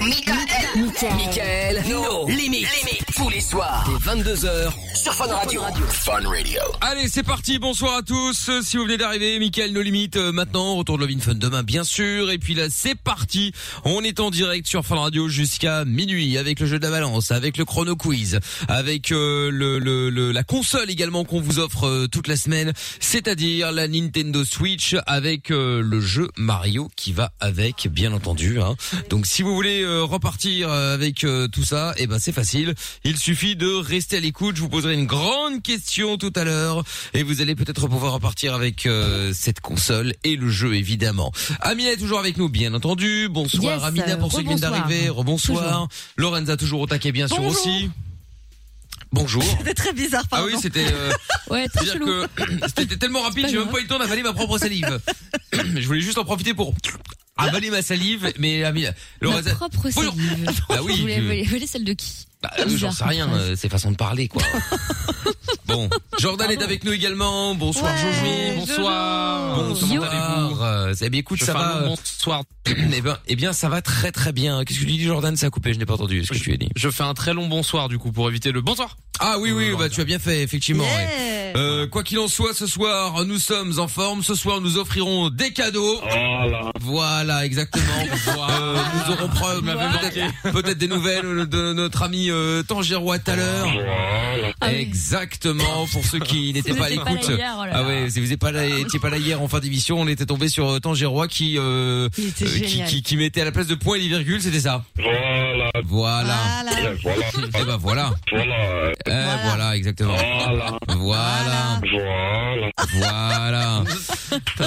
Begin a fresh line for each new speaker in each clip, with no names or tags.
Michael. Michael. No. Limite. Tous les soirs. Dès 22h. Sur Fun Radio. Fun Radio.
Allez, c'est parti. Bonsoir à tous. Si vous venez d'arriver, Mickaël nos limites euh, maintenant, retour de Love in Fun demain bien sûr et puis là c'est parti. On est en direct sur Fun Radio jusqu'à minuit avec le jeu de la balance, avec le chrono quiz, avec euh, le, le- le- la console également qu'on vous offre euh, toute la semaine, c'est-à-dire la Nintendo Switch avec euh, le jeu Mario qui va avec bien entendu hein. Donc si vous voulez euh, repartir euh, avec euh, tout ça, eh ben c'est facile. Il suffit de rester à l'écoute. Je vous poserai une grande question tout à l'heure et vous allez peut-être pouvoir repartir avec euh, cette console et le jeu évidemment. Amina est toujours avec nous, bien entendu. Bonsoir
Yes,
Amina pour
euh,
ceux qui viennent
rebonsoir.
d'arriver. Rebonsoir.
Toujours.
Lorenza toujours au taquet bien sûr
Bonjour.
aussi. Bonjour.
C'était très bizarre,
Ah oui, c'était. euh,
Ouais, très
c'est-à-dire
chelou.
que c'était tellement rapide, j'ai même pas eu le temps d'avaler ma propre salive. je voulais juste en profiter pour avaler ma salive, mais Amina, Lorenza,
propre
Bonjour.
salive.
Bah
Ah,
oui,
Vous voulez-
je-
vous voulez- vous voulez celle de qui
Bah, euh, j'en
Bizarre,
sais rien,
comme
euh, c'est façon de parler quoi. bon, Jordan est avec nous également. Bonsoir Jojo.
bonsoir.
Bonsoir.
Yo.
Bonsoir. Euh, Eh bien écoute,
Je
ça
fais un
va.
long
euh, Eh ben, eh bien, ça va très très bien. Qu'est-ce que tu dis, Jordan Ça a coupé. Je n'ai pas entendu ce que tu as dit.
Je fais un très long bonsoir du coup pour éviter le bonsoir.
Ah oui oui, bah tu as bien fait effectivement. ouais. Euh, quoi qu'il en soit, ce soir nous sommes en forme. Ce soir nous offrirons des cadeaux. Voilà exactement. Euh, nous aurons preuve peut-être peut-être des nouvelles de notre ami euh, Tangirois tout à l'heure. Exactement. Pour ceux qui n'étaient
Ah Vous
pas à
n'étiez pas
l'écoute.
là hier, oh là
ah
là.
ouais, si vous n'étiez pas là, étiez pas là hier en fin d'émission, on était tombé sur euh, Tangirois qui, euh,
était
euh, qui,
génial.
qui qui mettait à la place de points et des virgules, c'était ça. Voilà. Voilà.
Voilà.
Voilà. Et ben voilà. Voilà. voilà. exactement. Voilà. Voilà. Voilà.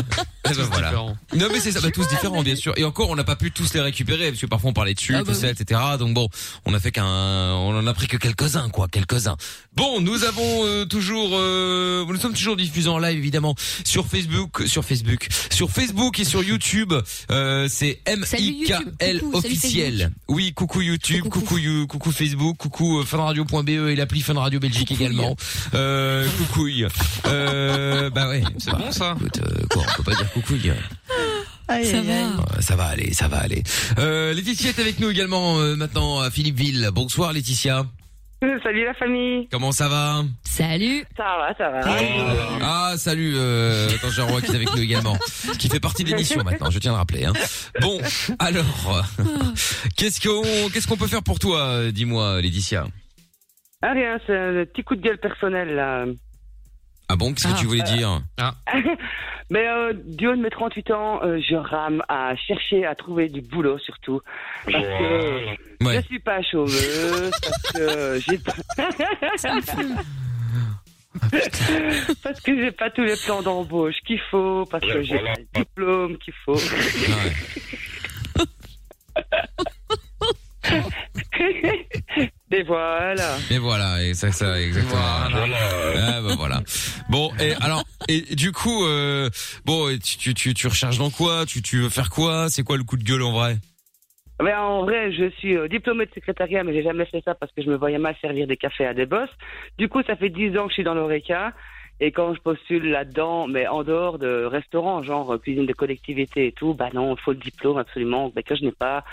Eh ben voilà. Non mais c'est ça, bah, tous différents bien sûr. Et encore, on n'a pas pu tous les récérer parce que parfois on parlait dessus,
Ah bah
tout ça,
oui.
etc. Donc bon, on a fait qu'un, Euh, on en a pris que quelques uns quoi, quelques uns. Bon, nous avons euh, toujours, euh, nous sommes toujours diffusés en live évidemment sur Facebook, sur Facebook, sur Facebook et sur YouTube. Euh, c'est M I K L
YouTube. Coucou, salut
officiel.
Facebook.
Oui, coucou YouTube, coucou coucou, You- coucou Facebook, coucou euh, funradio.be et l'appli Fun Radio Belgique également. Euh, coucouille. Euh, bah ouais, c'est bon ça. Écoute, euh, quoi, on peut pas dire coucouille.
Ça va.
Euh, Ça va aller, ça va aller. Euh, Laetitia est avec nous également euh, maintenant à Philippeville. Bonsoir Laetitia.
Euh, Salut la famille.
Comment ça va
Salut. Ça va, ça va.
Ah salut euh, Tangerine Roy qui est avec nous également, qui fait partie de l'émission maintenant. Je tiens à le rappeler. hein. Bon, alors euh, qu'est-ce qu'on qu'est-ce qu'on peut faire pour toi euh, Dis-moi Laetitia.
Ah rien, c'est un petit coup de gueule personnel là.
Ah bon, qu'est-ce que tu voulais dire
Mais euh, du haut de mes 38 ans, euh, je rame à chercher à trouver du boulot surtout. Parce que je suis pas chômeuse, parce que j'ai pas... Ah, parce que j'ai pas tous les plans d'embauche qu'il faut, parce que j'ai pas le diplôme qu'il faut. Et voilà.
Mais voilà, et ça, ça, exactement.
Voilà.
Ah, bah, voilà. Bon, et alors, et du coup, euh, bon, et tu, tu, tu, tu recherches dans quoi tu, tu veux faire quoi C'est quoi le coup de gueule en vrai
Ben, en vrai, je suis euh, diplômée de secrétariat, mais j'ai jamais fait ça parce que je me voyais mal servir des cafés à des boss. Du coup, ça fait 10 ans que je suis dans l'ORECA. Et quand je postule là-dedans, mais en dehors de restaurants, genre euh, cuisine de collectivité et tout, bah non, il faut le diplôme absolument, ben, que je n'ai pas.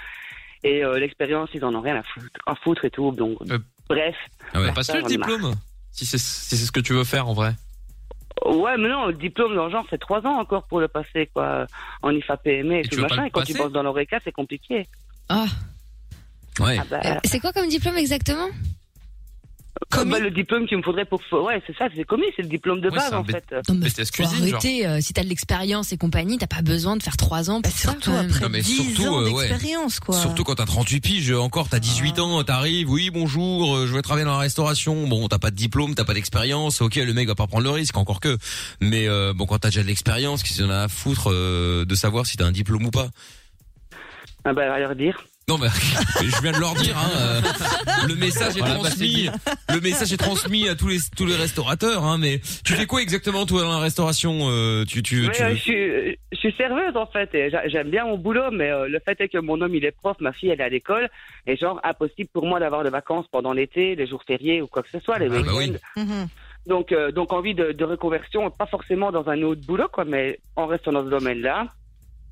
Et euh, l'expérience, ils en ont rien à foutre, à foutre et tout. Donc,
Euh.
bref.
Ah
Bah,
T'as pas su le
J'en ai marre.
diplôme Si c'est si c'est ce que tu veux faire en vrai.
Ouais, mais non, le diplôme dans le genre, c'est 3 ans encore pour le passer, quoi, en IFA PME et,
tu
tout
veux pas
machin.
le
Et quand tu
passer
bosses dans l'ORECA, c'est compliqué. Ah
Ah.
bah,
Ouais.
Euh, C'est quoi comme diplôme exactement
Comme le diplôme qu'il me faudrait pour. Ouais, c'est ça, c'est commis, c'est le diplôme de
Ouais,
base
c'est un
en
B-
fait.
BTS
Faut
cuisine. genre.
arrêter, euh, si t'as de l'expérience et compagnie, t'as pas besoin de faire trois ans pour
Bah,
surtout
Non, mais euh, ouais. Surtout quand t'as 38 piges, euh, encore t'as 18 ans, t'arrives, oui bonjour, euh, je vais travailler dans la restauration, bon t'as pas de diplôme, t'as pas d'expérience, ok le mec va pas prendre le risque, encore que, mais euh, bon quand t'as déjà de l'expérience, qu'est-ce qu'il y en a à foutre euh, de savoir si t'as un diplôme ou pas
Ah bah, à leur dire.
Non mais je viens de leur dire, hein, euh, le message est
Voilà, bah,
transmis, le message est transmis à tous les tous les restaurateurs, hein, mais tu fais quoi exactement toi dans la restauration euh, Tu tu,
Ouais,
tu
euh, je, suis, je suis serveuse en fait, et j'a- j'aime bien mon boulot, mais euh, le fait est que mon homme il est prof, ma fille elle est à l'école, et genre impossible pour moi d'avoir de vacances pendant l'été, les jours fériés ou quoi que ce soit, les
Ah, bah
week-ends.
oui.
Mhm.
Donc, euh, donc envie de, de reconversion, pas forcément dans un autre boulot, quoi, mais en restant dans ce domaine-là.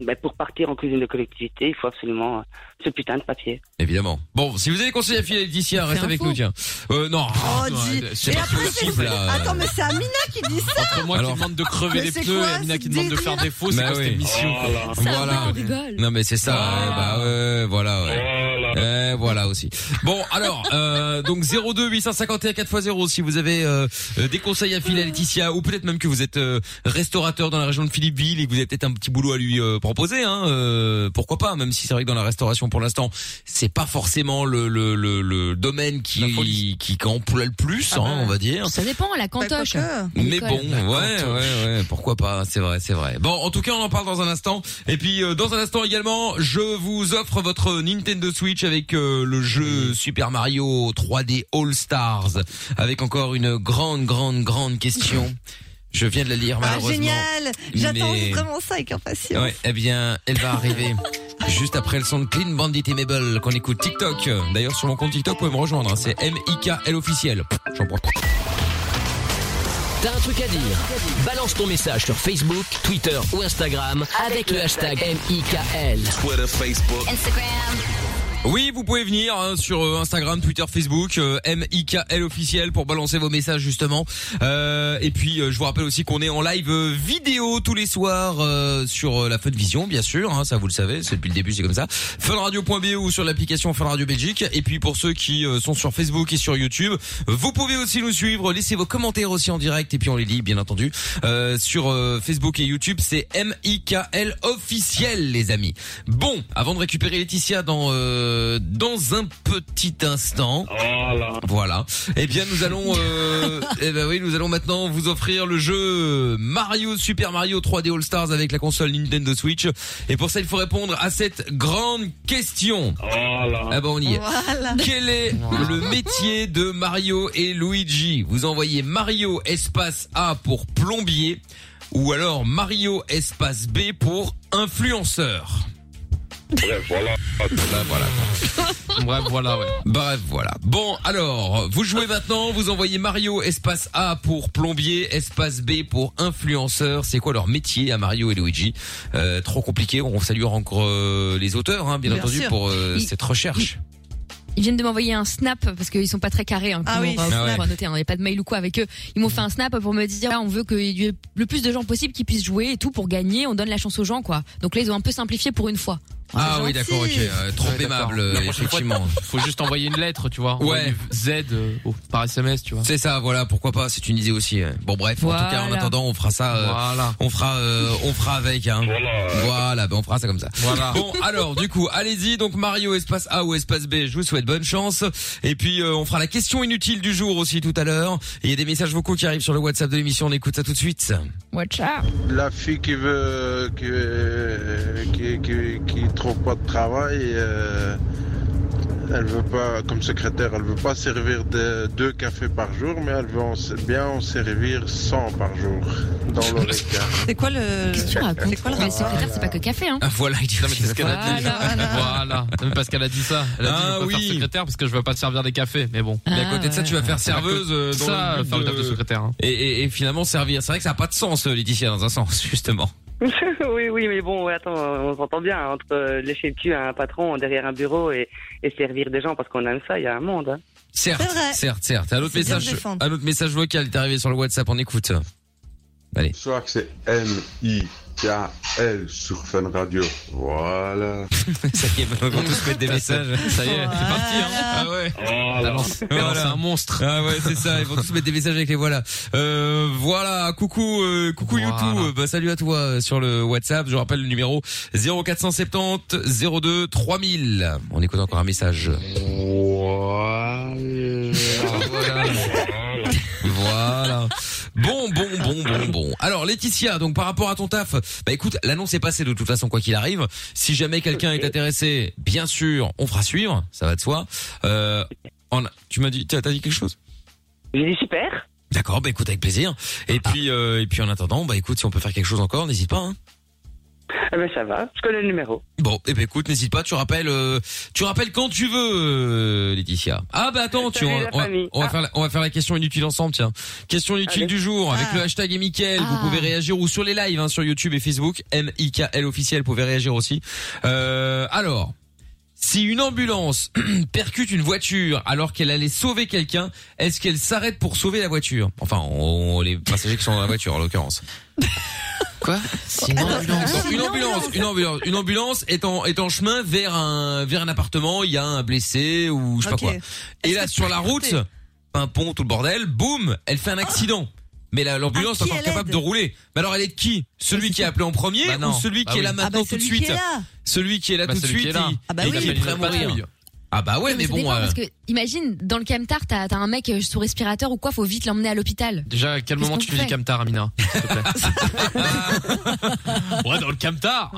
ben, pour partir en cuisine de collectivité, il faut absolument euh, ce putain de papier.
Évidemment. Bon, si vous avez conseillé à filer d'ici, reste avec nous, tiens. Euh, non.
Oh,
non,
dis.
c'est
Et
pas
après, c'est.
possible, là.
Attends, mais c'est Amina qui dit ça.
euh. Entre moi
Alors-
qui demande de crever
Mais
les
c'est
pneus
quoi,
et Amina
ce
qui demande de faire
délire
des faux, c'est
Bah
quoi cette
oui.
émission quoi
Ça va,
Voilà.
on rigole.
Non mais c'est ça, ouais, bah ouais, voilà, ouais. Eh, voilà aussi. Bon alors, euh, donc 02 851 4x0 si vous avez euh, euh, des conseils à filer à Laetitia ou peut-être même que vous êtes euh, restaurateur dans la région de Philippeville et que vous avez peut-être un petit boulot à lui euh, proposer, hein, euh, pourquoi pas, même si c'est vrai que dans la restauration pour l'instant c'est pas forcément le, le, le, le domaine
La
qui
folie.
qui emploie le plus,
Ah
hein,
bah.
on va dire.
Ça dépend, la cantoche.
Bah,
On
Mais
colle.
bon, ouais, ouais, ouais, pourquoi pas, c'est vrai, c'est vrai. Bon, en tout cas, on en parle dans un instant. Et puis, euh, dans un instant également, je vous offre votre Nintendo Switch avec euh, le jeu Super Mario 3D All Stars, avec encore une grande, grande, grande question. Je viens de la lire,
Ah,
malheureusement.
génial. J'attends
Mais-
vraiment ça avec impatience.
Ouais, eh bien, elle va arriver juste après le son de Clean Bandit et Mabel qu'on écoute TikTok. D'ailleurs, sur mon compte TikTok, vous pouvez me rejoindre. hein, c'est M-I-K-L officiel. Pff, J'en prends.
T'as un truc à dire Balance ton message sur Facebook, Twitter ou Instagram avec le hashtag MIKL.
Twitter, Facebook.
Oui, vous pouvez venir hein, sur euh, Instagram, Twitter, Facebook, euh, MIKL officiel pour balancer vos messages justement. Euh, et puis euh, je vous rappelle aussi qu'on est en live euh, vidéo tous les soirs euh, sur euh, la Fun Vision, bien sûr, hein, ça vous le savez, c'est depuis le début c'est comme ça. Funradio.be ou sur l'application Fun Radio Belgique. Et puis pour ceux qui euh, sont sur Facebook et sur YouTube, vous pouvez aussi nous suivre, laissez vos commentaires aussi en direct et puis on les lit bien entendu. Euh, sur euh, Facebook et YouTube, c'est MIKL officiel les amis. Bon, avant de récupérer Laetitia dans euh, dans un petit instant. Voilà. Eh bien, nous allons euh, eh ben oui, nous allons maintenant vous offrir le jeu Mario Super Mario 3D All Stars avec la console Nintendo Switch. Et pour ça, il faut répondre à cette grande question. Ah ben on y est.
Voilà.
Quel est le métier de Mario et Luigi Vous envoyez Mario espace A pour plombier ou alors Mario espace B pour influenceur. Bref, voilà.
Bref, voilà, ouais.
Bref, voilà. Bon, alors, vous jouez maintenant, vous envoyez Mario espace A pour plombier, espace B pour influenceur. C'est quoi leur métier à Mario et Luigi Euh, Trop compliqué, on salue encore euh, les auteurs, hein, bien,
Bien
entendu,
sûr.
pour euh,
Il-
cette recherche.
Ils viennent de m'envoyer un snap parce qu'ils sont pas très carrés. Hein,
Ah
comment
oui,
on va-
snap.
on va noter, hein, il n'y a pas de mail ou quoi avec eux. Ils m'ont fait un snap pour me dire ah, on veut qu'il y ait le plus de gens possible qui puissent jouer et tout pour gagner. On donne la chance aux gens quoi. Donc là ils ont un peu simplifié pour une fois.
Ah
gentil.
oui, d'accord, ok. euh, trop
Ouais, d'accord.
aimable, euh,
La prochaine fois,
effectivement.
Faut juste envoyer une lettre, tu vois.
Ouais.
Envoyer Z euh, au- par SMS, tu vois.
C'est ça, voilà, pourquoi pas, c'est une idée aussi. ouais. Bon bref, en tout cas, en
Voilà.
attendant, on fera ça, euh,
Voilà.
on fera, euh, on fera avec, hein. Voilà, ben on fera ça comme ça.
Voilà.
Bon, alors, du coup, allez-y, donc Mario espace A ou espace B, je vous souhaite bonne chance. Et puis, euh, on fera la question inutile du jour aussi tout à l'heure. Et Il y a des messages vocaux qui arrivent sur le WhatsApp de l'émission, on écoute ça tout de suite.
Watch out.
La fille qui veut qui, qui, qui, qui trouve pas de travail, euh, elle veut pas comme secrétaire, elle veut pas servir de, deux cafés par jour, mais elle veut en s- bien en servir 100 par jour dans l'oreca.
C'est quoi le.
Qu'est-ce que tu racontes
C'est quoi le
Mais
rapport
secrétaire c'est pas que café hein.
Ah, voilà, il dit
Non, mais c'est ce qu'elle a dit.
Voilà.
Voilà. Non, mais parce qu'elle a dit ça. Elle a dit,
Ah,
je veux pas
oui.
faire secrétaire parce que je veux pas te servir des cafés, mais bon. Ah,
Mais à côté de ça, tu vas faire serveuse euh, dans
ça,
le but
faire le taf de
de-
secrétaire. hein.
Et, et, et finalement servir. C'est vrai que ça n'a pas de sens, euh, Laetitia, dans un sens, justement.
oui, oui, mais bon, ouais, attends, on s'entend bien hein, entre euh, lécher le cul à un patron derrière un bureau et, et servir des gens parce qu'on aime ça, il y a un monde. hein.
Certes,
C'est vrai.
certes, certes. Un autre
C'est bien de
message,
défendre.
un autre message vocal est arrivé sur le WhatsApp. On écoute.
Bonsoir, c'est M-I-K-L sur Fun Radio. Voilà.
Ça y est, on va tous mettre des messages.
Ça y est, c'est parti. Hein.
Ah ouais.
T'as lancé- t'as
Voilà.
lancé un monstre.
Ah ouais, c'est ça. Ils vont tous mettre des messages avec les voilà. Euh, voilà. Coucou, euh, coucou
Voilà.
YouTube. Euh, Bah, salut à toi euh, sur le WhatsApp. Je rappelle le numéro 0470 02 3000. On écoute encore un message. Voilà. Voilà. Bon, bon, bon, bon, bon. Alors, Laetitia, donc par rapport à ton taf, bah écoute, l'annonce est passée de toute façon quoi qu'il arrive. Si jamais quelqu'un est intéressé, bien sûr, on fera suivre, ça va de soi. Euh, on a- tu m'as dit, t'as t'as dit quelque chose
J'ai dit super. Ah.
D'accord, bah écoute avec plaisir. Et puis, euh, et puis en attendant, bah écoute, si on peut faire quelque chose encore, n'hésite pas. Hein.
Eh ben ça va, je connais le numéro.
Bon, eh ben écoute, n'hésite pas, tu rappelles, euh, tu rappelles quand tu veux, euh, Laetitia. Ah bah attends, tu,
Salut,
on,
la
on va,
famille.
on va
Ah.
faire la, on va faire la question inutile ensemble, tiens. Question inutile
Allez.
du jour avec le hashtag et Mickaël. Vous pouvez réagir ou sur les lives hein, sur YouTube et Facebook, M I K L officiel, vous pouvez réagir aussi. Euh, alors, si une ambulance percute une voiture alors qu'elle allait sauver quelqu'un, est-ce qu'elle s'arrête pour sauver la voiture Enfin, on- les passagers qui sont dans la voiture en l'occurrence. Quoi
C'est une ambulance.
Donc, une ambulance, une ambulance, une ambulance est en, est en chemin vers un, vers un appartement, il y a un blessé ou je sais
Ok.
pas quoi. Et là, sur la route, un pont, tout le bordel, boum, elle fait un accident. Mais la- l'ambulance est encore capable de rouler. Mais alors, elle est de qui Celui qui a appelé en premier
Bah
ou
non.
celui
Bah
qui est
oui.
là
Ah bah
maintenant tout de
celui
suite
qui est là.
Celui qui est là
Bah
tout de
celui qui
suite
est là.
et-
Ah bah
et
oui.
qui est prêt à
Il appelle une
mourir.
patrouille.
Ah bah ouais, mais
Ça
bon.
dépend,
euh,
parce que imagine dans le camtar, t'as t'as un mec euh, sous respirateur ou quoi, faut vite l'emmener à l'hôpital.
Déjà, à quel moment
qu'on
tu dis
fait
Camtar, Amina s'il te plaît Ouais, dans le Camtar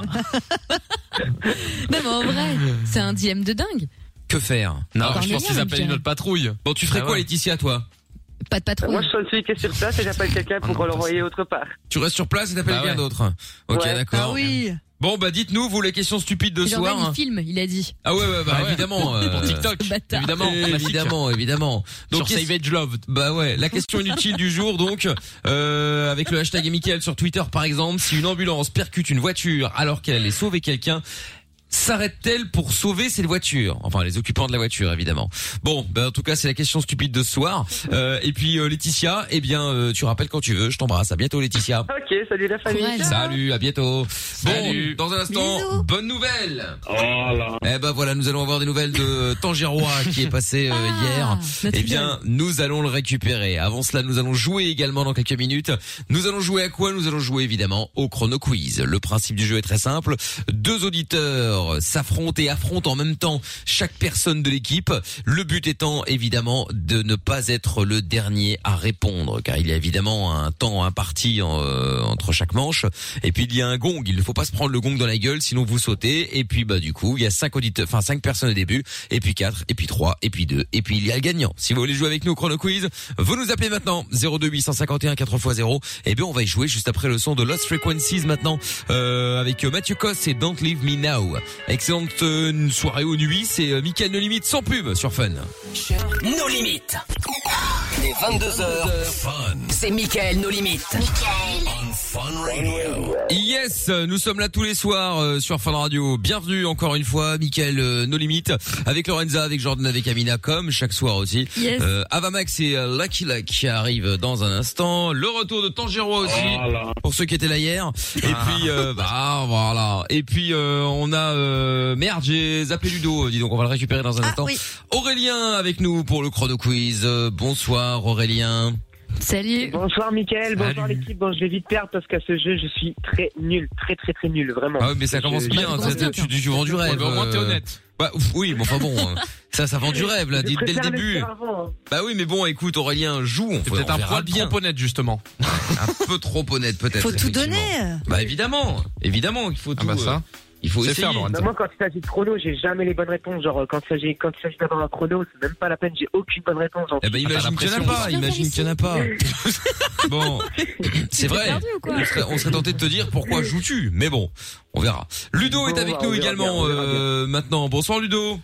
Non mais en vrai, c'est un dilemme de dingue.
Que faire
Non,
Encore
je pense
mieux,
qu'ils
même,
appellent
je
une autre patrouille. Ah
Bon, tu ferais quoi, Laetitia, toi
Pas de patrouille.
Moi, je suis celui qui est sur place et j'appelle quelqu'un
Ah
pour l'envoyer autre part.
Tu restes sur place et t'appelles
Bah
quelqu'un
ouais.
d'autre. Ok,
Ouais.
Ah
Ah
d'accord. Bon, bah dites-nous, vous, les questions stupides de
Il
soir.
emmène,
hein.
il filme, il a dit.
Ah ouais, ouais, bah, évidemment.
Pour TikTok.
Bâtard.
Évidemment,
Classique.
Eh, évidemment, évidemment.
Sur
qu'est-ce- Bah ouais, la question inutile du jour donc euh, avec le hashtag Michael sur Twitter par exemple, si une ambulance percute une voiture alors qu'elle allait sauver quelqu'un, s'arrête-t-elle pour sauver cette voiture Enfin les occupants de la voiture évidemment. Bon, bah en tout cas, c'est la question stupide de ce soir. Euh, et puis euh, Laetitia, eh bien euh, tu rappelles quand tu veux, je t'embrasse. À bientôt Laetitia.
Ok, salut la famille.
Salut, à bientôt. Bon, dans un instant, bonne nouvelle. Eh ben voilà, nous allons avoir des nouvelles de Tangirois qui est passé euh, hier. Eh bien, nous allons le récupérer. Avant cela, nous allons jouer également dans quelques minutes. Nous allons jouer à quoi Nous allons jouer évidemment au chrono quiz. Le principe du jeu est très simple. Deux auditeurs s'affrontent et affrontent en même temps chaque personne de l'équipe. Le but étant évidemment de ne pas être le dernier à répondre, car il y a évidemment un temps imparti en, euh, entre chaque manche. Et puis il y a un gong. Il ne faut pas se prendre le gong dans la gueule, sinon vous sautez. Et puis bah du coup, il y a cinq auditeurs, enfin cinq personnes au début, et puis quatre, et puis trois, et puis deux, et puis il y a le gagnant. Si vous voulez jouer avec nous au chrono quiz, vous nous appelez maintenant 02 851 4x0. Et bien on va y jouer juste après le son de Lost Frequencies maintenant euh, avec euh, Mathieu Cosse et Don't Leave Me Now. Excellente euh, soirée aux nuits. C'est euh, Mickaël No Limite sans pub sur Fun.
Nos limites. Les 22h. C'est Michael, nos limites.
Yes, nous sommes là tous les soirs euh, sur Fun Radio. Bienvenue encore une fois, Mickaël euh, No Limites, avec Lorenza, avec Jordan, avec Amina, comme chaque soir aussi.
Yes.
Euh, Avamax et euh, Lucky Luck qui arrivent dans un instant. Le retour de Tangerois aussi, pour ceux qui étaient là hier. Et puis, euh, bah voilà. Et puis, euh, on a... euh, merde, j'ai zappé Ludo, euh, dis donc, on va le récupérer dans un instant. Aurélien avec nous pour le chrono quiz. Euh, bonsoir Aurélien.
Salut.
Bonsoir Mickaël, bonsoir l'équipe. Bon, je vais vite perdre parce qu'à ce jeu, je suis très nul, très très très nul, vraiment.
Ah oui, mais ça commence
Je-
bien, ça, tu, tu, tu vends du rêve.
mais au moins, t'es
euh.
honnête.
Bah, ouf, oui, mais enfin bon, euh, ça, ça vend du rêve, là,
Je
dès, dès le
préfère le
début.
faire
Bah oui, mais bon, écoute, Aurélien, joue.
C'est peut-être un poil bien honnête, justement.
un peu trop honnête, peut-être.
Faut tout
effectivement.
donner.
Bah évidemment, évidemment qu'il faut tout.
bah ça,
euh, il faut
c'est
essayer.
faire,
Non,
Lorenza.
Bah, moi, quand il s'agit de chrono, j'ai jamais les bonnes réponses. Genre, euh, quand il s'agit quand il s'agit d'avoir un chrono, c'est même pas la peine, j'ai aucune bonne réponse. genre.
Eh ben imagine qu'il n'y en a pas, imagine qu'il n'y en a pas. bon, c'est vrai.
perdu ou quoi
on, serait, on serait tenté de te dire pourquoi joues-tu, mais bon, on verra. Ludo est
Bon,
avec
bah,
nous
on verra
également
bien, on verra
euh, maintenant. Bonsoir Ludo.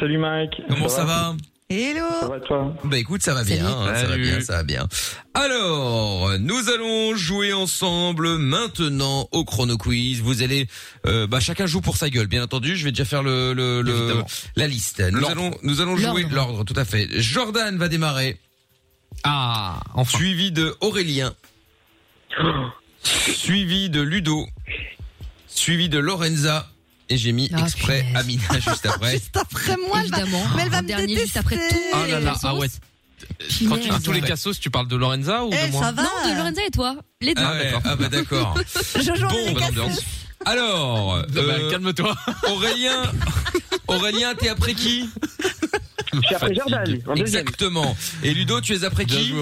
Salut Mike.
Comment ça va
Hello.
Ça va toi
Bah écoute, ça va bien, hein, ça va
Salut.
bien, ça va bien. Alors, nous allons jouer ensemble maintenant au chrono quiz. Vous allez, euh, bah chacun joue pour sa gueule, bien entendu. Je vais déjà faire le, le, le- la liste. Nous allons, nous allons jouer l'ordre, tout à fait. Jordan va démarrer. Ah, Suivi de Aurélien. suivi de Ludo. Suivi de Lorenza. Et j'ai mis exprès Amina Ah, juste après.
Après moi, elle va, mais elle va me détester. après
Ah là là, ah ouais. Quand tu dis
Punaise. Eh,
tous les cassos, tu parles de
Eh,
Lorenza ou de moi
Non, de Lorenza et toi. Les deux.
Ah, ouais, ah bah d'accord.
Jojo,
Bon, bonne ambiance. Alors, euh,
calme-toi.
Aurélien, Aurélien, t'es après qui
Je suis après Jordan, en deuxième.
Exactement. Et Ludo, tu es après qui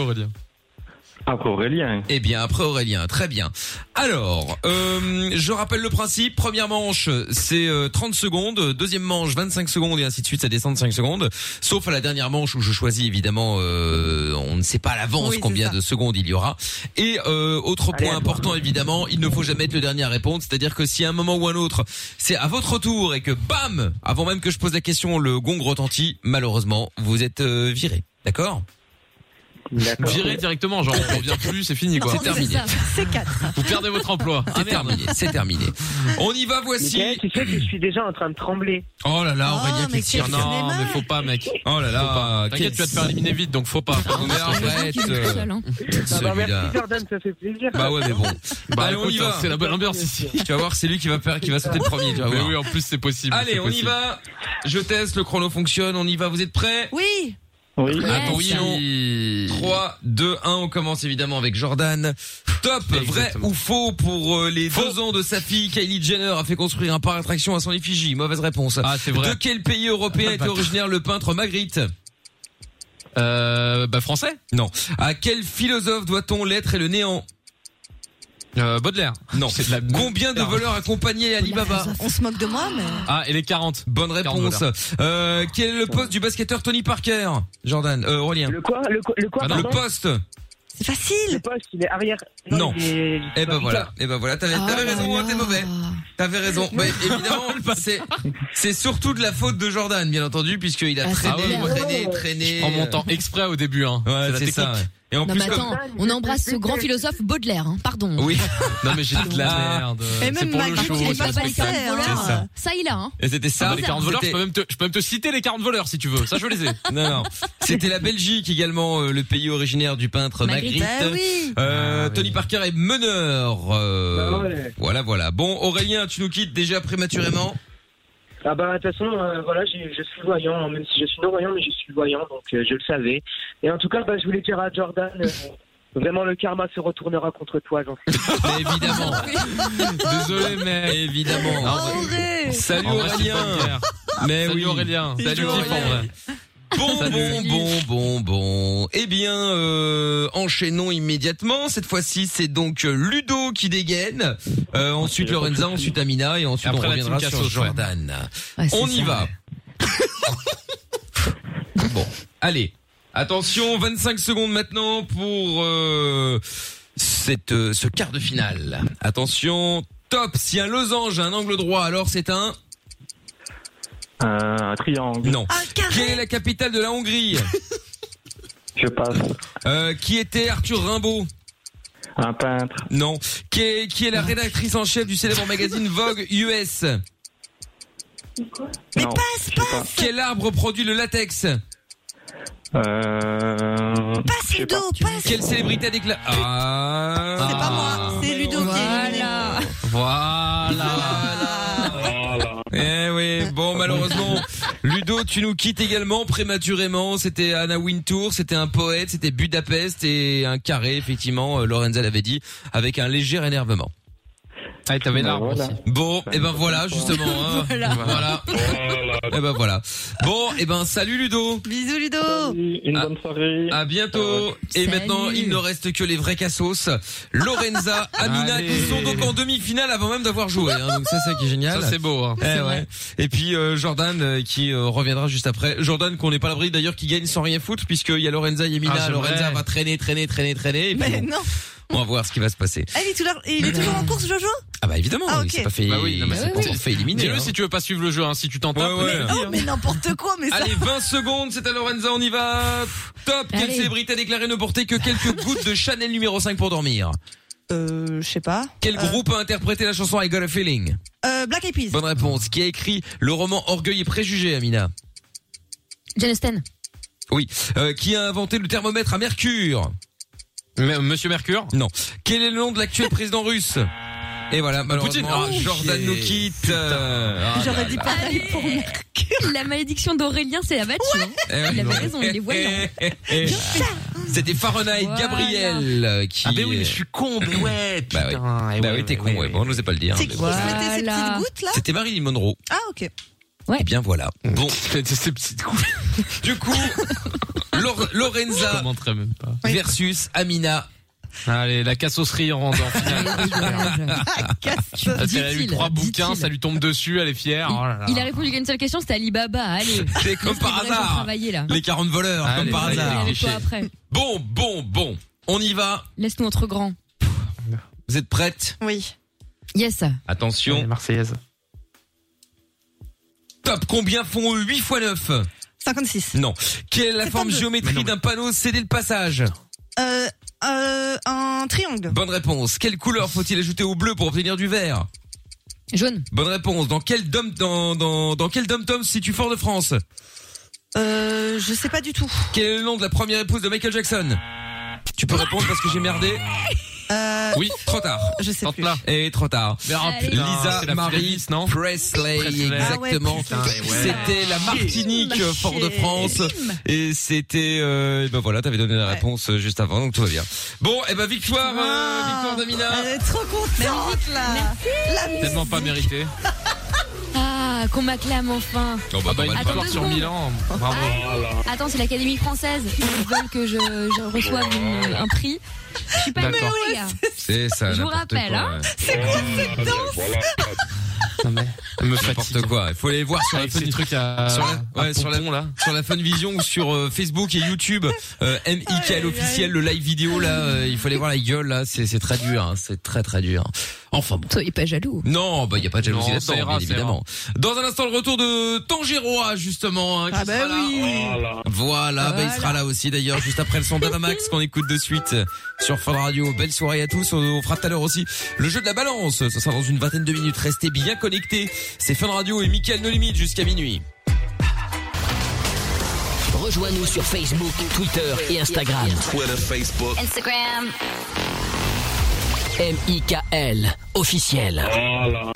Après Aurélien.
Eh bien, après Aurélien, très bien. Alors, euh, je rappelle le principe. Première manche, c'est euh, 30 secondes. Deuxième manche, 25 secondes et ainsi de suite. Ça descend de 5 secondes. Sauf à la dernière manche où je choisis, évidemment, euh, on ne sait pas à l'avance
Oui,
combien
c'est ça.
de secondes il y aura. Et euh, autre
Allez,
point
à
important, évidemment, il ne faut jamais être le dernier à répondre. C'est-à-dire que si à un moment ou à un autre, c'est à votre tour et que bam, avant même que je pose la question, le gong retentit, malheureusement, vous êtes euh, viré. D'accord
Viré directement, genre on revient plus, c'est fini quoi.
C'est terminé.
C'est 4.
Vous perdez votre emploi. Ah,
C'est terminé, c'est terminé. On y va, voici.
Mickaël, tu sais que je suis déjà en train de trembler.
Oh là là,
Oh,
Aurélien
mais
qui tire.
quel
Non,
cinéma.
mais faut
pas, mec.
Oh là
Faut pas.
là.
T'inquiète, tu vas te faire éliminer vite, donc faut pas.
Mais arrête. euh, Celui-là.
Jordan, ça fait plaisir.
Bah hein, ouais, mais bon.
Bah,
Allez, on
écoute,
y va.
c'est la bonne ambiance ici.
Tu vas voir, c'est lui qui va faire, qui va sauter le premier. Tu vas
Mais
voir.
oui, en plus c'est possible.
Allez,
c'est
on y
possible.
va. Je teste, le chrono fonctionne. On y va. Vous êtes prêts
Oui.
Oui.
Attention.
3, 2, 1. On commence évidemment avec Jordan. Top. Vrai ou faux pour euh, les deux ans de sa fille, Kylie Jenner a fait construire un parc d'attractions à son effigie. Mauvaise réponse. Ah, c'est
vrai.
De quel pays européen
Ah,
était
bâtard.
originaire le peintre Magritte
Euh,
bah français Non. À quel philosophe doit-on l'être et le néant
Euh,
Baudelaire. Non. Combien de voleurs accompagnaient Alibaba
On se moque de moi, mais.
Ah, et les 40. Bonne
40
réponse.
dollars.
Euh, quel est le poste du basketteur Tony Parker Jordan, euh, Aurélien. Le
quoi Le, quoi,
Ah,
Le
pardon
poste
C'est facile.
Le poste, il est arrière.
Non.
il est- il est
Eh ben
pas
voilà,
Ah.
Ricard.
eh ben voilà, t'avais
Oh
t'avais
là
raison, hein,
là.
t'es mauvais. T'avais raison.
Non.
Mais évidemment, c'est c'est surtout de la faute de Jordan, bien entendu, puisqu'il a
Ah, c'est
traîné,
clair.
traîné, traîné.
Je prends mon temps exprès au début, hein.
Ouais,
la
c'est ça,
technique.
ouais. Et en
Non, mais attends, on embrasse ce grand philosophe Baudelaire, hein, pardon.
Oui.
Non mais j'ai dit de la
Ah.
merde.
Eh,
Et
C'est
même
pour le
Macron,
show,
il est
c'est
pas
le
passé,
spectacle.
hein.
C'est ça.
Ça, il a, hein.
Et c'était ça.
Ah, les 40 voleurs, je
C'était-
peux, même te, je peux même te citer les 40 voleurs si tu veux. Ça, je les ai.
Non, non. C'était la Belgique également, euh, le pays originaire du peintre
Magritte.
Magritte.
Bah oui.
Euh, Tony Parker est meneur. euh,
Bah ouais.
Voilà, voilà. Bon, Aurélien, tu nous quittes déjà prématurément.
Ah bah de toute façon, euh, voilà, j'ai- je suis voyant, hein, même si je suis non voyant, mais je suis voyant, donc euh, je le savais. Et en tout cas, bah, je voulais dire à Jordan, euh, vraiment le karma se retournera contre toi, j'en suis.
évidemment. Désolé, mais évidemment. Ah
Oh,
Salut
En vrai, c'est
Aurélien.
pas une guerre.
Mais
Salut
oui.
Aurélien.
Salut
Salut Tiff, en
Aurélien.
vrai.
Bon, bon, bon, bon, bon. Eh bien, euh, enchaînons immédiatement. Cette fois-ci, c'est donc euh, Ludo qui dégaine.
Oh,
Euh, ensuite Lorenza, ensuite Amina et ensuite
Et après,
on
la team
reviendra sur
Cassos, ouais.
Jordan.
Ouais, c'est
on y
ça.
va. bon, allez. Attention, 25 secondes maintenant pour euh, cette, euh, ce quart de finale. Attention, top. Si un losange a un angle droit, alors c'est un...
un triangle.
Non. Quelle est la capitale de la Hongrie
Je passe.
Euh, qui était Arthur Rimbaud
Un peintre.
Non. Qui est, qui est la rédactrice en chef du célèbre magazine Vogue US
Mais passe, passe.
Quel arbre produit le latex
Euh...
Passe Ludo, passe.
Quelle célébrité a déclaré Ah C'est pas moi.
C'est Ludo qui est éliminé.
Voilà. Eh oui, bon malheureusement, Ludo, tu nous quittes également prématurément. C'était Anna Wintour, c'était un poète, c'était Budapest et un carré effectivement. euh, Lorenza l'avait dit avec un léger énervement. Ah, t'avais l'arbre Bon, et ben voilà justement. hein.
Voilà.
voilà. Et ben voilà. Bon, et ben salut Ludo.
Bisous Ludo.
Une bonne soirée. À
Euh,
bientôt. Et
Salut.
maintenant, il ne reste que les vrais cassos. Lorenza, Amina,
Allez.
qui sont donc en demi-finale avant même d'avoir joué. hein. Donc ça, c'est ça qui est génial.
Ça, c'est beau, hein.
Eh
C'est
ouais.
vrai.
Et puis euh, Jordan euh, qui euh, reviendra juste après. Jordan qu'on n'est pas à l'abri d'ailleurs qui gagne sans rien foutre puisqu'il y a Lorenza, il y a Mina.
Ah, c'est
Lorenza
vrai.
va traîner, traîner, traîner, traîner. Et puis
Mais
bon,
non.
on va voir ce qui va se passer.
Ah, il est toujours, il est toujours en course, Jojo
Ah bah évidemment,
Ah,
il
ok.
s'est pas fait,
Bah oui, non, mais
il s'est
c'est
pas
bon.
fait éliminer.
Dis-le
hein.
si tu veux pas suivre le jeu, hein. si tu t'en tapes.
Ouais, ouais.
mais-
Oh, mais n'importe quoi, mais ça.
Allez, 20 secondes, c'est à Lorenza, on y va. Top, quelle
Allez.
célébrité a déclaré ne porter que quelques gouttes de Chanel numéro 5 pour dormir
Euh, je sais pas.
Quel groupe a interprété la chanson I Got a Feeling
Euh, Black Eyed Peas.
Bonne réponse. Qui a écrit le roman Orgueil et Préjugés, Amina
Jane Austen.
Oui. Euh, qui a inventé le thermomètre à mercure Monsieur Mercure Non. Quel est le nom de l'actuel président russe Et voilà,
Poutine.
malheureusement,
Oh,
Jordan
chier.
nous quitte. Euh, ah là
J'aurais dit
là.
pareil pour
Mercure. La malédiction d'Aurélien s'est abattue. hein.
Eh ouais.
Il avait raison, il est voyant.
C'était Fahrenheit Gabriel euh, qui. Ah, ben oui, mais je suis con, mais ouais, putain. Bah oui, t'es con, ouais, bon, on n'osait pas le dire. mais bon.
C'était ces petites gouttes là
C'était Marilyn Monroe.
Ah, ok.
Eh bien voilà.
Mm.
Bon, ces petites Du coup, Lor- Lorenza versus Amina.
Allez, la cassosserie en rendant finale. Elle a eu
dit-il,
trois bouquins, ça lui tombe dessus, elle est fière. Oh là là.
Il a répondu qu'à une seule question, c'était Alibaba. Allez.
C'est comme par
Laissez-moi
hasard.
Travailler là.
Les 40 voleurs,
Allez,
comme par
allez,
hasard.
allez,
Toi après.
Bon, bon, bon. On y va.
Laisse-nous entre grands.
Vous êtes prêtes
Oui. Yes.
Attention. Marseillaise. Top. Combien font 8 x 9
56.
Non. Quelle est la forme
52.
géométrique d'un panneau cédé le passage
Euh, euh, un triangle.
Bonne réponse. Quelle couleur faut-il ajouter au bleu pour obtenir du vert
Jaune.
Bonne réponse. Dans quel dom dans, dans, dans quel dom tom se situe Fort de France
Euh, je sais pas du tout.
Quel est le nom de la première épouse de Michael Jackson Tu peux répondre parce que j'ai merdé.
Euh,
Oui, trop tard.
Je sais
plus. Et trop tard.
Mais ah, putain,
Lisa
c'est la
Marie
Félix, non Ah
Presley,
Presley.
exactement.
Ah ouais, putain, ouais.
C'était la Martinique,
Chier.
Fort de France. Et c'était, euh, et ben voilà, t'avais donné la réponse euh, juste avant, donc tout va bien. Bon, et ben victoire, euh, victoire d'Amina.
Elle est trop contente là. La musique.
Tellement pas mérité.
Ah, qu'on m'acclame enfin.
Oh bah, bah, une
Attends
victoire
deux
sur
secondes.
Milan.
Ah
Bravo. Ah
Attends, c'est l'Académie française. Ils veulent que je, je reçoive une- un prix. Je suis pas une
D'accord.
les gars.
C'est ça.
Je vous
n'importe
rappelle,
quoi,
hein.
ouais.
C'est quoi cette danse
Elle me N'importe quoi. Il faut aller voir sur la
Avec ces
fun
trucs à-
sur la,
à
ouais, sur la-
pompons, là.
sur la fun vision ou sur euh, Facebook et YouTube euh, MIKL officiel le live vidéo là. euh, il faut aller voir la gueule là. C'est c'est très dur. hein. C'est très très dur. Enfin bon.
Soyez pas jaloux.
Non, bah il y a pas de jalousie
Non, ça
là-dedans,
ira,
bien
ça
évidemment. Dans un instant, le retour de Tangérois, justement. Hein, qui sera là. Voilà, bah, il sera là aussi d'ailleurs, juste après le son d'Avamax qu'on écoute de suite sur Fun Radio. Belle soirée à tous, on, on fera tout à l'heure aussi le jeu de la balance. Ça sera dans une vingtaine de minutes, restez bien connectés. C'est Fun Radio et Mickaël No Limite jusqu'à minuit.
Rejoins-nous sur Facebook, Twitter et Instagram.
Twitter, Facebook.
Instagram. M.I.K.L. officiel.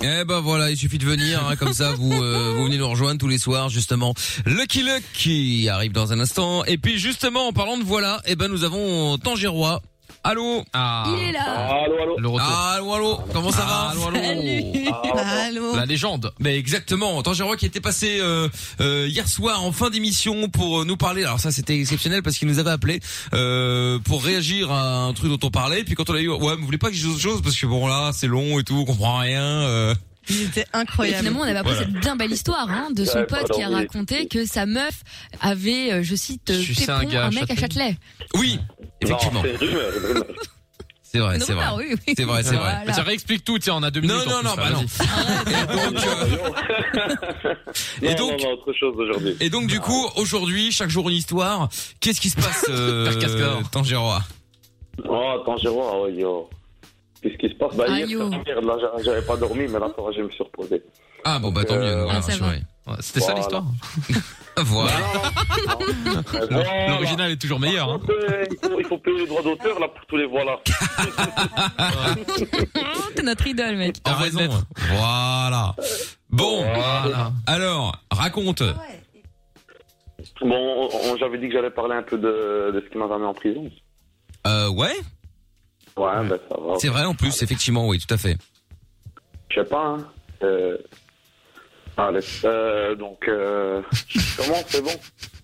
Eh ben voilà, il suffit de venir, hein, comme ça vous euh, vous venez nous rejoindre tous les soirs justement. Lucky Luck qui arrive dans un instant. Et puis justement en parlant de voilà, eh ben nous avons Tangérois. Allô.
Il est là. Ah. Allô, allô. Le retour.
Allô allô. Comment ça va
Allô, allô.
Bah,
Allô.
Ah, La légende. Mais exactement. Tangérois qui était passé euh, euh, hier soir en fin d'émission pour euh, nous parler. Alors ça c'était exceptionnel parce qu'il nous avait appelé euh, pour réagir à un truc dont on parlait. Puis quand on a eu, ouais, mais vous voulez pas que je dise autre chose parce que bon là c'est long et tout, on comprend rien. euh.
Il était
Et
incroyable.
finalement, on avait appris
Voilà.
cette bien belle histoire hein, de son
Ouais,
pote
pardon,
qui a
oui.
raconté que sa meuf avait, euh, je cite, euh,
Sucé
pépon
un
un,
gars à
mec à Châtelet.
Oui, effectivement. C'est vrai,
Non,
c'est vrai.
bah oui, oui.
C'est vrai, c'est vrai.
Voilà.
Tiens, réexplique tout, tiens, on a deux
Non,
minutes.
non, non, bah non. Et donc, Et donc, du coup, aujourd'hui, chaque jour une histoire. Qu'est-ce qui se passe,
Père
euh,
Castor.
Tangérois
Oh, Tangérois, oh yo. Qu'est-ce qui se passe Bah, hier,
Aïe, yo.
c'est hier, là, j'a- j'avais pas dormi, mais là, ça va, je me suis reposé.
Ah, bon, bah, tant mieux.
Euh,
voilà,
Ah, ça va.
rassuré. Ouais, C'était ça
Voilà.
l'histoire Voilà.
L'original est toujours meilleur. hein.
Euh, il, faut, il faut payer les droits d'auteur, là, pour tous les voilà.
Ah. T'es notre idole, mec.
T'as raison. hein. Voilà. Bon. Alors, raconte.
Bon, on- on- j'avais dit que j'allais parler un peu de, de ce qui m'avait mis en prison.
Euh, ouais.
Ouais, bah, ça va.
C'est vrai, en plus, effectivement, oui, tout à fait.
Je sais pas, hein. Euh... Allez. Euh, donc, euh... comment c'est bon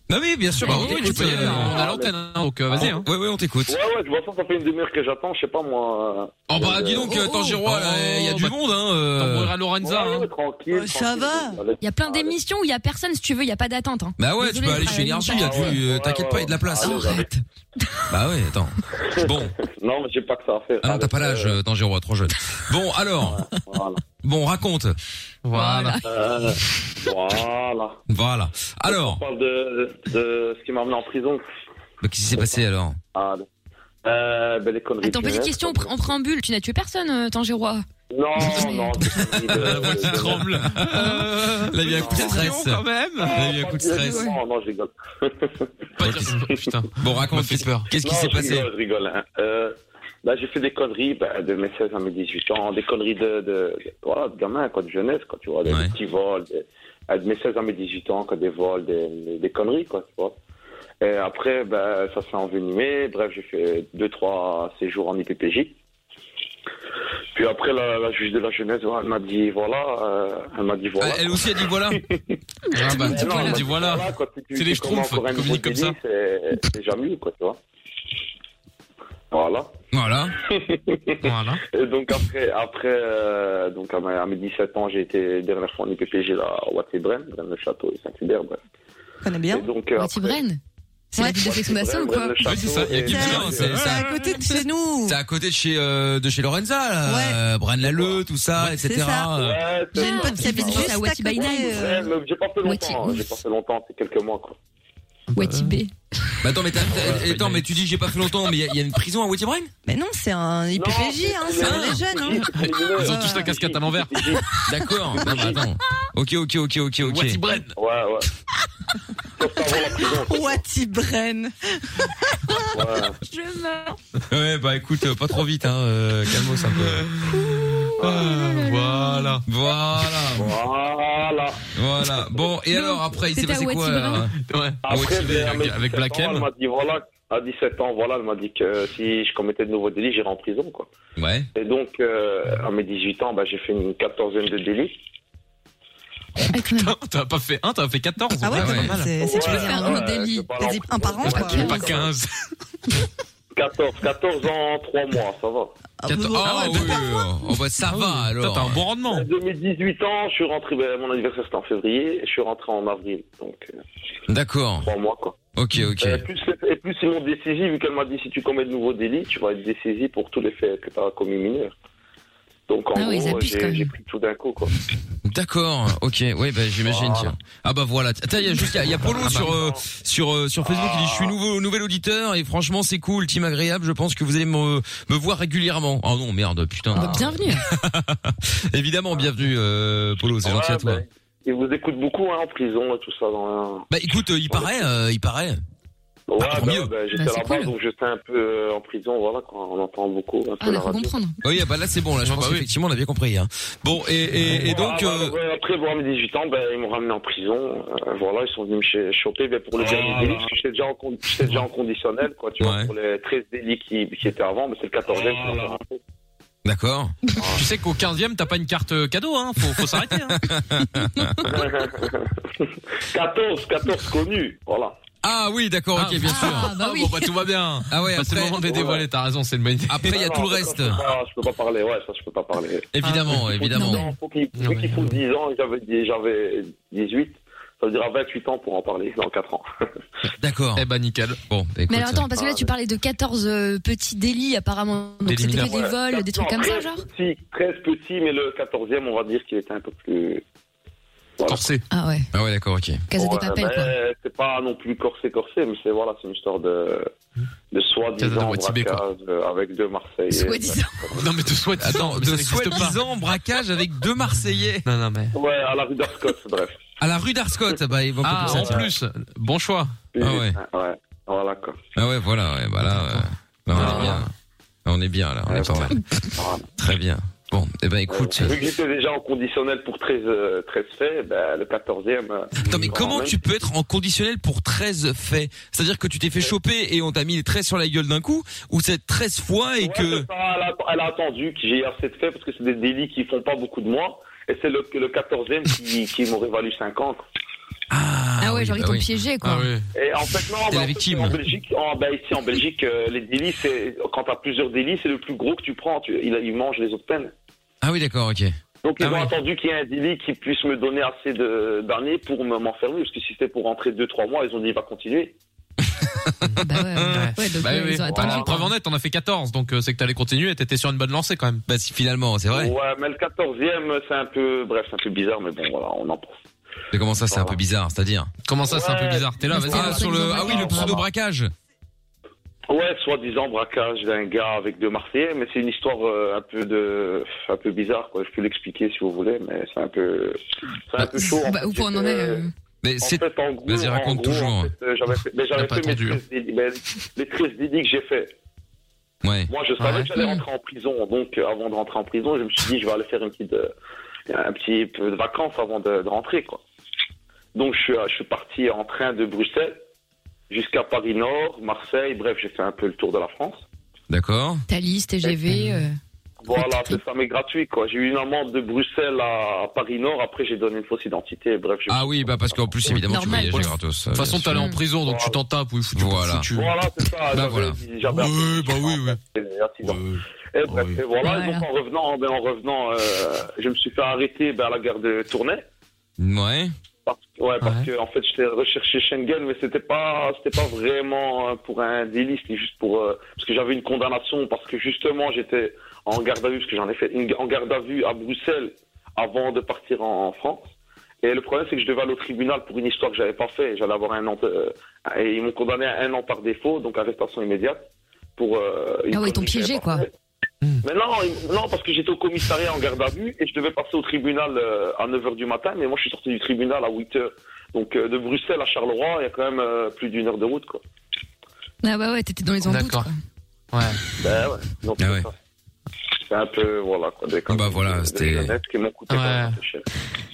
Non, oui, bien sûr. bah, on t'écoute, euh,
On a l'antenne, hein, donc euh, vas-y. Hein.
Ah, Ouais, ouais, on t'écoute.
Ouais, ouais, de toute façon, ça fait une demi-heure que j'attends, je sais pas moi. oh.
Oh, bah, dis donc, euh, Tangérois, là, il y a du monde, hein. euh.
bah, T'envoieras Lorenza. hein.
tranquille.
Ça va. Il y a
Ah
plein d'émissions où il y a personne, si tu veux, il y a pas d'attente. hein.
Bah ouais,
Désolée,
tu peux aller
euh,
chez Énergie, là, tu,
ouais,
euh,
ouais,
t'inquiète pas, il y a de la place.
ouais, ouais.
Arrête. bah ouais, attends. Bon.
Non, mais j'ai pas que ça à faire.
Ah non, t'as pas l'âge, euh, Tangérois, trop jeune. Bon, alors. Bon, raconte. Bah, Voilà.
Euh, voilà.
Voilà. Alors.
On parle de, de ce qui m'a emmené en prison.
Bah, qu'est-ce qui s'est passé, alors?
Allez. Euh, ben, les conneries.
Attends, petite
punaise.
question pr- en préambule. Tu n'as tué personne, euh, Tangérois
Non, non, c'est La voix qui tremble.
Là, il y a un coup de stress.
Euh, quand même.
Là, il y a un coup de stress.
Non, non, je rigole.
Putain.
Bon, raconte. Qu'est-ce qui
Non,
s'est
je
passé?
rigole, Je rigole. hein. Euh, là, j'ai fait des conneries bah, de mes 16 à mes 18 ans, des conneries de, de, de- voilà, de gamin, quoi, de jeunesse, quoi, tu vois, des des petits vols, des- à de mes 16 à mes 18 ans, quoi, des vols, des, des- des conneries, quoi, tu vois. Et après, bah, ça s'est envenimé. Bref, j'ai fait deux, trois séjours en IPPJ. Puis après, la, la juge de la jeunesse, ouais, elle m'a dit voilà. euh, elle m'a dit voilà.
Elle aussi a dit voilà.
Ah bah,
Mais non,
on
elle m'a
dit voilà.
quand tu- tu-
C'est les
tu commandes
schtroumpfs,
encore un
communiquent
nouveau
comme ça.
délit, C'est c'est jamais mieux, quoi, tu vois. Voilà.
Voilà.
voilà. Et donc après, après euh, donc à, ma- à mes 17 ans, j'ai été dernière fois en IPPG là, à Wattebren, le château et Saint-Hubert. bref.
connais bien.
donc, euh, après-
Brenne C'est la ville de section d'assaut ou quoi
Brenne, le château
Oui, c'est ça, il y a
et-
qui vient, c'est
Ouais.
ça.
côté de chez nous.
C'est à côté de chez euh, de chez Lorenza, là, ouais. Lalleux, tout ça, etc. Euh,
J'ai une pote qui habite juste à euh, côté.
Ouais, mais j'ai pas fait longtemps, hein, j'ai pas fait longtemps, c'est quelques mois quoi.
Watibé.
Bah attends, mais, t'as- t'as- attends, mais tu dis que j'ai pas fait longtemps, mais il y a- il y, a une prison à Watibrain
Mais non, c'est un IPPJ, hein, c'est
Ah.
les jeunes. Hein.
Ils ont tous la casquette à l'envers. D'accord. Non, mais attends. Ok, ok, ok, ok, ok.
Watibren. Ouais, ouais.
Watibren.
Ah
Je meurs.
Ouais, bah écoute, euh, pas trop vite, hein. Euh, calmos un peu.
Ah,
Voilà. Voilà.
Voilà.
Voilà. Bon, et
Non,
alors après, il s'est
c'était
passé
à
quoi euh,
Watibren.
alors Ouais.
Après,
Watibé,
ben, à mes 17 ans, Elle m'a dit, voilà, à 17 ans, voilà, elle m'a dit que si je commettais de nouveaux délits, j'irais en prison, quoi.
Ouais.
Et donc, euh, à mes 18 ans, bah, j'ai fait une quatorzaine de délits.
Putain, t'as pas fait un, t'as fait 14.
Ah ouais,
pas
c'est- c'est- si tu veux faire un délit,
Bah,
vas-y, un par an, quoi.
Pas 15.
14, 14 ans, 3 mois, ça va.
Quator- Ah, ouais, oui, oui. Oh, bah ça
Ah
va alors.
un bon rendement. De mes 18 ans, je suis rentré, ben, mon anniversaire c'était en février, et je suis rentré en avril, donc euh,
D'accord.
trois mois quoi.
Ok, ok.
Et plus, et plus ils m'ont dessaisi, vu qu'elle m'a dit si tu commets de nouveaux délits, tu vas être dessaisi pour tous les faits que tu as commis mineur. Donc en
Ah oui, ils
gros,
abusent quand
j'ai
même.
j'ai pris tout d'un coup quoi.
D'accord, ok, oui, bah, j'imagine.
Voilà.
tiens. Ah bah voilà, Tiens, il y a juste, il y a- il y a Polo sur euh, sur euh, sur Facebook. Il dit, je suis nouveau nouvel auditeur et franchement c'est cool, team agréable. Je pense que vous allez me me voir régulièrement. Oh non, merde, putain.
Bah, bienvenue.
Ah
Évidemment, bienvenue euh, Polo, c'est gentil à toi.
ben, Ils vous écoutent beaucoup hein, en prison et tout ça. Dans la-
Bah écoute, euh, il paraît, euh, il paraît.
Ouais,
bah, tant
ben,
mieux.
ben, j'étais
Bah, c'est
là-bas,
cool. Ah,
donc j'étais un peu euh, en prison, voilà, quoi. on entend beaucoup. Un peu la radio.
Oui, ah bah là c'est bon, là je pense effectivement on a bien compris. hein. Bon et et, et donc.
Ah,
euh,
bah, ouais, après, bon, à mes 18 ans, ben, ils m'ont ramené en prison. Euh, voilà, ils sont venus me ch- choper ben, pour le
Oh
dernier
là
délit,
là.
parce que j'étais déjà, en con- j'étais déjà en conditionnel, quoi, tu vois, pour les 13 délits qui, qui étaient avant, mais c'est le 14e. qui m'a rentré.
D'accord.
Tu sais qu'au 15e, t'as pas une carte euh, cadeau, hein. Faut, faut s'arrêter, hein.
14, 14 connus, voilà.
Ah oui, d'accord, ok, bien sûr.
Ah, bah oui. Bon, bah, tout va bien.
Ah ouais,
Bah, c'est le
après-
moment de les dévoiler, t'as raison, c'est le main.
Après, il y a tout le reste.
Ah, je peux pas parler, ouais, ça, je peux pas parler. Ah,
Évidemment, évidemment.
Faut qu'il faut qu'il faut 10 ans, j'avais dix- j'avais 18, ça veut dire à 28 ans pour en parler dans 4 ans.
D'accord.
Eh bah, nickel.
Bon,
Mais alors attends, parce
Ah
que là tu parlais de 14 euh, petits délits apparemment. Donc c'était que des vols, des trucs comme ça genre
petit, 13 petits, mais le 14e, on va dire qu'il était un peu plus.
Corsé.
Ah ouais.
Ah ouais, d'accord, ok.
Casa de
Ouais,
Papel
mais
quoi.
C'est pas non plus corsé, corsé, mais c'est voilà, c'est une histoire de, de soi-disant braquage euh, avec deux Marseillais. Euh,
Soi-disant.
Non, mais de soi
Attends, de soi-disant braquage avec deux Marseillais.
Non, non, mais.
Ouais, à la rue d'Arscott, bref.
À la rue d'Arscott, bah ils vont
Ah,
couper ça,
en
tiens.
plus. Bon choix.
Ah ouais.
Ouais, voilà quoi.
Ah ouais, voilà, ouais, bah là, euh, là,
Ah,
on est bien. Là, on est bien, là, on est pas mal. Très bien. Bon, eh ben écoute.
Vu que j'étais déjà en conditionnel pour 13, euh, 13 faits, ben, le 14e. euh,
Attends, mais comment tu peux être en conditionnel pour 13 faits C'est-à-dire que tu t'es fait choper et on t'a mis les 13 sur la gueule d'un coup, ou c'est 13 fois et
Ouais,
que...
c'est ça, elle, a, elle a attendu que j'ai assez de faits parce que c'est des délits qui font pas beaucoup de mois. Et c'est le, que le 14e qui, qui m'aurait valu 5 ans. quoi.
Ah, ouais, genre
bah
ils t'ont
oui.
piégé quoi.
Et en fait, non,
Ah T'es
bah,
la
en fait,
victime.
en Belgique, en- bah, ici en Belgique, euh, les délits, c'est, quand t'as plusieurs délits, c'est le plus gros que tu prends. Tu, il, il mange les autres peines.
Ah oui, d'accord, ok.
Donc
Ah
ils ont attendu qu'il y ait un délit qui puisse me donner assez de, d'années pour me- m'enfermer. Parce que si c'était pour rentrer 2-3 mois, ils ont dit, il va continuer.
Hein?
Ouais, donc,
Bah
euh,
oui,
ils ont
oui.
attendu,
Bah,
quoi.
Preuve en est, on a fait 14, donc euh, c'est que t'allais continuer et t'étais sur une bonne lancée quand même.
Bah si finalement, c'est vrai.
Ouais, mais le 14e, c'est un peu, bref, c'est un peu bizarre, mais bon, voilà, on en pense.
Mais comment ça, c'est un peu bizarre, c'est-à-dire
Comment ça, c'est un peu
Ouais.
bizarre T'es là, vas-y.
Ah, sur le... ah oui, le pseudo-braquage.
Ouais, soi-disant braquage d'un gars avec deux Marseillais, mais c'est une histoire euh, un peu de, un peu bizarre. Quoi. Je peux l'expliquer si vous voulez, mais c'est un peu, c'est un peu chaud. en
Bah,
fait.
où on en est euh,
Mais
En fait, en gros,
Vas-y,
en
raconte
gros,
toujours.
en fait, euh, j'avais fait, mais j'avais
pas
fait mes
attendu, hein.
13 délits, mais les 13 délits que j'ai fait.
Ouais.
Moi, je savais
Ouais.
que j'allais rentrer en prison, donc euh, avant de rentrer en prison, je me suis dit, je vais aller faire une petite, euh, un petit peu de vacances avant de, de rentrer, quoi. Donc, je suis, euh, je suis parti en train de Bruxelles jusqu'à Paris Nord, Marseille, bref, j'ai fait un peu le tour de la France.
D'accord.
Thalys, TGV. euh,
Voilà, c'est ça, mais gratuit, quoi. J'ai eu une amende de Bruxelles à Paris-Nord, après j'ai donné une fausse identité, bref. j'ai-
Ah oui, bah parce qu'en plus, évidemment,
Normal,
tu voyages
quoi.
gratos.
De toute façon, t'allais en
prison, donc tu t'en tapes. Oui, voilà.
Voilà, c'est ça.
Bah
j'avais-
voilà.
j'avais un
Oui,
petit
bah oui, Euh. oui.
accident. Et
Ah
bref, et voilà. et donc en revenant, ben, en revenant euh, je me suis fait arrêter ben, à la gare de Tournai.
Ouais.
Parce, ouais, parce que en fait, j'étais recherché Schengen, mais c'était pas, c'était pas vraiment euh, pour un délit, c'était juste pour euh, parce que j'avais une condamnation parce que justement j'étais en garde à vue parce que j'en ai fait une en garde à vue à Bruxelles avant de partir en, en France. Et le problème, c'est que je devais aller au tribunal pour une histoire que j'avais pas fait. J'allais avoir un an, de- euh, et ils m'ont condamné à un an par défaut, donc arrestation immédiate pour. euh, une
Ah ouais, ils t'ont
connerie que j'avais
piégé,
pas
quoi.
mais non, il- non, parce que j'étais au commissariat en garde à vue et je devais passer au tribunal euh, à 9h du matin, mais moi je suis sorti du tribunal à 8h. Donc euh, de Bruxelles à Charleroi, il y a quand même euh, plus d'une heure de route, quoi.
Ah bah ouais, t'étais dans les embouts.
Ouais.
Ben ouais. Donc, c'est ça. C'est un peu, voilà, quoi, des Bah voilà, c'était. qui m'ont coûté
Ouais.
quand même assez cher.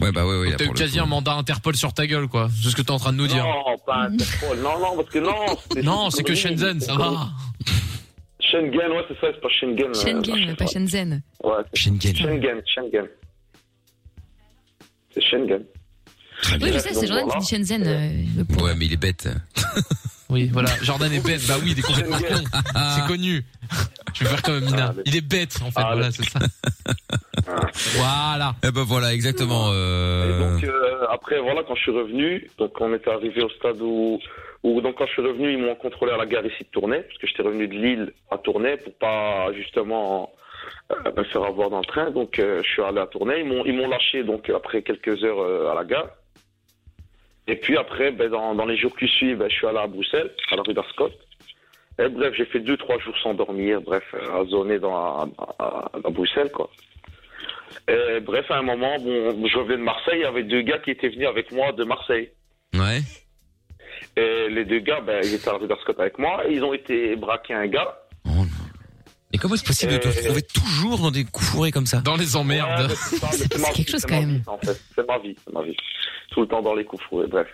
Ouais, bah oui, oui. là,
T'as eu
pour le
quasi un mandat Interpol sur ta gueule, quoi. C'est ce que t'es en train de nous dire.
Non, pas Interpol. Non, non, parce que non. c'était-
Non, c'est que Shenzhen, ça va.
Schengen, ouais, c'est ça, c'est pas Schengen. euh,
Schengen, pas Shenzhen.
Ouais, c'est-
Schengen.
Schengen, Schengen. C'est Schengen.
Oui, je sais, c'est Jordan qui dit Shenzhen. euh,
coup. Ouais, mais il est bête.
Oui, voilà. Jordan est bête. Bah oui, il est complètement con. C'est connu. Je vais faire comme
Ah,
Mina. Il est bête, en fait. voilà, c'est ça.
Voilà. Eh ben voilà, exactement.
Et
Euh...
donc euh, après voilà quand je suis revenu, donc on était arrivé au stade où, où donc quand je suis revenu ils m'ont contrôlé à la gare ici de Tournai parce que j'étais revenu de Lille à Tournai pour pas justement euh, me faire avoir dans le train donc euh, je suis allé à Tournai ils m'ont ils m'ont lâché donc après quelques heures euh, à la gare et puis après ben, dans, dans les jours qui suivent ben, je suis allé à Bruxelles à la rue d'Arscott et bref j'ai fait deux trois jours sans dormir Euh, bref à zoner dans à, à- à Bruxelles quoi et Euh, bref, à un moment, bon, je revenais de Marseille, il y avait deux gars qui étaient venus avec moi de Marseille.
Ouais.
Et les deux gars, ben, ils étaient à la rue d'Arscott avec moi, ils ont été braquer un gars.
Et comment est-ce possible de te
Euh,
retrouver toujours dans des coups fourrés comme ça Dans les
Ouais, mais c'est ça, mais ma vie, c'est ma vie, en fait. C'est ma vie, c'est ma vie. Tout le temps dans les coups fourrés, bref.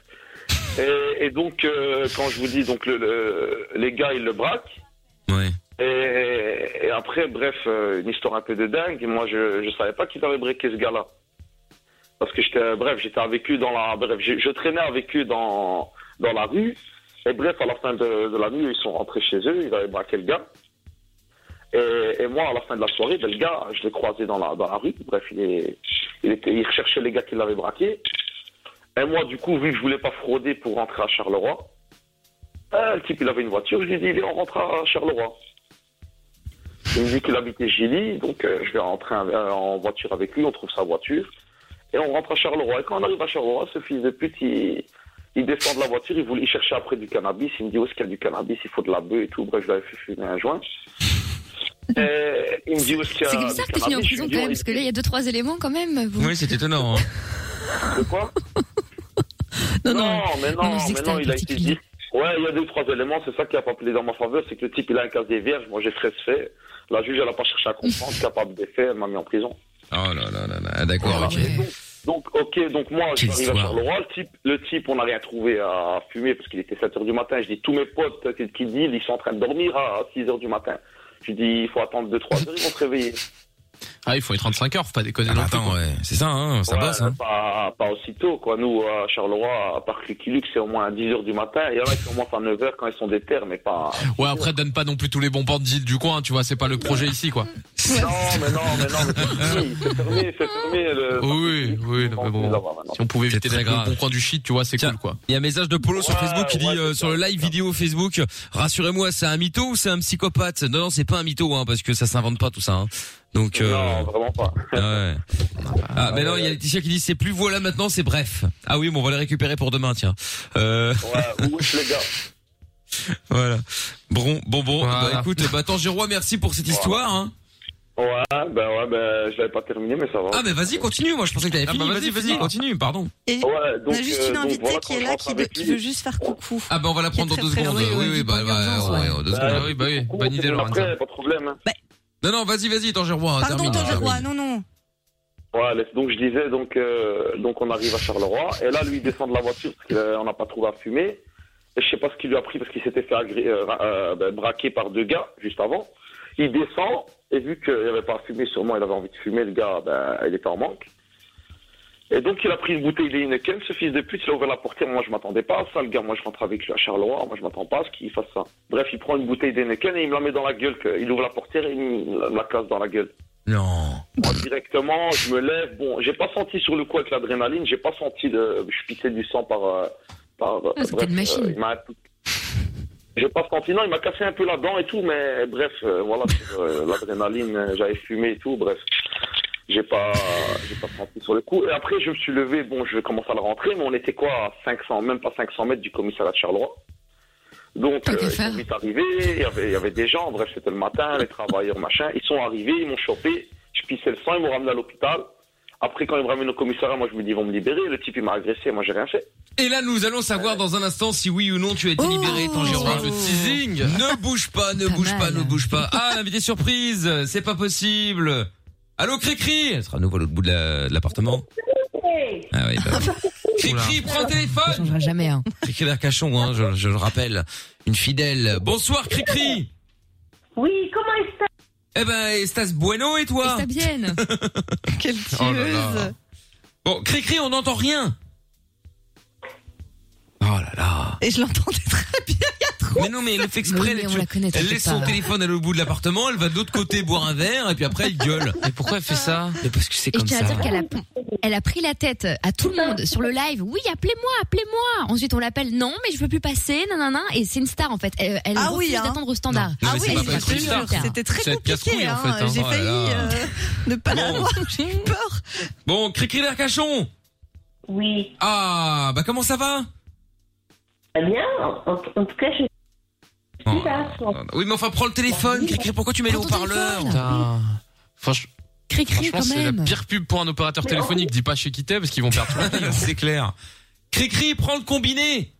Et, et donc, euh, quand je vous dis, donc le- le- les gars, ils le braquent. Et, et après, bref, euh, une histoire un peu de dingue. Et moi, je je savais pas qu'ils avaient braqué ce gars-là. Parce que j'étais, euh, bref, j'étais avec eux dans la, bref, je, je traînais avec eux dans dans la rue. Et bref, à la fin de, de la nuit, ils sont rentrés chez eux. Ils avaient braqué le gars. Et, et moi, à la fin de la soirée, ben, le gars, je l'ai croisé dans la, dans la rue. Bref, il, est, il, était, il recherchait les gars qui l'avaient braqué. Et moi, du coup, vu que je voulais pas frauder pour rentrer à Charleroi, euh, le type, il avait une voiture. Je lui ai dit, Viens, on rentre à Charleroi. Il me dit qu'il habitait Gilly, donc euh, je vais rentrer en, euh, en voiture avec lui. On trouve sa voiture. Et on rentre à Charleroi. Et quand on arrive à Charleroi, ce fils de pute, il, il descend de la voiture. Il, voulait, il cherchait après du cannabis. Il me dit, où est-ce qu'il y a du cannabis Il faut de la bœuf et tout. Bref, je l'avais fait fumer un joint. Et il me dit où est-ce qu'il y a
Ah, C'est
du
bizarre que t'es fini en
cannabis Je lui
prison
dis,
quand même,
on est-
parce que là, il y a deux, trois éléments quand même. vous.
Oui, c'est étonnant. hein.
De quoi
Non,
mais non,
Non, mais je dis que
mais
c'était
non,
un
il a été dit. Ouais, il y a deux, trois éléments, c'est ça qui a pas plaidé dans ma faveur, c'est que le type, il a un casier vierge, moi j'ai 13 faits. La juge, elle a pas cherché à comprendre, capable des faits, elle m'a mis en prison.
Oh là là là là,
Ah,
d'accord, ok.
Donc, ok, donc moi, je
Quelle
suis arrivé à
histoire.
Charleroi, le type, le type, on n'a rien trouvé à fumer parce qu'il était 7 heures du matin. Je dis, tous mes potes euh, qui deal, ils sont en train de dormir à 6 heures du matin. Je dis, il faut attendre 2-3 heures, ils vont se réveiller.
Ah, il faut les 35 heures, faut pas déconner non plus.
Ah, bah ouais. C'est ça, hein,
Ouais, Pas, pas aussitôt, quoi. Nous, à Charleroi, à Parc Lucky Luke, c'est au moins à 10 heures du matin. Il y en a qui commencent à 9 heures quand ils sont des terres, mais pas.
Ouais, après, donne pas non plus tous les bons ports d'île du coin, tu vois, c'est pas le projet ici, quoi.
Non, mais non, mais non, mais c'est fini, c'est fermé, c'est fermé. Le...
Oui, oui, non, mais bon. Si on pouvait éviter d'être le bon coin du shit, tu vois, c'est cool, quoi.
Il y a un message de Polo sur Facebook qui dit euh, sur le live vidéo Facebook, rassurez-moi, c'est un mytho ou c'est un psychopathe Non, non, c'est pas un mytho, hein, parce que ça s'invente pas tout ça. hein. Donc, euh,
Non, vraiment pas.
ouais. Ah, mais non, il y a Laetitia qui dit c'est plus voilà maintenant, c'est bref. Ah oui, bon, on va les récupérer pour demain, tiens. Euh,
Ouais, wesh, les gars.
voilà. Bon, bon, bon.
Voilà.
Bah, écoute, bah, attends, Gérois, merci pour cette histoire. Hein.
Ouais, ben ouais, ben je l'avais pas terminé, mais ça va.
Ah, mais vas-y, continue. Moi, je pensais que t'avais
Ah,
fini.
bah, vas-y,
vas-y,
vas-y,
vas-y, continue. Pardon.
Ouais, donc,
on a Bah, juste
euh,
une
donc
invitée
voilà,
qui est
quand
là,
je rentre
qui veut,
avec
qui
lui-
veut juste faire coucou.
Ah, bah, on va la prendre dans deux
très
secondes.
pressée,
Oui, oui, bah, bah,
d'urgence,
ouais, ouais, deux
Bah,
secondes. oui, bah, oui. Bonne idée, Laurent.
Après, pas de problème. hein.
Non, non, vas-y, vas-y, Tangerois.
Pardon,
Ah
Tangerois, non, non.
Ouais, laisse- donc je disais, donc, euh, donc on arrive à Charleroi, et là, lui, il descend de la voiture parce qu'on n'a pas trouvé à fumer. Et je sais pas ce qu'il lui a pris parce qu'il s'était fait agré- euh, ra- euh, ben, braquer par deux gars juste avant. Il descend, Et vu qu'il n'avait pas fumé, sûrement il avait envie de fumer, le gars, ben, il était en manque. Et donc il a pris une bouteille de Heineken, ce fils de pute, il a ouvert la portière, moi je m'attendais pas à ça, le gars, moi je rentre avec lui à Charleroi, moi je m'attends pas à ce qu'il fasse ça. Bref, il prend une bouteille de Heineken et il me la met dans la gueule, que- il ouvre la portière et il me la casse dans la gueule.
Non.
Moi, directement, je me lève. Bon, j'ai pas senti sur le coup avec l'adrénaline, j'ai pas senti de. Je pissais du sang par. euh, par euh,
Ah, c'était une machine.
il m'a un peu- J'ai pas senti. Non, il m'a cassé un peu la dent et tout, mais bref, euh, voilà, sur, euh, l'adrénaline, euh, j'avais fumé et tout, bref. J'ai pas, euh, j'ai pas senti sur le coup. Et après, je me suis levé. Bon, je commence à le rentrer, mais on était quoi, à 500, même pas 500 mètres du commissariat de Charleroi. Donc, euh, ils sont vite arrivés, il y, avait, il y avait des gens, bref, c'était le matin, les travailleurs, machin. Ils sont arrivés, ils m'ont chopé, je pissais le sang, ils m'ont ramené à l'hôpital. Après, quand ils me ramènent au commissariat, moi, je me dis, ils vont me libérer. Le type, il m'a agressé, moi, j'ai rien fait.
Et là, nous allons savoir dans un instant si oui ou non tu as été libéré, Tangirois. Euh. Oh. Le teasing. Ne bouge pas, ne bouge pas, ne bouge pas. Ah, l'invité surprise, c'est pas possible. Allô, Cricri Elle sera à nouveau à l'autre bout de la- de l'appartement. Ah oui, bah oui. Cricri, prends le téléphone Ça
changera jamais, hein.
Cricri d'Arcachon, hein, je, je le rappelle. Une fidèle. Bonsoir, Cricri.
Oui, comment est-ce
Eh ben, Estás bueno et toi
Está bien. Quelle
Oh là là. tueuse. Bon, Cricri, on n'entend rien. Oh
Et je l'entendais très bien il y a trop.
Mais non, mais elle fait exprès. elle, tu- elle laisse son téléphone à l'autre bout de l'appartement, elle va de l'autre côté boire un verre, et puis après elle gueule. Mais pourquoi elle fait ça Mais parce que c'est
Et je
comme
tiens
ça.
à dire qu'elle a, elle a pris la tête à tout le monde sur le live. Oui, appelez-moi, appelez-moi. Ensuite, on l'appelle. Non, mais je veux plus passer. Nanana. Et c'est une star en fait. Elle, elle
Ah oui,
refuse
hein.
d'attendre au standard. Ah
Non, mais c'est Bah, pas parce que
je te
c'est
jure,
ça.
c'était très
Ça va être
compliqué.
casse-couille, en
hein.
fait, hein.
J'ai
Oh là
failli
là.
euh, ne pas l'avoir, j'ai eu peur.
Bon, Cricri d'Arcachon
Oui.
Ah, bah comment ça va
Très bien, en, en- en tout cas, je suis là.
Oui, mais enfin, prends le téléphone, Cricri, pourquoi tu mets le haut-parleur
Franchement,
Cricri
franchement,
quand
c'est la
même.
pire pub pour un opérateur téléphonique. Dis pas chez qui t'es parce qu'ils vont perdre tout le
C'est clair. Cricri, prends le combiné.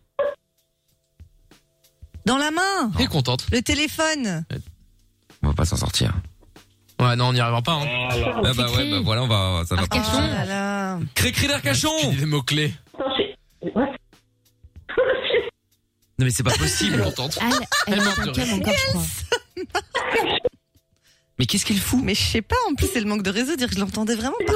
Dans la main.
Elle est contente.
Le téléphone.
On va pas s'en sortir.
Ouais, non, on n'y arrivera pas. Hein.
Ah bah ouais, bah voilà, on va, ça va pas.
Oh là là.
Cricri d'Arcachon Tu dis des mots-clés. Non mais c'est pas possible.
Ah,
Elle, elle est cinquième encore, je crois.
Mais qu'est-ce qu'il fout
Mais je sais pas, en plus, c'est le manque de réseau, dire que je l'entendais vraiment pas.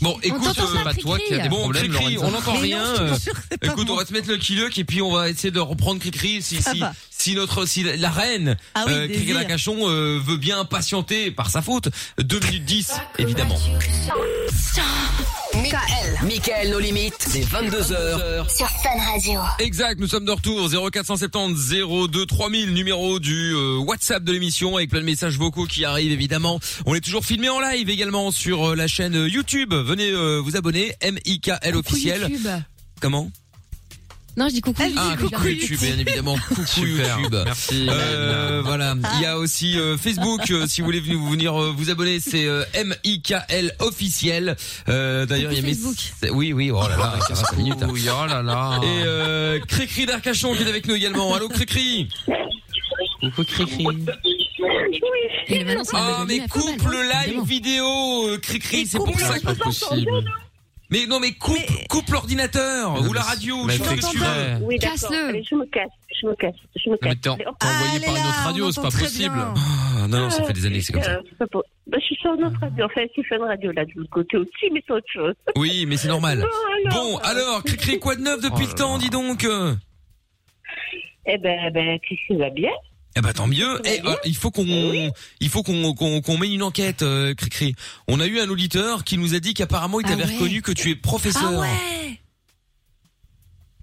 Bon, écoute,
t'entend
euh,
pas,
bah,
Cricri.
bon, Cricri,
Lorenzo.
on n'entend
Mais non,
rien.
je te
euh,
jure, c'est pas
écoute, on va te mettre le kiloc et puis on va essayer de reprendre Cricri si
Ça
si,
va.
si notre si la reine
Ah oui,
Cricri
désir.
Lacachon euh, veut bien patienter par sa faute 2 minutes 10 évidemment.
Michael. Michael, nos limites. C'est 22h. Sur Fun Radio.
Exact, nous sommes de retour 0470 02 3000 numéro du euh, WhatsApp de l'émission avec plein de messages vocaux qui arrivent évidemment. On est toujours filmé en live également sur euh, la chaîne euh, YouTube. Venez euh, vous abonner MIKL officiel.
YouTube.
Comment
Non, je dis coucou.
Ah,
YouTube.
coucou YouTube, bien évidemment. Coucou YouTube. Merci. voilà.
Ah.
Il y a aussi euh, Facebook. euh, si vous voulez venir, venir, euh, vous abonner, c'est euh, MIKL officiel. Euh, D'ailleurs, il y a mes- c'est- Oui, oui. Oh là là, 45 minutes. hein.
Oh là là.
Et euh, Cricri d'Arcachon qui est avec nous également. Allô, Cricri.
Et le maintenant, c'est la
Ah,
Macadamia
mais
à
couple
Fabal, ouais,
live
hein, évidemment.
vidéo, euh, Cricri. C'est pour ça que
pas possible.
Mais non, mais coupe, coupe l'ordinateur ou la radio. ou
mais
je sais
fais
pas ce que tu
exprès.
veux.
Oui, d'accord.
Casse-le.
Allez, je me casse, je me casse, je me
Non,
casse.
mais t'es en-
Allez, hop.
t'es envoyé par une autre radio, c'est pas possible.
Ah, non, non, ça fait des années que c'est comme ça.
Euh, c'est pas pour- Bah, je suis sur une autre radio, enfin, c'est Fun Radio, là, de l'autre côté aussi, mais c'est autre chose.
Oui, mais c'est normal.
Bon, alors.
Bon, alors, Cricri, quoi de neuf depuis le temps, dis donc euh
Eh ben, ben, Christine va bien.
Eh ben tant mieux. Eh, euh, il faut qu'on, il faut qu'on qu'on qu'on mène une enquête, euh, Cricri. On a eu un auditeur qui nous a dit qu'apparemment il
Ah
t'avait
ouais. Ah
reconnu que tu es professeur,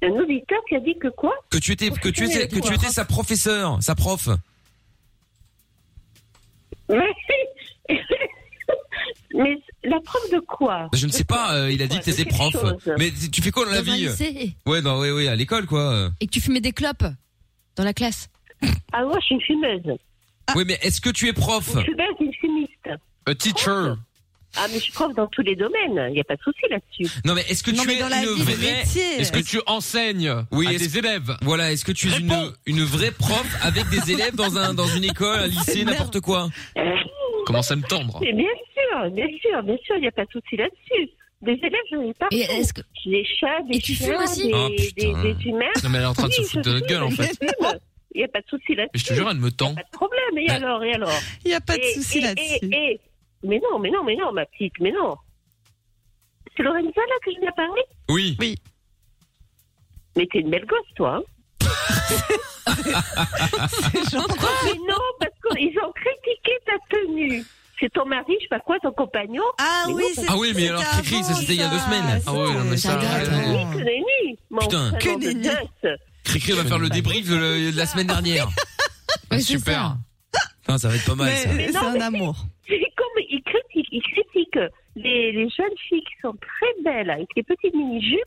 Un auditeur qui a dit que quoi
que tu étais que tu étais que tu étais sa professeur, sa prof. Ben,
Mais, mais la preuve de quoi
Je ne sais pas. euh, il a dit que t'étais prof.
chose.
Mais tu tu fais quoi dans la
Dans un
vie
lycée.
Ouais, non, ouais, ouais, à l'école quoi.
Et que tu fumais des clopes dans la classe.
Ah ouais, je suis une fumeuse.
Oui, mais est-ce que tu es prof
Une fumeuse, Ben, une fumiste.
A teacher.
Ah, mais je suis prof dans tous les domaines, il n'y a pas de souci là-dessus.
Non, mais est-ce que
Non,
tu
mais
es
dans la
une
vie, le
vraie
métier.
Est-ce que tu enseignes oui, à des élèves Voilà, est-ce que tu es une, une vraie prof avec des élèves dans un dans une école, un lycée, n'importe quoi
Commence à me tendre.
Mais Euh, bien sûr, bien sûr, bien sûr, il n'y a pas de souci là-dessus. Des élèves, je ai pas.
Et est-ce que-
Des chats, des
tu
chiens,
fumes aussi
des,
Ah,
des,
Oh,
putain.
des humains.
Non, mais elle est en train de se
Oui,
foutre
je
de notre
fume,
gueule, en
je
fait.
fume. Il n'y a pas de souci là-dessus.
Mais je te jure, elle me tend.
Pas de problème, et alors, et alors
Il n'y Ben, a pas de
Et-
souci
et-
là-dessus.
et- et- Mais non, mais non, mais non, ma petite, mais non. C'est Lorenza là que je viens parler
Oui.
Oui. Mais t'es une belle gosse, toi. hein mais non, parce qu'ils ont critiqué ta tenue. C'est ton mari, je sais pas quoi, ton compagnon.
Ah
oui, c'est
Ah oui, mais alors, Cricri, ça c'était il y a deux semaines. Ah ouais, non, mais ça.
Que nenni, mon
Putain.
frère
Que
de
nenni.
gosse.
Cricri va faire le débrief de la- de la semaine dernière. Ah, Super. Putain, ça va être pas mal ça.
Mais non, mais C'est comme ils critiquent, ils critiquent les, les jeunes filles qui sont très belles avec les petites mini-jupes.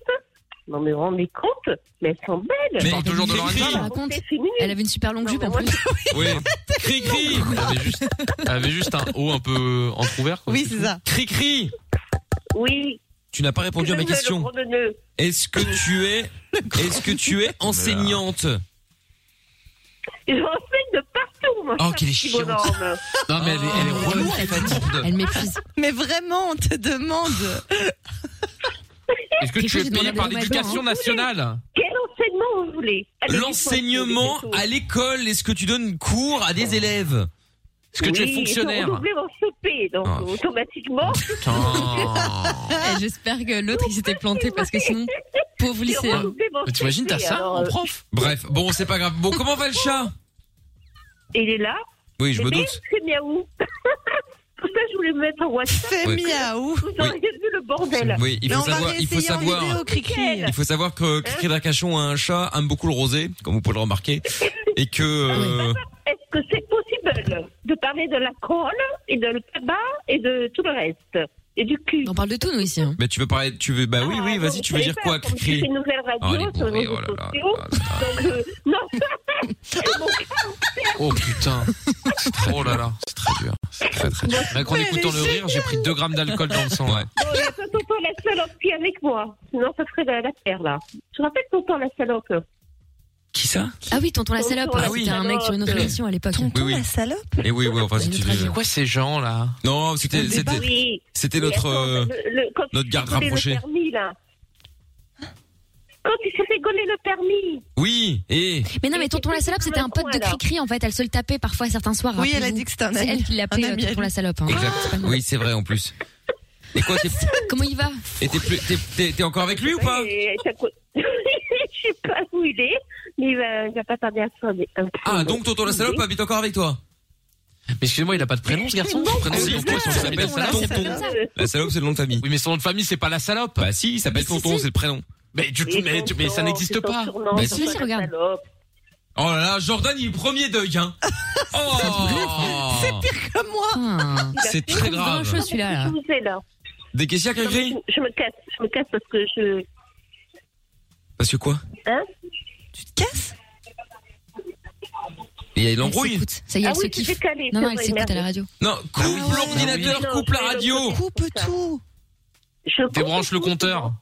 Non mais vous vous rendez compte Mais elles sont belles.
Mais- Tu parles toujours de Lorenza
Elle raconte, elle avait une super longue jupe en plus.
Oui. Cricri.
Elle avait juste, elle avait juste un haut un peu entrouvert. Quoi.
Oui, c'est ça.
Cricri.
Oui.
Tu n'as pas répondu à ma question. Est-ce que tu es, est-ce que tu es enseignante
J'enseigne de partout, moi.
Oh,
ça,
qu'elle est
petit
chiante.
bonhomme.
Non mais elle est, elle est
Oh,
relou, elle
Elle m'épuise.
Mais vraiment, on te demande.
Est-ce que tu es payé par l'éducation
bah,
nationale
Quel enseignement vous voulez Allez,
L'enseignement
dites-moi,
à l'école, est-ce que tu donnes cours à des élèves Est-ce que tu
Oui,
es fonctionnaire
Ils ont renouvelé mon CP, donc
Oh.
automatiquement.
Eh, J'espère que l'autre il s'était planté parce que sinon, pauvre
hein.
lycéen.
Mais t'imagines, t'as ça en prof
Bref, bon, c'est pas grave. Bon, comment va le chat
Il est là
Oui, je me
Bébé,
doute.
C'est miaou. Pour ça, je voulais me mettre en WhatsApp.
C'est
Oui.
miaou.
Vous auriez vu le bordel.
Oui, il faut savoir, il faut savoir,
Cricri.
il faut savoir
Hein
que Cricri d'Arcachon a un chat, aime beaucoup le rosé, comme vous pouvez le remarquer, et que
Ah
euh,
Est-ce que c'est possible de parler de la colle et de le tabac et de tout le reste Et du cul
On parle de tout, nous, ici. hein.
Mais tu veux parler, tu veux, bah oui,
Ah,
oui, vas-y, tu veux dire quoi,
C'est
Cricri
une nouvelle
Oh, elle
radio
est
sur les
bourrée,
réseaux
oh là là.
sociaux. Donc, euh, non, c'est mon
Oh putain. C'est très oh là là, c'est très dur. C'est très très dur. Rien qu'en
Mais elle
écoutant
est
le rire, j'ai pris 2 grammes d'alcool dans le sang. Ouais.
Bon, il y a pas tonton la salope qui est avec moi. Sinon, ça serait la, la terre, là. Tu te rappelles tonton la salope
Qui ça
Ah oui, tonton la salope.
Tonton la
Ah, C'était un mec sur une autre
salope.
émission à l'époque.
Oui, oui.
salope
Et oui, oui, enfin, si tu veux.
Quoi ces gens là
Non, c'était, c'était,
Oui.
c'était
Mais
notre,
attends,
euh,
le- le- quand
notre
il
garde
s'est volé le
rapprochée.
permis, là. Quand il s'est fait gauler le permis.
Oui, et.
Mais non, mais tonton la salope, c'était un pote de Cricri en fait. Elle se le tapait parfois certains soirs.
Oui, elle a
rappelez-vous.
dit que c'était un
C'est
ami.
elle qui l'appelait
Un
euh,
ami à
tonton
lui.
la salope. hein. C'est pas
Exact.
nous.
Oui, c'est vrai, en plus. Et quoi, t'es,
Comment il va
et t'es, plus- t'es, t'es- t'es encore avec lui ou pas?
Et ça co- Je sais pas où il est, mais il va, il va pas tarder à se rendre.
Ah, donc tonton la salope habite encore avec toi?
Mais excusez-moi, il a pas de prénom ce garçon Son prénom,
Si,
c'est
tonton,
tonton,
il s'appelle tonton. La salope, c'est le nom de famille.
Oui, mais son nom de famille, c'est pas la salope.
Bah si, il s'appelle tonton, c'est le prénom.
Mais du coup, mais, tu- mais ça n'existe pas.
Mais Bah
Mais
si,
regarde.
Oh là là, Jordan, il est premier deuil, hein. Oh!
C'est pire que
moi.
C'est très grave.
celui-là.
Je vous ai, là.
Des questions, Cricri?
Je me casse, je me casse parce que je.
Parce que quoi?
Hein
Tu te casses
Il y a l'embrouille.
Ça y est,
Ah
elle se
oui, tu
kiffe.
t'es calée,
Non,
c'est
non, elle
vrai,
s'écoute à la
merde.
radio.
Non, coupe l'ordinateur,
Non,
coupe la
c'est le
radio.
côté
Coupe tout.
Débranche le compteur.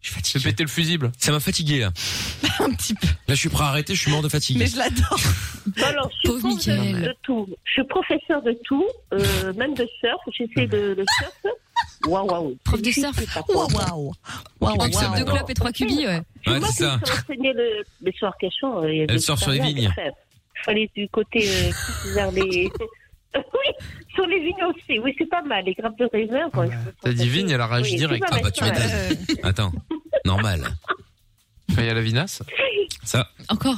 Je suis fatigué.
péter le fusible.
Ça m'a fatigué là.
Un petit peu.
Là, je suis prêt à arrêter, je suis mort de fatigue.
Mais je l'adore.
Non, alors, je suis
Pauvre
prof
Mickaël.
de, de tout. Je suis professeur de tout, euh, même de surf. J'essaie de, de surf. Waouh, waouh.
Prof de surf.
Waouh, waouh.
Waouh,
En
waouh.
type de clope et trois cubis, ouais.
Ouais,
Moi,
c'est
qui me
ça.
suis renseignée le, mais sur Arcachon, euh, il y avait
Elle surfe sur les
rien à
vignes.
faire. Il fallait du côté euh, vers les. oui, sur les vignes aussi. Oui, c'est pas mal. Les grappes de raisin. quoi.
T'as dit vigne, elle a réagi
Oui,
direct.
c'est pas
Ah
mal,
bah tu
c'est pas mal.
m'étonnes. Attends, normal.
Enfin, Il y a la vinasse.
Ça.
Encore.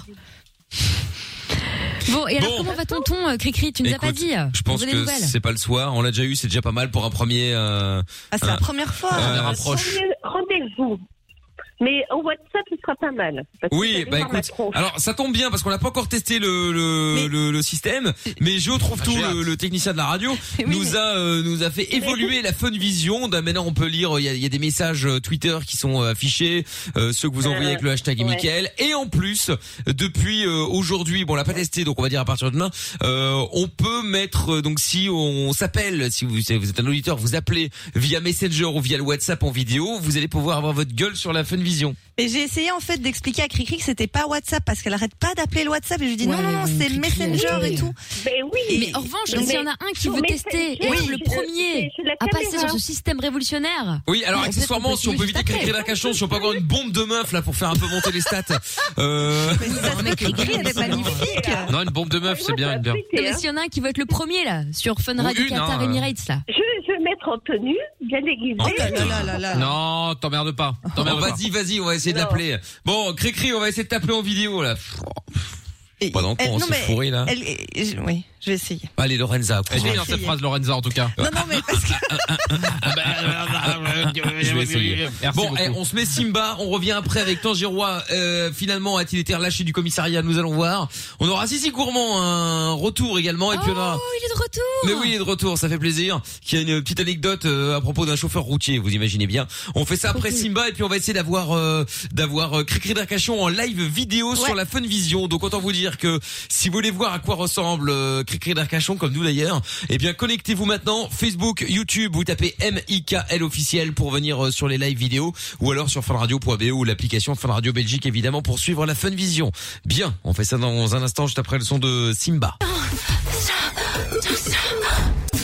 Bon, et alors
Bon.
comment va tonton euh, Cricri Tu nous as pas
Écoute,
dit
Je pense
On veut des
que
nouvelles.
c'est pas le soir. On l'a déjà eu, c'est déjà pas mal pour un premier. euh,
Ah, c'est
Ah.
la première fois.
Ah,
Euh,
hein.
rapproche.
Rendez- Rendez-vous. Mais au WhatsApp, ce sera pas mal. Parce que vous
Oui,
allez
bah
voir ma
écoute.
tronche.
Alors ça tombe bien parce qu'on n'a pas encore testé le le, le, le système, mais Joe trouve tout
Ah, j'ai
le,
hâte.
le technicien de la radio
Oui,
nous a euh, nous a fait évoluer la Fun Vision. D'un- Maintenant on peut lire, il y a, il y a des messages euh, Twitter qui sont euh, affichés, euh, ceux que vous envoyez avec le hashtag
ouais.
Michael. Et en plus, depuis euh, aujourd'hui, bon on l'a pas testé, donc on va dire à partir de demain, euh, on peut mettre euh, donc si on s'appelle, si vous, si vous êtes un auditeur, vous appelez via Messenger ou via le WhatsApp en vidéo, vous allez pouvoir avoir votre gueule sur la Fun Vision. télévision.
Mais j'ai essayé en fait d'expliquer à Cricri que c'était pas WhatsApp parce qu'elle arrête pas d'appeler le WhatsApp et je lui dis non non non c'est Messenger et tout.
Mais oui.
Mais en revanche,
Mais-
s'il y en a un qui
sur
veut
Messenger,
tester, et
oui,
être le
je-
premier
c'est- c'est la
à passer
hein.
caméra.
sur ce système révolutionnaire.
Oui, alors
Mais
accessoirement,
peut-être
si on
qu'on
peut
juste
éviter Cricri
après.
Vacachon, si on peut avoir une bombe de meuf là pour faire un peu monter les stats. Euh...
Mais ça, mais Cricri, elle est magnifique.
Non, une bombe de meuf, c'est bien, une bien.
Non, mais s'il y en a un qui veut être le premier là, sur Fun
Ou
Radio
une,
Qatar
hein,
Emirates là.
Je, je vais mettre en tenue, bien déguisée.
Oh,
Non, t'emmerdes pas. T'emmerdes pas.
Oh, Vas-y, vas-y, on va essayer de l'appeler. Bon, Cricri, on va essayer de t'appeler en vidéo là. Pff, Pas
Elle-
d'enfant,
non,
c'est
mais
fourré là.
elle- et- je- oui, je vais essayer.
Allez, Lorenza,
Elle est
courage.
bien cette phrase, Lorenza, en tout cas.
Non, non, mais parce que.
Ah, Je vais essayer.
Merci
bon,
beaucoup.
eh, on se met Simba, on revient après avec Tangirois. Euh, finalement, a-t-il été relâché du commissariat Nous allons voir. On aura Sissi Gourmand, un retour également. Et puis on aura...
Oh, il est de retour.
Mais oui, il est de retour, ça fait plaisir. Qui a une petite anecdote euh, à propos d'un chauffeur routier, vous imaginez bien. On fait ça après Simba et puis on va essayer d'avoir euh, d'avoir euh, Cricri d'Arcachon en live vidéo sur la Funvision. Donc autant vous dire que si vous voulez voir à quoi ressemble euh, Cricri d'Arcachon comme nous d'ailleurs, eh bien connectez-vous maintenant Facebook, YouTube, vous tapez MIKL officiel pour venir euh, sur les live vidéo ou alors sur funradio.be ou l'application Fun Radio Belgique évidemment pour suivre la Funvision. Bien, on fait ça dans un instant juste après le son de Simba.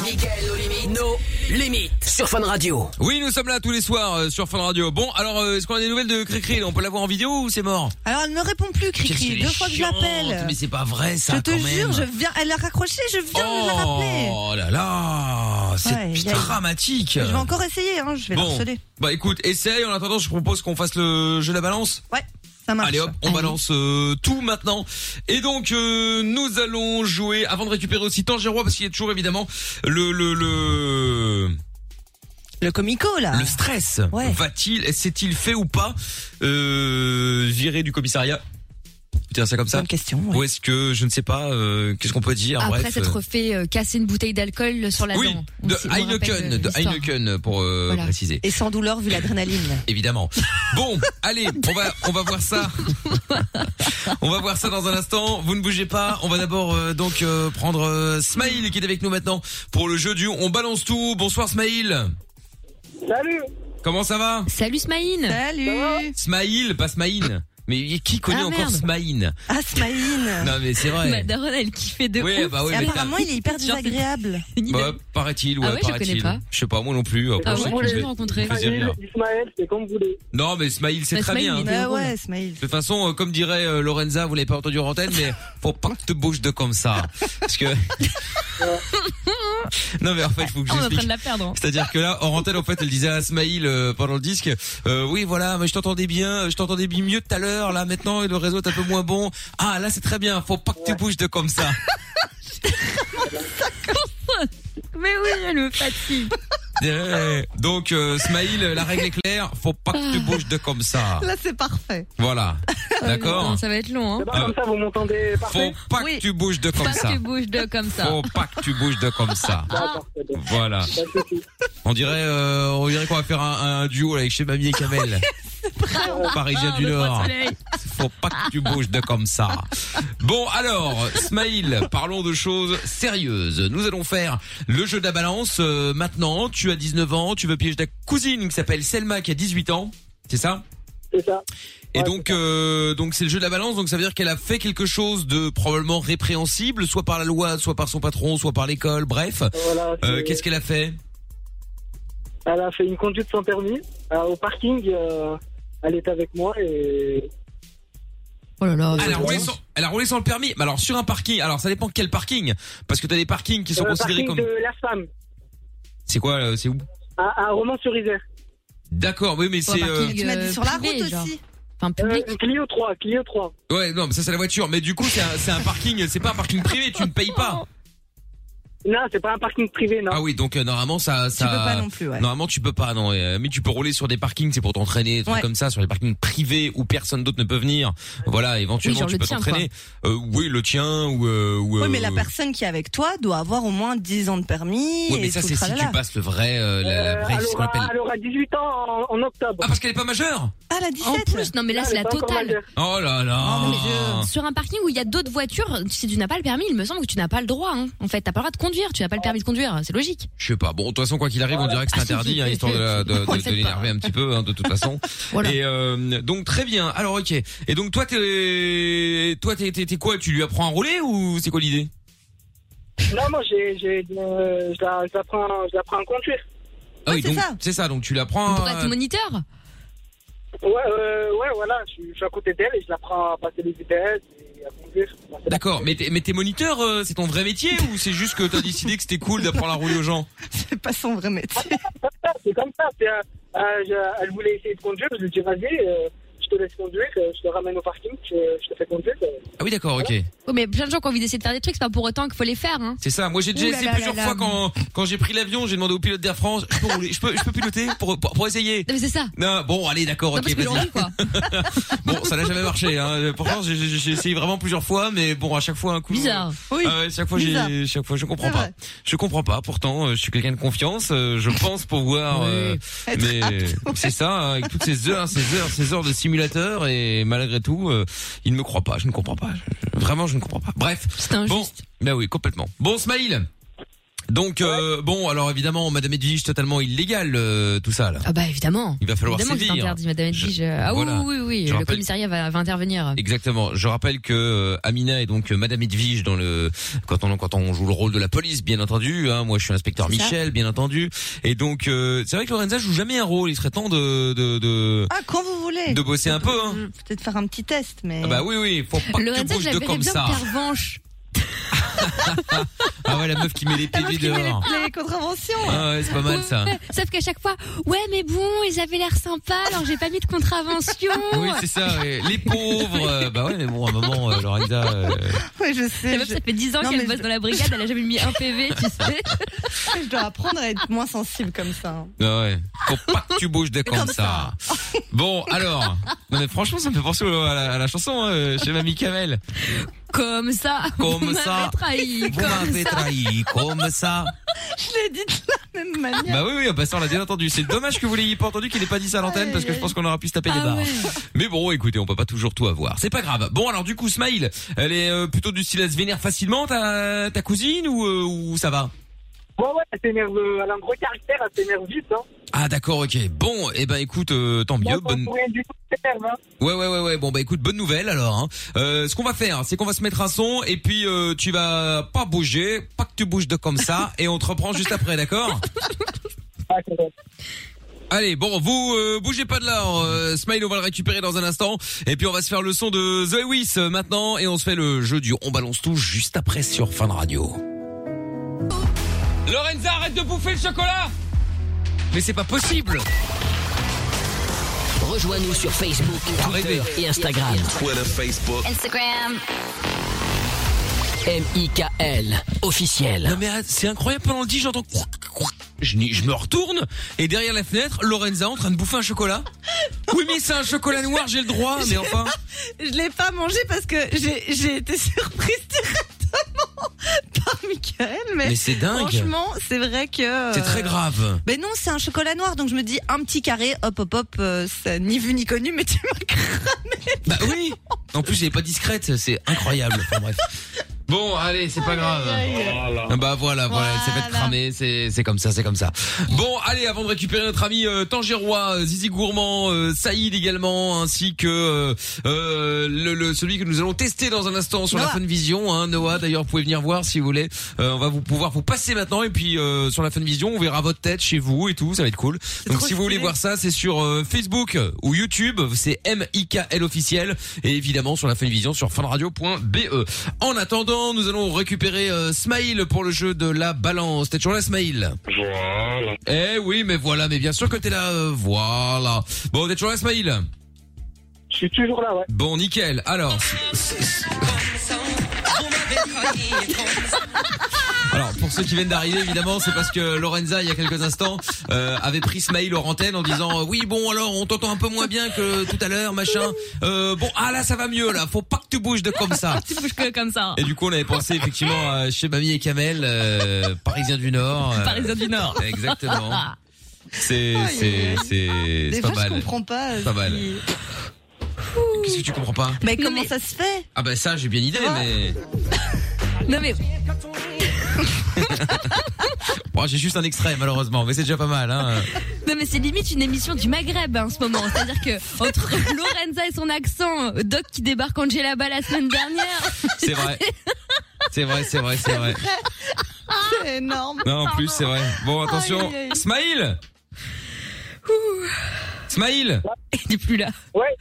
Michael, nos limites. Nos limites. Sur Fun Radio.
Oui, nous sommes là tous les soirs euh, sur Fun Radio. Bon, alors euh, est-ce qu'on a des nouvelles de Cricri On peut l'avoir en vidéo ou c'est mort
Alors elle ne me répond plus,
Qu'est-ce qu'elle
Cricri.
est
Deux fois que je
chiante,
l'appelle.
Mais c'est pas vrai ça
Je te
quand
jure,
même.
je viens. Elle a raccroché, je viens de la rappeler.
Oh là là, c'est
Ouais, y a-
dramatique.
Je vais encore essayer, hein. Je vais la
bon,
harceler.
bah écoute, essaye. En attendant, je propose qu'on fasse le jeu de la balance.
Ouais, ça marche.
Allez hop, on balance euh, tout maintenant. Et donc euh, nous allons jouer avant de récupérer aussi Tangerois parce qu'il y a toujours évidemment le le le
le comico là.
Le stress. Va-t-il s'est-il fait ou pas euh, virer du commissariat Tiens ça comme ça.
Bonne question.
Ou est-ce que je ne sais pas euh, qu'est-ce qu'on peut dire
Après
bref.
s'être fait euh, casser une bouteille d'alcool sur la
oui,
dent. On
de
sait- on rappelle, euh,
Heineken, de
l'histoire.
Heineken pour euh,
Voilà.
préciser.
Et sans douleur vu l'adrénaline.
Évidemment. Bon, allez, on va on va voir ça. on va voir ça dans un instant. Vous ne bougez pas. On va d'abord euh, donc euh, prendre euh, Smaïl qui est avec nous maintenant pour le jeu du on balance tout. Bonsoir Smaïl.
Salut.
Comment ça va
Salut Smaïn.
Salut.
Smaïl, pas Smaïn. Mais qui connaît
Ah,
encore
merde.
Smaïn
Ah, Asmaïn.
Non mais c'est vrai.
Ma daronne, Bah, elle kiffait de
Oui,
ouf.
bah oui, mais
Apparemment, il est hyper désagréable.
Bah, paraît-il, ouais,
Ah ouais, je connais
paraît-il.
pas.
Je sais pas, moi non plus. Après,
Ah
je
ouais,
sais
moi,
qu'il
je l'ai
fait-
rencontré. Bah,
il fait rire.
Ismaël, c'est comme vous voulez.
Non, mais Smaïl, c'est
Mais
très
Smaïl,
bien.
il est
hein.
Ouais, Bah Ah ouais, Smaïl.
De toute façon, euh, comme dirait euh, Lorenza, vous l'avez pas entendu en antenne, mais faut pas que te bouges de comme ça. Parce que... non, mais en fait, faut que
Ah, on est en train
j'explique.
de la perdre. hein.
C'est-à-dire que là, en antenne, en fait, elle disait à Smaïl euh, pendant le disque, euh, oui, voilà, mais je t'entendais bien, je t'entendais bien mieux tout à l'heure, là, maintenant, et le réseau est un peu moins bon. Ah, là, c'est très bien, faut pas que tu bouges de comme ça.
Mais oui, elle me fatigue.
Ouais. Donc, euh, Smaïl, la règle est claire, faut pas que tu bouges de comme ça.
Là, c'est parfait.
Voilà.
Putain,
D'accord
Ça va être long, hein.
Euh,
Ça, vous m'entendez
Faut
parfait
pas que tu bouges de comme
Pas
ça.
que tu bouges de comme ça.
Faut pas que tu bouges de comme ça.
Ah.
Voilà. On dirait, euh, on dirait qu'on va faire un, un duo là, avec chez Mamie et Kamel. Parisien du Nord. Faut pas que tu bouges de comme ça. Bon, alors, Smaïl, parlons de choses sérieuses. Nous allons faire le jeu de la balance. euh, maintenant, tu as 19 ans, tu veux piéger ta cousine qui s'appelle Selma qui a 18 ans. C'est ça
C'est ça.
et donc, euh, donc c'est le jeu de la balance. Donc ça veut dire qu'elle a fait quelque chose de probablement répréhensible, soit par la loi, soit par son patron, soit par l'école. Bref,
Voilà,
Euh,
c'est-
qu'est-ce qu'elle a fait
Elle a fait une conduite sans permis euh, au parking. euh, elle est avec moi et.
Oh là là.
elle a, roulé sans, elle a roulé sans le permis. Mais alors sur un parking. Alors ça dépend quel parking, parce que t'as des parkings qui sont
Euh,
considérés comme.
parking de la femme
C'est quoi euh, C'est où
à, à Romans-sur-Isère.
D'accord, oui, mais c'est. euh,
Tu m'as dit sur la route aussi.
Enfin,
public. Euh, Clio 3, Clio 3.
euh.
Ouais, non, mais ça c'est la voiture. Mais du coup, c'est un, c'est un parking. C'est pas un parking privé. Tu ne payes pas.
Non, c'est pas un parking privé, non.
Ah oui, donc euh, normalement ça, ça.
peux pas non plus, ouais.
Normalement tu peux pas, non. euh, mais tu peux rouler sur des parkings, c'est pour t'entraîner, des trucs
Ouais.
comme ça, sur les parkings privés où personne d'autre ne peut venir. Voilà, éventuellement
genre
tu
le
peux
tien,
t'entraîner. Euh, oui, le tien ou. euh, ou
Oui,
euh,
mais la personne qui est avec toi doit avoir au moins 10 ans de permis.
Ouais, mais
et
ça
tout
c'est
le
si
tralala.
tu passes le vrai, euh, la, la vraie,
elle,
ce qu'on
aura,
appelle.
elle aura 18 ans en, en octobre.
Ah parce qu'elle est pas majeure.
Ah, la 17 En plus, non, mais là, c'est la totale.
Oh là là.
Sur un parking où il y a d'autres voitures, si tu n'as pas le permis, il me semble que tu n'as pas le droit. hein. En fait, t'as pas le droit de conduire, tu n'as pas le permis de conduire, c'est logique.
Je sais pas. Bon, de toute façon, quoi qu'il arrive, on dirait que c'est
Ah, si,
interdit,
si.
hein, histoire de, la- de, de-
Ouais,
de
faites pas.
l'énerver un petit peu, hein, de toute façon. Et euh, donc très bien. Alors ok. Et donc toi, t'es, toi, t'es, t'es, t'es quoi Tu lui apprends à rouler ou c'est quoi l'idée
Non, moi, j'ai, j'ai, euh, je la- je la prends- je la prends à conduire.
Ah oui, donc c'est ça. Donc tu l'apprends.
Pour être
euh,
moniteur
Ouais, euh, ouais, voilà, je, suis- je suis à côté d'elle et je la prends à passer les IPS et à conduire.
D'accord. Mais t'es, mais t'es moniteur, euh, c'est ton vrai métier ou c'est juste que t'as décidé que c'était cool d'apprendre à rouler aux gens
C'est pas son vrai métier. C'est comme ça, c'est, euh, euh, je- elle voulait essayer de conduire, je lui ai dit vas-y, euh, je te laisse conduire, euh, je te ramène au parking, je, je te fais conduire. euh.
Ah oui, d'accord. Ok.
Oui, Oh, mais plein de gens qui ont envie d'essayer de faire des trucs, c'est pas pour autant qu'il faut les faire. Hein.
C'est ça. Moi, j'ai déjà
Ouh là
essayé
là
plusieurs
là
fois
là.
quand quand j'ai pris l'avion, j'ai demandé au pilote d'Air France, je peux rouler, je peux, je peux piloter pour pour, pour essayer.
Non, mais c'est ça.
Non, bon, allez, d'accord,
Non,
ok,
parce que j'ai
vas-y.
envie, quoi.
Bon, ça n'a jamais marché. Hein. Pourtant, j'ai- j'ai j'ai essayé vraiment plusieurs fois, mais bon, à chaque fois un coup.
Bizarre. Oui.
Ah ouais, chaque fois, j'ai,
Bizarre.
chaque fois, je comprends pas. Je comprends pas. Pourtant, euh, je suis quelqu'un de confiance. euh, je pense pouvoir. euh, mais c'est ça, hein, avec toutes ces heures, ces heures, ces heures de simulateur, et malgré tout, euh, il ne me croit pas. Je ne comprends pas. Je- vraiment, je ne comprends pas. Bref.
C'est injuste.
Bon, ben oui, complètement. Bon, Smaïl. Donc euh, bon, alors évidemment, Madame Edwige, totalement illégale euh, tout ça là.
Ah bah évidemment.
Il va falloir
Évidemment que c'est
sévir.
interdit, madame Edwige. Ah oui,
hein. voilà.
oui, oui,
Je
le
rappelle-
commissariat va, va intervenir.
Exactement. Je rappelle que euh, Amina est donc euh, Madame Edwige dans le quand on quand on joue le rôle de la police, bien entendu. hein. Moi, je suis inspecteur
C'est ça.
Michel, bien entendu. Et donc, euh, c'est vrai que Lorenza joue jamais un rôle. Il serait temps de de de,
Ah, quand vous voulez.
de bosser un peu. Hein.
Peut-être faire un petit test, mais.
Ah bah oui, oui. Faut pas que tu
Lorenza,
bouges
je la
de
verrais
comme
bien
ça.
faire-
Revanche.
Ah ouais, la meuf qui met les PV dehors.
Les contraventions.
Ah ouais, c'est pas mal ça.
Sauf qu'à chaque fois, ouais, mais bon, ils avaient l'air sympas, alors j'ai pas mis de contravention.
Oui, c'est ça. ouais. Les pauvres. euh, bah ouais, mais bon, à un moment, euh, Lorenza. euh,
Oui, je sais.
La meuf, ça fait 10 ans qu'elle bosse dans la brigade, elle a jamais mis un PV, tu sais.
Je dois apprendre à être moins sensible comme ça.
Ah ouais. Faut pas que tu bouges de comme,
Comme
ça. Bon, alors. Non, mais franchement, ça me fait penser au- à la, à la chanson hein, chez Mamie Kamel.
Comme ça.
Comme
vous m'avez
ça.
trahi.
Vous
comme
m'avez
ça.
trahi comme ça.
Je l'ai dit de la même manière.
Bah oui, oui, bah ça on l'a bien entendu. C'est dommage que vous l'ayez pas entendu, qu'il ait pas dit ça à l'antenne, parce que je pense qu'on aura pu se taper
Ah
des barres.
hein.
Mais bon, écoutez, on peut pas toujours tout avoir. C'est pas grave. Bon, alors du coup, Smile, elle est euh, plutôt du style à se vénère facilement, ta, ta cousine, ou, euh, ou ça va
Ouais, ouais, elle s'énerve, euh, elle a un gros caractère, elle s'énerve vite, hein.
Ah d'accord, ok. Bon, eh ben écoute, euh, tant mieux.
Moi,
Bonne...
pour rien du tout, elle s'énerve, hein.
Ouais, ouais, ouais, ouais. Bon, bah écoute, bonne nouvelle alors. Hein. Euh, ce qu'on va faire, c'est qu'on va se mettre un son et puis euh, tu vas pas bouger, pas que tu bouges de comme ça, et on te reprend juste après, d'accord Allez, bon, vous euh, bougez pas de là. hein. Euh, Smile, on va le récupérer dans un instant, et puis on va se faire le son de The Lewis euh, maintenant, et on se fait le jeu du on balance tout juste après sur Fun Radio. Lorenza, arrête de bouffer le chocolat Mais c'est pas possible
Rejoins-nous sur Facebook, Twitter et Instagram.
Twitter, Facebook.
Instagram. M-I-K-L, officiel.
Non mais ah, c'est incroyable, pendant le 10 j'entends couac, couac. je, n'y- je me retourne et derrière la fenêtre, Lorenza en train de bouffer un chocolat. Oui mais c'est un chocolat noir, j'ai le droit, mais enfin.
Je l'ai pas mangé parce que j'ai j'ai été surprise directement par Michael. Mais,
Mais c'est dingue.
Franchement, c'est vrai que. euh,
C'est très grave.
Mais non, c'est un chocolat noir, donc je me dis un petit carré, hop, hop, hop, euh, c'est ni vu ni connu, mais tu m'as
Bah oui. En plus elle est pas discrète, c'est incroyable. Enfin, bref. Bon, allez, c'est pas grave. Ah Bah voilà, voilà, elle s'est fait cramer, c'est c'est comme ça, c'est comme ça. Bon, allez, avant de récupérer notre ami euh, Tangérois, euh, Zizi Gourmand, euh, Saïd également, ainsi que euh, euh, le, le- celui que nous allons tester dans un instant sur la
Noah.
Funvision, hein, Noah. D'ailleurs, vous pouvez venir voir si vous voulez. Euh, on va vous pouvoir vous passer maintenant et puis euh, sur la Funvision, on verra votre tête chez vous et tout, ça va être cool. Donc si vous voulez voir ça, c'est sur euh, Facebook ou YouTube, c'est M-I-K-L officiel et évidemment sur la Funvision sur funradio.be. E. En attendant, nous allons récupérer euh, Smail pour le jeu de la balance. T'es toujours là, Smail Voilà. Eh oui, mais voilà, mais bien sûr que t'es là, euh, voilà. Bon, t'es toujours là, Smail Je suis toujours là, ouais. Bon, nickel. Alors, Alors pour ceux qui viennent d'arriver, évidemment, c'est parce que Lorenza, il y a quelques instants, euh, avait pris Smail hors antenne en disant euh, oui bon alors on t'entend un peu moins bien que tout à l'heure machin. Euh, bon ah là ça va mieux là, faut pas que tu bouges de comme ça.
Tu bouges que comme ça.
Et du coup on avait pensé effectivement à chez Mamie et Kamel, euh, Parisien du Nord. euh,
Parisien du Nord.
Exactement. C'est,
Aïe,
c'est,
aïe,
c'est,
Des
c'est
fois,
pas
je
mal.
comprends pas.
C'est pas mal.
si-
Qu'est-ce que tu comprends pas
Mais comment ça se fait
Ah bah ça, j'ai bien idée, mais.
Non mais.
Bon, j'ai juste un extrait, malheureusement, mais c'est déjà pas mal, hein.
Non mais c'est limite une émission du Maghreb hein, en ce moment. C'est-à-dire que entre Lorenza et son accent, Doc qui débarque Angela Ball la semaine dernière.
C'est vrai. C'est vrai, c'est vrai, c'est vrai.
Ah.
C'est énorme.
Non, en plus, c'est vrai. Bon, attention.
Aïe, aïe, aïe.
Smaïl Smaïl
Il est plus là.
Ouais.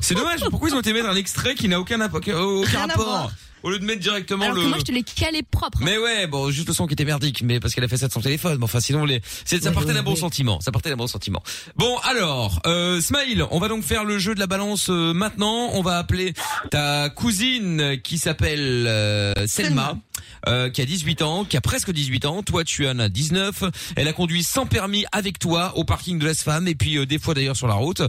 C'est dommage, pourquoi ils ont été mettre un extrait qui n'a aucun, app- aucun
Rien à
rapport
voir.
Au lieu de mettre directement
Alors
le...
que moi je te l'ai calé propre.
Mais ouais, bon, juste le son qui était merdique, mais parce qu'elle a fait ça de son téléphone. Mais enfin, sinon, les... c'est, ça partait d'un bon sentiment. Ça partait d'un bon sentiment. Bon, alors, euh, Smile, on va donc faire le jeu de la balance euh, maintenant. On va appeler ta cousine qui s'appelle euh, Selma. euh, qui a 18 ans, qui a presque 18 ans, toi tu en as 19, elle a conduit sans permis avec toi au parking de Las Femmes et puis euh, des fois d'ailleurs sur la route.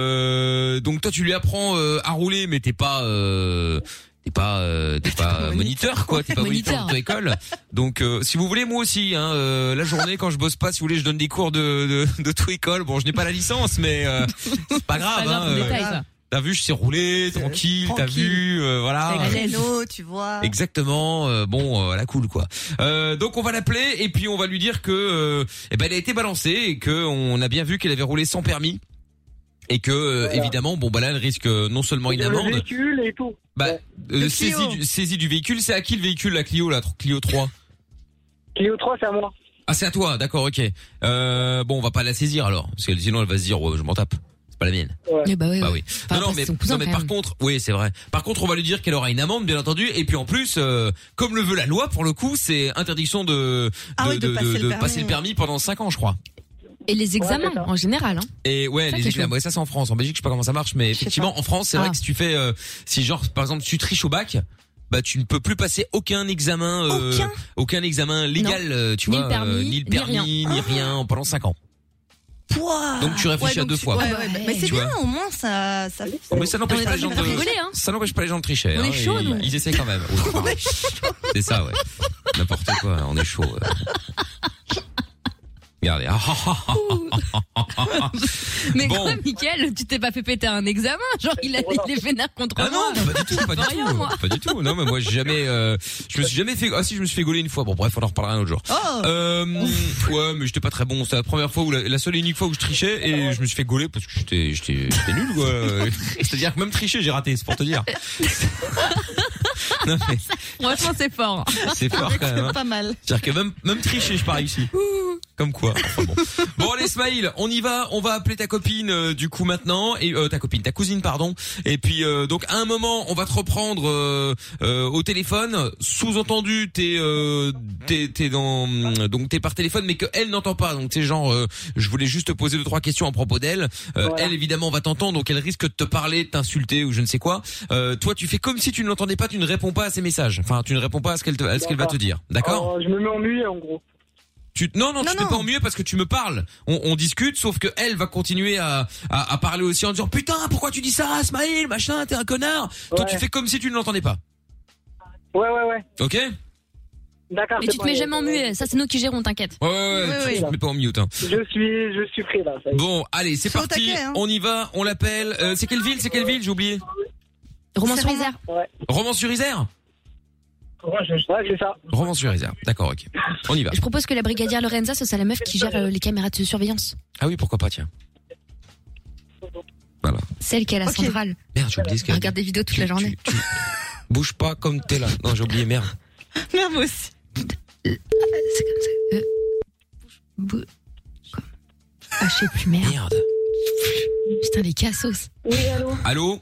Euh, donc toi tu lui apprends euh, à rouler mais t'es pas euh, t'es pas euh, t'es pas euh, moniteur quoi, t'es pas moniteur
Moniteur.
de ton école. Donc euh, si vous voulez moi aussi hein, euh, la journée quand je bosse pas si vous voulez je donne des cours de de, de tout école. Bon, je n'ai pas la licence mais euh, c'est pas grave
grave,
hein,
on
euh,
détaille, ça.
T'as vu, je sais rouler, tranquille, t'as
tranquille.
vu, euh, voilà.
Avec l'anneau, tu vois.
Exactement, euh, bon, euh, à la cool quoi. Euh, donc on va l'appeler et puis on va lui dire que, euh, eh ben elle a été balancée et que on a bien vu qu'elle avait roulé sans permis et que euh, évidemment, bon bah là elle risque euh, non seulement une
Le
amende,
véhicule et tout.
bah euh,
Le
saisie,
Clio.
du, saisie du véhicule. C'est à qui le véhicule, la Clio, la tr- Clio 3
Clio 3, c'est à moi.
Ah c'est à toi, d'accord, ok. Euh, bon, on va pas la saisir alors, parce que sinon elle va se dire, ouais, je m'en tape, c'est pas la mienne.
Bah oui.
Bah oui. non, non, mais, non, mais par contre, oui, c'est vrai. Par contre, on va lui dire qu'elle aura une amende, bien entendu. Et puis en plus, euh, comme le veut la loi, pour le coup, c'est interdiction de,
Ah oui, de passer le permis.
passer le permis pendant 5 ans, je crois.
Et les examens en général. Hein.
Et ouais,
Ça,
les
c'est
examens,
chaud.
ouais, ça c'est en France. En Belgique, je sais pas comment ça marche, mais effectivement, en France, c'est vrai
Ah.
que si tu fais, euh, si genre, par exemple, tu triches au bac, bah tu ne peux plus passer aucun examen, euh, aucun, examen légal, euh, tu
Ni
vois,
le permis,
euh, ni le
ni rien.
permis, ni rien, pendant 5 ans.
Pouah.
Donc, tu réfléchis à deux
tu-
fois.
ouais, ouais, bah, Mais c'est
Tu vois.
bien, au moins ça. ça...
Mais ça n'empêche
On est
pas les gens de
pas rigoler, hein.
ça n'empêche pas les gens de tricher.
On
hein,
est chaud,
et-
nous.
Ils essaient quand même. Oui, c'est pas grave. C'est ça, ouais. N'importe quoi, on est chaud. euh. Regardez. Ah, ah, ah, ah, ah, ah, ah.
Mais
bon.
quoi, Mickaël, tu t'es pas fait péter un examen Genre, il a il est vénère contre
Ah
moi.
non, pas du tout, pas du
Rien,
tout.
moi.
Pas du tout. Non, mais moi, j'ai jamais, euh, je me suis jamais fait, ah si, je me suis fait gauler une fois. Bon, bref, on en reparlera un autre jour.
Oh.
Euh, ouais, mais j'étais pas très bon. C'était la première fois ou la, la seule et unique fois où je trichais et je me suis fait gauler parce que j'étais, j'étais, j'étais nul, quoi. C'est-à-dire que même tricher, j'ai raté, c'est pour te dire. Non, mais
Franchement, c'est fort.
C'est fort, quand même, hein.
Ah, Pas mal.
C'est-à-dire que même, même tricher, je pars ici. Comme quoi. Enfin, bon. bon, allez, Smile, on y va. On va appeler ta copine, euh, du coup, maintenant. Et, euh, ta copine, ta cousine, pardon. Et puis, euh, donc, à un moment, on va te reprendre euh, euh, au téléphone. Sous-entendu, t'es euh, t'es- t'es dans... euh, Donc, t'es par téléphone, mais qu'elle n'entend pas. Donc, c'est genre, euh, je voulais juste te poser deux, trois questions à propos d'elle. Euh, Elle, évidemment, va t'entendre. Donc, elle risque de te parler, de t'insulter ou je ne sais quoi. Euh, toi, tu fais comme si tu ne l'entendais pas. Tu ne réponds pas à ses messages. Enfin, tu ne réponds pas à ce qu'elle te- à ce qu'elle va te dire. D'accord
Alors, Euh, Je me mets en muet, en gros.
tu, non, non, tu t'es pas ennuyé parce que tu me parles. On, on discute, sauf que elle va continuer à, à, à parler aussi en disant putain, pourquoi tu dis ça, Smaïl, machin, t'es un connard. Toi, tu fais comme si tu ne l'entendais pas.
Ouais, ouais, ouais.
Ok Ouais,
D'accord.
Mais
c'est
tu te
bon,
mets
ouais.
jamais en muet. Ça, c'est nous qui gérons, t'inquiète.
ouais, ouais, tu- tu te mets pas en mute. hein.
Je suis, je suis prêt, là. ça y est.
Bon, allez, c'est parti.
taquet, hein.
On y va, on l'appelle. Euh, c'est quelle ville C'est quelle ville J'ai oublié.
Romans-sur-Isère.
Ouais.
Romans-sur-Isère.
Ouais, je- ouais, c'est ça.
Romans-sur-Isère. D'accord, ok. On y va.
Je propose que la brigadière Lorenza, ce soit la meuf qui gère euh, les caméras de surveillance.
Ah oui, pourquoi pas Tiens.
Celle qui est à la centrale.
Merde, j'ai oublié ce
Elle
qu'elle.
regarde des vidéos toute la journée.
Bouge pas comme t'es là. Non, j'ai oublié. Merde.
Merde, moi aussi. C'est comme ça. Euh, bou- comme- Ah, je sais plus, merde. Putain, les cassos.
Oui, allô
Allô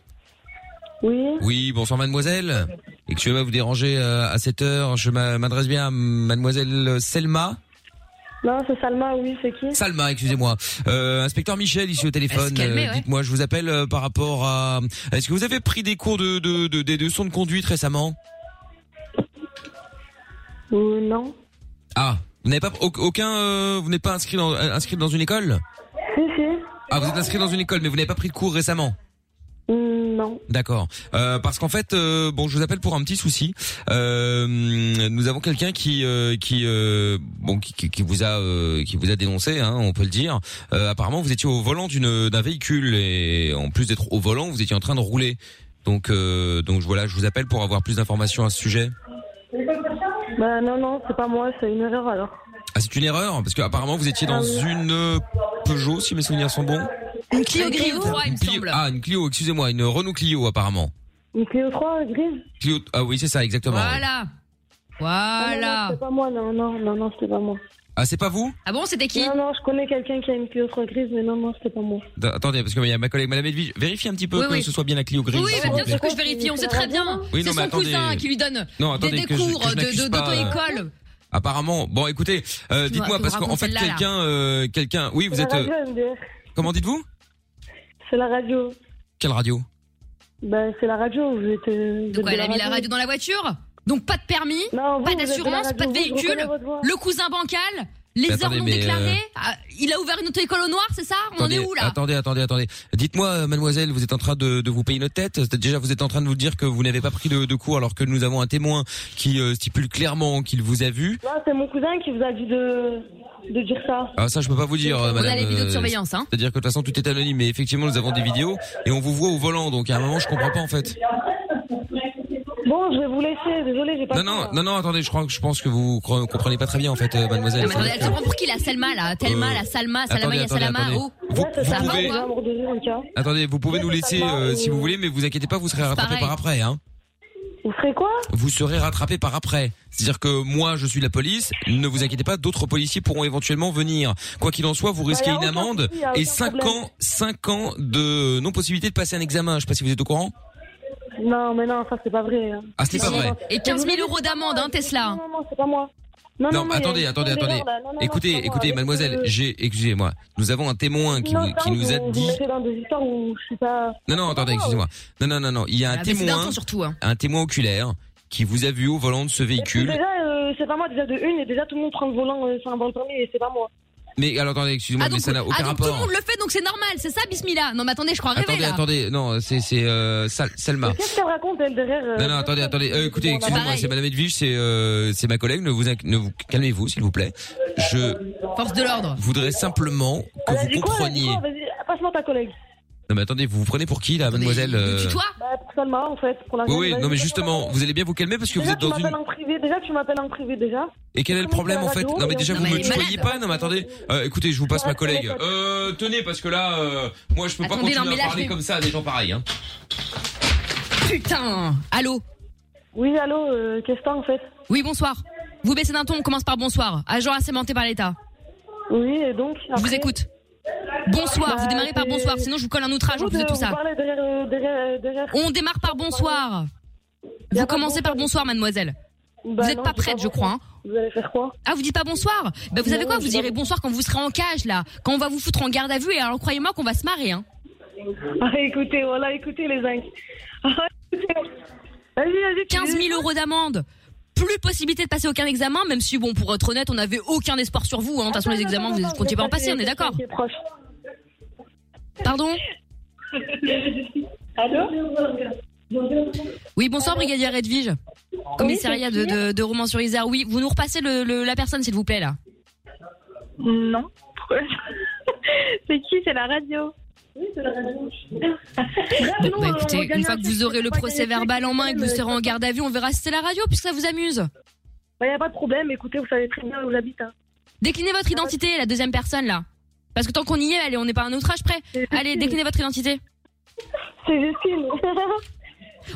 Oui
Oui, bonsoir mademoiselle. Et que je vais pas vous déranger euh, à cette heure, je m'a- m'adresse bien à mademoiselle Selma.
Non, c'est Salma, oui, c'est qui
Salma, excusez-moi. Euh, inspecteur Michel ici au
Elle
téléphone.
s'est calmée, ouais.
Dites-moi, je vous appelle euh, par rapport à... Est-ce que vous avez pris des cours de, de, de, des leçons de conduite récemment
Euh, Non.
Ah, vous n'avez pas au- aucun... euh, vous n'êtes pas inscrit dans, euh, inscrit dans une école
Si, si.
Ah, vous êtes inscrit dans une école, mais vous n'avez pas pris de cours récemment
Hmm, Non.
non.
D'accord. Euh, parce qu'en fait, euh, bon, je vous appelle pour un petit souci. Euh, nous avons quelqu'un qui, euh, qui, euh, bon, qui, qui- qui vous a, euh, qui vous a dénoncé, hein, on peut le dire. Euh, apparemment, vous étiez au volant d'une d'un véhicule et en plus d'être au volant, vous étiez en train de rouler. Donc, euh, donc voilà, je vous appelle pour avoir plus d'informations à ce sujet.
Bah non, non, c'est pas moi, c'est une erreur alors.
Ah, c'est une erreur parce que apparemment vous étiez dans
Ah
une euh, Peugeot, si mes souvenirs sont bons.
Une Clio grise
Une Clio- Ah, une Clio, excusez-moi, une Renault Clio apparemment.
Une Clio 3 grise
Clio, ah oui, c'est ça, exactement. oui.
Voilà.
Ah non, non,
Voilà.
C'est pas moi, non, non, non, non, c'était pas moi.
Ah, c'est pas vous
Ah bon, c'était qui
Non, non, je connais quelqu'un qui a une Clio 3 grise, mais non, non, c'était pas moi.
D- Attendez, parce qu'il y a ma collègue Madame Edwige. Vérifie un petit peu
Oui,
que
oui.
ce soit bien la Clio grise.
Oui,
s'il
bah,
vous
bien
plaît.
sûr que je vérifie, on sait très bien.
Oui,
c'est
non,
son
mais attendez.
cousin qui lui donne
Non, attendez,
des, des
que je-
cours
que je
de-
n'accuse
de-
pas, euh,
d'auto-école.
Apparemment. Bon, écoutez, euh,
Tu m'as-
dites-moi
tu
parce
me
qu'en
racontes
fait
celle-là, là.
quelqu'un, euh, quelqu'un. Oui, vous
C'est
êtes.
la
euh,
radio, MDR.
comment dites-vous
C'est la radio.
Quelle radio
Bah, c'est la radio, vous êtes. euh, vous êtes
Quoi,
de
elle a mis la radio dans la voiture Donc pas de permis,
Ah vous, vous
pas
êtes de la
d'assurance,
radio,
pas de
vous, je
véhicule,
reconnais votre voix.
le cousin bancal, les
Mais
heures
attendez,
non
mais, euh,
déclarées. Ah, Il a ouvert une auto-école au noir, c'est ça On en est où là
Attendez, attendez, attendez. Dites-moi, euh, mademoiselle, vous êtes en train de, de vous payer notre tête C'est- Déjà, vous êtes en train de vous dire que vous n'avez pas pris de, de cours alors que nous avons un témoin qui euh, stipule clairement qu'il vous a vu.
Non, Ah, c'est mon cousin qui vous a dit de, de dire ça.
Ah ça je peux pas vous dire euh,
On
madame.
a les vidéos de
euh,
surveillance, hein.
C'est-à-dire que de toute façon tout est anonyme mais effectivement nous avons des vidéos et on vous voit au volant donc à un moment je comprends pas en fait.
Bon, je vais vous laisser, désolé, j'ai pas.
Non non non non attendez je crois que je pense que vous cro- comprenez pas très bien en fait euh,
Ah,
mademoiselle.
mais attendez, Elle se prend pour qui la Selma là Thelma,
Euh,
la Salma, Salama,
attendez,
ya
attendez,
Salama,
attendez.
oh
Vous- vous
Ça va ou
pouvez-
Je vais
quoi
abandonner mon cas.
Attendez vous pouvez nous laisser euh, si vous voulez mais vous inquiétez pas vous serez rattrapé
pareil.
par après hein.
Vous ferez quoi
Vous serez rattrapé par après. C'est-à-dire que moi je suis la police, ne vous inquiétez pas, d'autres policiers pourront éventuellement venir. Quoi qu'il en soit, vous
Bah,
risquez
y a
une
aucun
amende
souci, y a aucun
et 5
problème.
ans 5 ans de non possibilité de passer un examen. Je sais pas si vous êtes au courant.
Non, mais non, ça c'est pas vrai. hein.
Ah, c'est pas vrai.
Et 15 000 euros d'amende, hein, Tesla
Non, non, c'est pas moi. Non, non,
Non,
non,
mais attendez,
il y a-
attendez,
il y a des
attendez.
gens, là. Non, non, non,
écoutez,
c'est pas
écoutez,
moi.
mademoiselle,
Avec, euh,
j'ai, excusez-moi, nous avons un témoin Hein, qui, nous- qui
Non,
nous a
vous- Vous
dit.
mettez dans des histoires où je suis pas. Ah,
Non, non, attendez, excusez-moi. Non, non, non, non, il y a un
Ah, mais c'est
témoin,
d'instant surtout, hein.
un témoin oculaire qui vous a vu au volant de ce véhicule.
Déjà, euh, c'est pas moi déjà de une et déjà tout le monde prend le volant euh, sur un bon permis et c'est pas moi.
Mais alors attendez, excusez-moi,
Ah
mais
donc,
ça n'a aucun
ah, donc tout le
rapport.
monde le fait, donc c'est normal, c'est ça, Bismillah Non mais attendez, je crois rêver
Attendez,
là
attendez, non, c'est c'est euh, Sal- Salma.
Qu'est-ce qu'elle raconte elle derrière euh,
Non, non, attendez, attendez. Euh, écoutez,
bah,
Bon,
excusez-moi,
pareil.
c'est Madame Edwige, c'est euh, c'est ma collègue. Ne vous inqui- ne vous calmez-vous, s'il vous plaît. Je
Force de l'ordre
voudrais simplement que
Ah, bah,
Elle a
vous
dit quoi, elle a dit
compreniez.
quoi Vas-y, passe-moi ta collègue.
Non, mais attendez, vous vous prenez pour qui là, mademoiselle euh,
Bah, Pour Salma, en fait, pour la
Oui, oui, non, mais justement, vous allez bien vous calmer parce que vous
Déjà,
êtes
tu
dans une.
m'appelles en privé. Déjà, tu m'appelles en privé déjà.
Et quel est le problème en fait Non mais déjà
Non,
vous
mais
me
elle est
tutoyez pas Non mais attendez, Euh, écoutez je vous passe ma collègue. Euh, tenez parce que là, euh, moi je peux pas
Attendez,
continuer
non, mais
à
là, je
parler
vais-
comme ça à des gens pareils. Hein.
Putain Allô
Oui, allô, euh, qu'est-ce que t'as en fait
Oui, bonsoir. Vous baissez d'un ton, on commence par bonsoir. Agent assémenté par l'État.
Oui, et donc Bah,
Je vous écoute. Bonsoir,
Euh,
vous démarrez par bonsoir, sinon je vous colle un outrage en plus de tout ça.
euh,
On démarre par bonsoir.
Bah,
Vous commencez par bonsoir, mademoiselle. vous n'êtes
non,
pas
j'ai pas
prête, je
bonsoir.
crois. hein.
Vous allez faire quoi
Ah, vous dites pas bonsoir Bah, vous
Non,
savez quoi
non,
Vous
j'ai
direz bonsoir quand vous serez en cage, là. Quand on va vous foutre en garde à vue, et alors croyez-moi qu'on va se marrer, hein.
Ah, écoutez, voilà, écoutez les zincs. Ah, écoutez. Vas-y, vas-y.
15 000 euros d'amende. Plus possibilité de passer aucun examen, même si, bon, pour être honnête, on n'avait aucun espoir sur
Ah,
vous. hein. De toute façon, les examens, vous ne comptiez pas en passer, on est d'accord Pardon
Allô
Oui,
Euh,
bonsoir, brigadier Edwige. Commissariat de, de, de Romans-sur-Isère. Oui, vous nous repassez le, le- la personne, s'il vous plaît, là.
Non. c'est qui C'est la radio. Oui, c'est la radio.
Bah, bah,
euh,
écoutez, une fois que vous aurez le procès verbal en main et que vous serez en garde à vue, on verra si c'est la radio, puisque ça vous amuse.
Il n'y Bah, a pas de problème, écoutez, vous savez très bien où j'habite. hein.
Déclinez votre identité, la deuxième personne, là. Parce que tant qu'on y est, allez, on n'est pas à un outrage près. Allez, déclinez votre identité.
C'est Justine.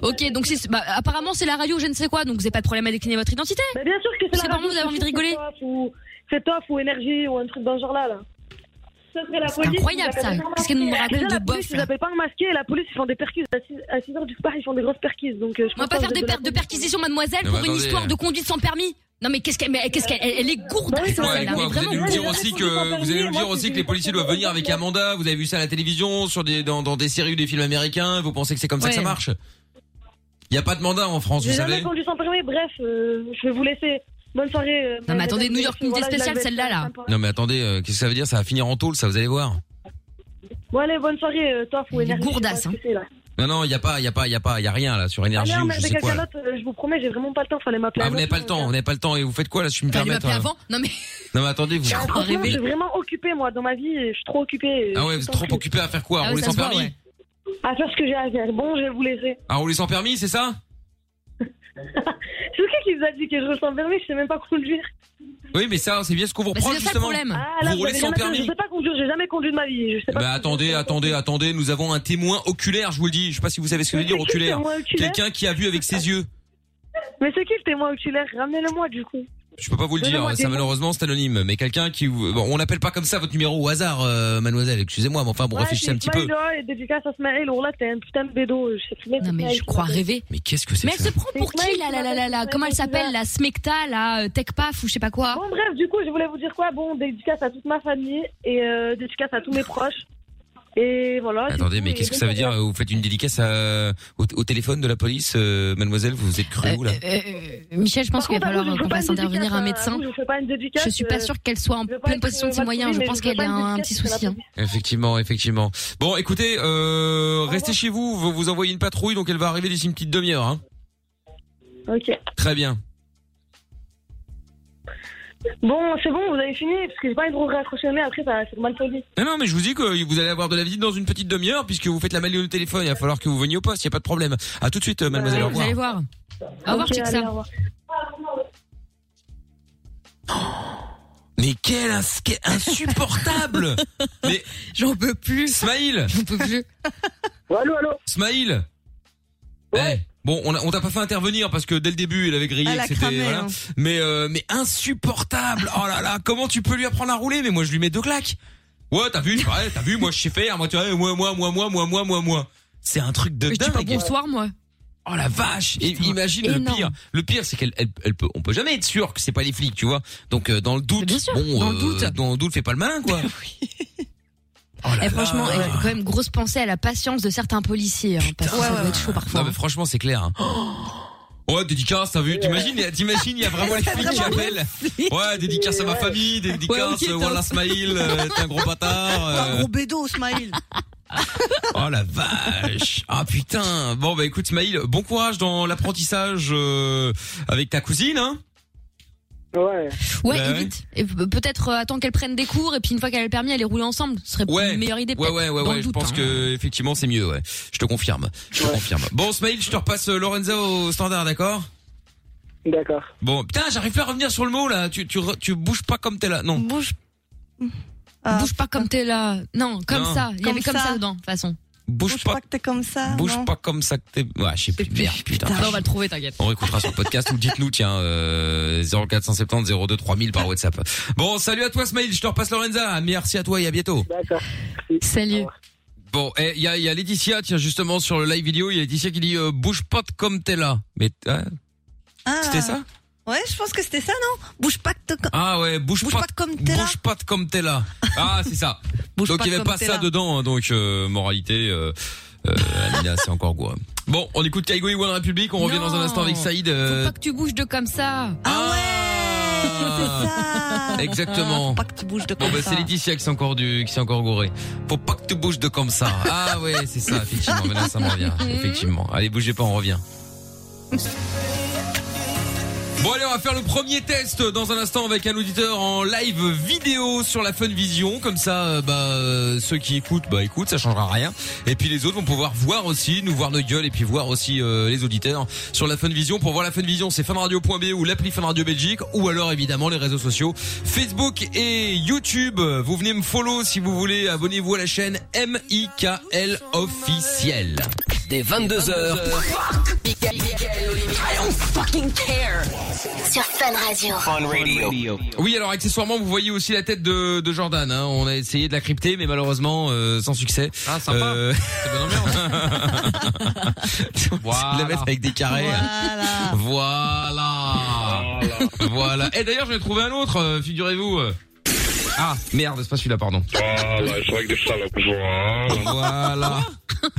Ok, donc c'est- bah, apparemment c'est la radio, je ne sais quoi, donc vous n'avez pas de problème à décliner votre identité.
Bah, bien sûr que c'est
Parce
la
que
radio.
apparemment, vous avez envie de rigoler.
C'est off ou- C'est off ou énergie ou un truc dans ce genre-là. là. Ça serait la
C'est
police,
incroyable,
ils
ça.
appellent pas
Qu'est-ce qu'elle nous
masqués.
raconte
Déjà,
de
La police,
bof,
ils
là
appellent pas masqué et la police, ils font des perquises. À 6 à 6 heures du soir, ils font des grosses perquises. Donc, euh, je
On
pense
va pas faire
que
des
de la
pertes de perquisition, mademoiselle,
Mais
pour une
Eh ben, attendez.
histoire de conduite sans permis. Non mais qu'est-ce qu'elle, mais qu'est-ce qu'elle, elle, elle est gourde.
Bah
Et quoi,
celle-là,
et quoi
mais
Vous allez nous
vraiment.
dire aussi que vous allez nous dire aussi que les policiers doivent venir avec un mandat. Vous avez vu ça à la télévision, sur des dans, dans des séries ou des films américains. Vous pensez que c'est comme ça que ça
Ouais.
marche Il y a pas de mandat en France, vous
J'ai jamais
savez.
conduit sans permis. Bref, euh, je vais vous laisser. Bonne soirée. euh,
Non, mais
mesdames
attendez,
et
New York
messieurs.
Unité
Voilà,
spéciale,
Isabelle,
celle-là, là.
sympa.
Non mais attendez, euh, qu'est-ce que ça veut dire Ça va finir en tôle, ça vous allez voir.
Bon, allez, bonne soirée, euh, toi, faut énergie.
gourdasse,
je sais pas ce que c'est, là.
Non, non, il y a pas, il y a pas, il y a pas, il y a rien là sur énergie
Ah,
ou
merde,
je
avec
sais quoi.
quelqu'un
là.
d'autre, euh, je vous promets, j'ai vraiment pas le temps, fallait m'appeler.
Ah,
un
vous n'avez
autre
pas le
jour.
euh.
temps, vous n'avez pas le temps et vous faites quoi là, si je
Bah,
me permets hein.
Non mais.
Non mais attendez, vous.
Ah, franchement, je suis vraiment occupée, moi, dans ma vie, je suis trop occupée.
Ah ouais, vous êtes trop occupé à faire quoi, à rouler sans permis
À faire ce que j'ai à faire. Bon, je vais vous laisser.
À rouler sans permis, c'est ça
C'est qui qui vous a dit que je ressens permis, je sais même pas conduire.
Oui, mais ça, Bah, c'est bien ce qu'on vous reproche justement.
Ah, là,
Vous
vous
roulez
avez
sans
jamais-
permis.
Je sais pas conduire, j'ai jamais conduit de ma vie. Je sais pas.
Bah attendez, attendez, attendez, nous avons un témoin oculaire, je vous le dis. Je sais pas si vous savez ce que veut dire
C'est qui, le
oculaire.
témoin oculaire
Quelqu'un qui a vu avec ses yeux.
Mais c'est qui le témoin oculaire Ramenez-le moi, du coup.
Je peux pas vous le
Mais non,
dire, hein,
moi,
ça
témoin.
malheureusement c'est anonyme. Mais quelqu'un qui, bon, on n'appelle pas comme ça votre numéro au hasard, euh, mademoiselle. Excusez-moi, mais enfin bon,
Ouais,
réfléchissez un
c'est
petit peu.
Ismaïla et dédicace à Smaël, oh là, t'es un putain de bédo. Je sais plus, mais
Non, mais je crois rêver.
Mais qu'est-ce que c'est
Mais
que
elle
ça
se prend pour qui là là là là là Comment elle s'appelle la Smecta la euh, Techpaf ou je sais pas quoi
Bon, bref, du coup, je voulais vous dire quoi Bon, dédicace à toute ma famille et euh, dédicace à tous mes proches. Et voilà. du
Attendez,
coup,
mais
et
qu'est-ce que
donc,
ça veut dire Vous faites une dédicace à- au, au téléphone de la police, euh, mademoiselle Vous êtes cru où là
Michel, je pense
Par
qu'il va
contre, à vous,
falloir
je vous
qu'on
fais
fasse
pas une
intervenir un
dédicace, à
médecin.
vous, Je vous fais pas une dédicace,
Je suis
euh,
pas sûre qu'elle soit en
je veux pas
pleine
être,
possession de ses
euh,
moyens.
masculine,
Je
mais
pense
je veux
qu'elle
pas
a
une
un petit
dédicace,
souci. hein.
Effectivement, effectivement. Bon, écoutez, euh, restez chez vous. Vous vous envoyez une patrouille, donc elle va arriver d'ici une petite demi-heure. Hein.
Ok.
Très bien.
Bon, c'est bon, vous avez fini parce que j'ai pas envie de vous raccrocher le nez, après, ça c'est mal poli.
Non, non, mais je vous dis que vous allez avoir de la visite dans une petite demi-heure, puisque vous faites la malle au téléphone. Il va falloir que vous veniez au poste. Il y a pas de problème. À tout de suite, euh, mademoiselle. au
Vous
revoir.
allez voir. Au revoir,
Ok,
check
allez,
ça.
au revoir.
Mais quel ins- quel insupportable Mais
j'en peux plus.
Smaïl,
j'en peux plus.
allô, allô. Smaïl. Eh, bon, on a- on t'a pas fait intervenir parce que dès le début, il avait
Ah,
grillé.
Elle a
que c'était-
cramé,
voilà.
hein.
Mais euh, mais insupportable. Oh là là, comment tu peux lui apprendre à rouler Mais moi, je lui mets deux claques. Ouais, t'as vu, ouais, t'as vu, moi je sais faire, moi tu vois, moi moi moi moi moi moi moi moi. C'est un truc de
Mais Je dis
dingue.
pas bonsoir, moi.
Oh la vache Et Imagine le
énorme.
pire. Le pire, c'est qu'elle, elle, elle peut, on peut jamais être sûr que c'est pas les flics, tu vois. Donc euh, dans le doute, bon,
dans le
euh,
doute.
dans le doute, fais pas le malin, quoi.
Eh, franchement, elle a quand même grosse pensée à la patience de certains policiers. hein, parce que ça doit être chaud parfois.
Non mais franchement, c'est clair. hein. Ouais, dédicace, t'as vu T'imagines, t'imagines, il y a vraiment les flics qui appellent. Ouais, dédicace à ma famille, dédicace,
Ouais, ok,
voilà
top.
Smaïl, euh, t'es un gros bâtard. euh.
Un gros bédo, Smaïl.
Oh la vache Ah putain Bon bah écoute Maïl, bon courage dans l'apprentissage euh, avec ta cousine, hein
Ouais.
Ouais,
Bah ouais.
évite. Et pe- peut-être euh, attends qu'elle prenne des cours et puis une fois qu'elle a le permis, aller rouler ensemble. Ce serait une meilleure idée.
Ouais,
peut-être,
ouais, ouais,
dans
ouais,
le
je
doute,
pense
hein.
que effectivement c'est mieux, ouais. Je te confirme, je te confirme. Bon, Smaïl, je te repasse euh, Lorenza au standard, d'accord
D'accord.
Bon, putain, j'arrive pas à revenir sur le mot là. Tu, tu, re- tu bouges pas comme t'es là, non
Bouge. Bouge pas comme t'es là. Non, comme
Non.
ça. Il y
Comme
avait comme
ça.
ça dedans, de toute façon.
Bouge, pas,
que t'es comme ça.
bouge
non
pas comme ça que t'es. Ouais, je sais plus. Merde, putain.
Non, on va le trouver, t'inquiète.
On réécoutera sur le podcast ou dites-nous tiens euh, 0470 02 3000 par WhatsApp. Bon, salut à toi Smaïl, je te repasse Lorenza. Merci à toi et à bientôt.
Salut.
Bon, et il y a, il y a Laetitia, tiens justement sur le live vidéo, il y a Laetitia qui dit euh, bouge pas de comme t'es là. Mais hein
Ah.
c'était ça
Ouais, je pense que c'était ça, non Bouge pas que t'es comme-
Ah ouais, bouge,
Bouge
pas,
pas
de-
de comme t'es là.
Bouge pas de comme t'es là. Ah, c'est ça.
Bouge
donc
pas
il y avait
comme
pas
t'es
ça
là.
dedans, hein, donc euh, moralité euh, euh, Amina, c'est encore gourou. Bon, on écoute Kaigo et One Republic, on revient dans un instant avec Saïd. euh,
Faut pas que tu bouges de comme ça.
Ah, Exactement.
Faut pas que tu bouges de
Bon
comme
bah
ça.
c'est Laetitia qui s'est encore du qui s'est encore gourée. Faut pas que tu bouges de comme ça. Ah ouais, c'est ça effectivement. Mais là ça me revient effectivement. Allez, bougez pas, on revient. Bon allez, on va faire le premier test dans un instant avec un auditeur en live vidéo sur la Fun Vision. Comme ça, euh, bah euh, ceux qui écoutent, bah écoutent, ça changera rien. Et puis les autres vont pouvoir voir aussi, nous voir nos gueules et puis voir aussi euh, les auditeurs sur la Fun Vision. Pour voir la Fun Vision, c'est funradio.be ou l'appli Fun Radio Belgique ou alors évidemment les réseaux sociaux Facebook et YouTube. Vous venez me follow si vous voulez. Abonnez-vous à la chaîne MIKL officiel. Dès 22 heures.
I don't fucking care. Sur Fun Radio.
Oui, alors accessoirement, vous voyez aussi la tête de, de Jordan. hein. On a essayé de la crypter, mais malheureusement euh, sans succès. Ah, sympa. C'est bonne ambiance. La mettre avec des carrés. Voilà. Voilà. Et d'ailleurs, j'en ai trouvé un autre. euh, Figurez-vous. Ah merde, c'est pas celui-là, pardon.
Voilà, je avec des salopes.
Voilà.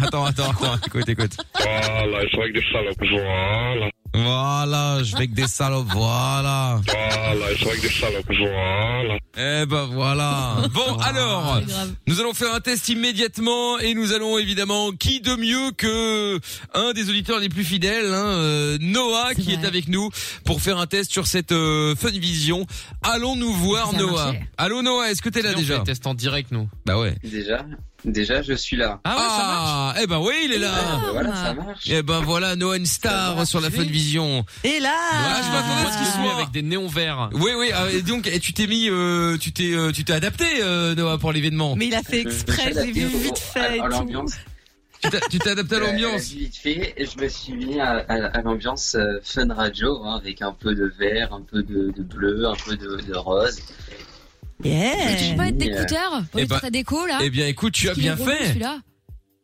Attends, attends, attends. Écoute, écoute.
Ah, Voilà, je avec des salopes. Voilà.
Voilà, je vais que des salopes, voilà.
Voilà, je vois que des salopes, voilà.
Eh ben voilà. Bon alors, nous allons faire un test immédiatement et nous allons évidemment qui de mieux que un des auditeurs les plus fidèles, hein, euh, Noah qui est avec nous pour faire un test sur cette euh, Fun Vision. Allons-nous voir
Ça a
Noah.
marché.
Allô Noah, est-ce que t'es là
on fait
déjà
les
test en direct nous. Bah ouais.
Déjà, déjà, je suis là.
Ah, eh ben oui, il est là.
Ah, voilà, ça marche.
Eh ben voilà, Noah une star sur la Fun Vision.
Et là
Voilà, je m'attendais à ce qu'il
Euh,
soit avec des néons verts. Oui, oui. ah, et donc, et tu t'es mis, euh, tu t'es, euh, tu t'es adapté, euh, Noah, pour l'événement.
Mais il a fait exprès, j'ai vu vite fait. et
à
tout.
l'ambiance.
Tu t'as- tu t'es adapté à l'ambiance.
Euh, vite fait, et je me suis mis à, à- à l'ambiance euh, fun radio, hein, avec un peu de vert, un peu de, de bleu, un peu de, de rose.
Yeah.
Tu peux pas être d'écouteur Au
Eh
lieu de
ben-
faire ta déco là
Eh bien, écoute, tu as
Parce qu'il
bien
est relou,
fait.
celui-là.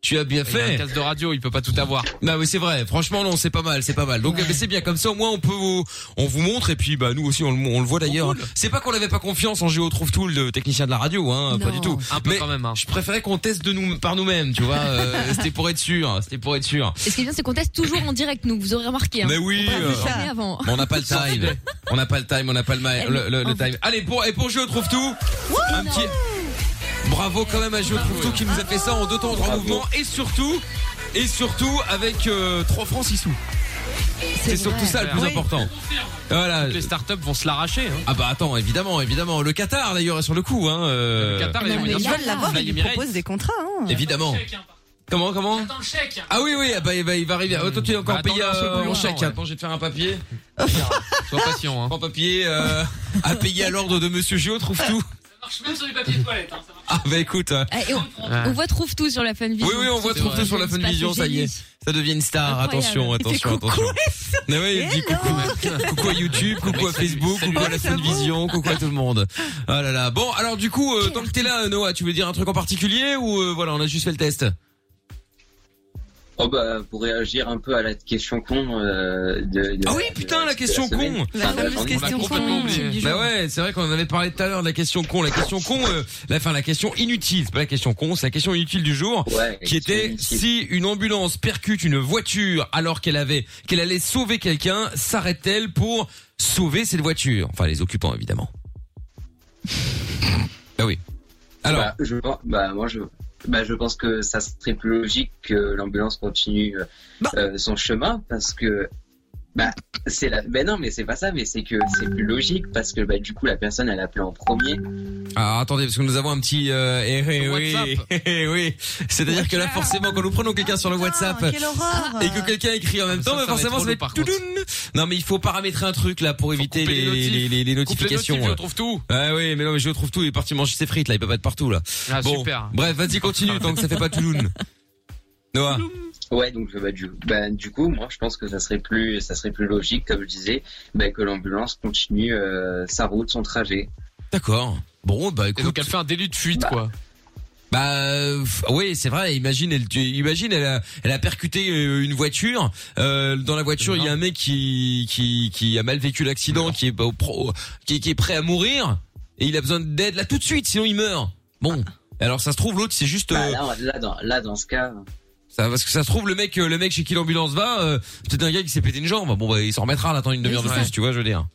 Tu as bien fait. Un casse de radio, il peut pas tout avoir. Non, mais c'est vrai. Franchement, non, c'est pas mal, c'est pas mal. Donc, mais c'est bien. Comme ça, au moins, on peut, vous, on vous montre et puis, bah, nous aussi, on le, on le
Oh,
voit d'ailleurs. C'est pas qu'on n'avait pas confiance en Géo Trouve Tout, le technicien de la radio, hein, pas
Non.
du tout.
Un peu
mais
quand
hein.
Je préférais qu'on teste de nous, par nous-mêmes, tu vois. euh, c'était pour être sûr. C'était pour être sûr.
Et ce qui est bien, c'est qu'on teste toujours en direct, nous. Vous aurez remarqué. hein.
Mais oui,
On
euh,
va jamais avant.
Mais on n'a pas le time. on n'a pas le time, on n'a pas le, ma- le, le- le time. Allez, pour, et pour Géo Trouve Tout, un petit. Bravo quand même à Géo Trouve Tout qui nous a fait ça en deux temps, en trois mouvements et surtout, et surtout avec euh, 3 francs 6 sous. C'est surtout ça le plus
Oui.
important. Voilà. Les startups vont se l'arracher. Ah bah attends, évidemment, évidemment. Le Qatar d'ailleurs est sur le coup. Hein, euh,
Le Qatar,
Ah Non, mais ils veulent l'avoir, ils lui proposent des contrats. Hein.
Évidemment. Comment, comment Ah oui, oui, ah bah, il va- il va arriver. Oh, toi, tu es encore
Bah,
payé
attends,
euh,
attends,
en chèque.
ouais.
Attends, je vais te faire un papier. Sois patient. Hein. En papier, euh, à payer à l'ordre de Monsieur Gio, trouve tout.
marche même sur du papier toilette. Hein,
Ah bah écoute. hein.
Eh, et on, on voit trouve tout sur la fun vision.
Oui, oui, on voit
C'est
trouve
vrai.
tout sur la fun
Espace
vision, ça y est.
génie.
Ça devient une star.
Incroyable.
Attention,
Il fait
attention, attention. Mais oui, il dit coucou. coucou à YouTube, coucou à Facebook, coucou à la fun vision, coucou à tout le monde. Ah là là. Bon, alors du coup, euh, tant que t'es là, euh, Noah, tu veux dire un truc en particulier ou euh, voilà, on a juste fait le test.
Oh bah, pour réagir un peu à la question con euh, de, de-
Ah oui,
de-
putain,
de
la question
semaine.
con Ah
Enfin, de la journée.
Bah ouais, c'est vrai qu'on en avait parlé tout à l'heure de la question con. La question con, euh, la, enfin la question inutile, c'est pas la question con, c'est la question inutile du jour, qui était si une ambulance percute une voiture alors qu'elle avait, qu'elle allait sauver quelqu'un, s'arrête-t-elle pour sauver cette voiture Enfin les occupants évidemment. bah oui. Alors.
Bah, je, pense- bah, moi, je, bah, je pense que ça serait plus logique que l'ambulance continue euh,
Bah.
euh, son chemin parce que. Bah, c'est la. Ben non, mais c'est pas ça, mais c'est que c'est plus logique parce que bah, du coup, la personne, elle appelé en premier.
Ah, attendez, parce que nous avons un petit... Euh, eh, eh, oui, eh, oui. C'est-à-dire que là, forcément, quand nous prenons quelqu'un sur le WhatsApp
quelle horreur.
et que quelqu'un écrit en même temps, bah, forcément, ça va être... toudoun. Non, mais il faut paramétrer un truc là pour éviter les, les, les, les notifications.
notifs, je
là.
trouve tout.
Ah oui, mais non, mais je trouve tout. Il est parti manger ses frites là, il peut pas être partout là.
Ah,
bon,
super.
Bref, vas-y, continue tant que ça fait pas toudoun. Noah.
Ouais, donc bah, du, bah, du coup, moi, je pense que ça serait plus, ça serait plus logique, comme je disais, bah, que l'ambulance continue euh, sa route, son trajet.
D'accord. Bon, bah écoute.
donc elle fait un déluge de fuite, quoi.
Bah euh, f- oui, c'est vrai. Imagine, elle, tu- imagine, elle a, elle a percuté euh, une voiture. Euh, dans la voiture, il y a un mec qui, qui, qui a mal vécu l'accident, qui est pas au pro, qui, qui est prêt à mourir, et il a besoin d'aide là tout de suite, sinon il meurt. Bon. Alors ça se trouve l'autre, c'est juste.
Bah,
euh,
là, là, dans, là, dans ce cas.
ça, parce que ça se trouve le mec, euh, le mec chez qui l'ambulance va, euh, c'est peut-être un gars qui s'est pété une jambe. Bon bah il s'en remettra, là, attend une demi-heure de plus, tu vois, je veux dire.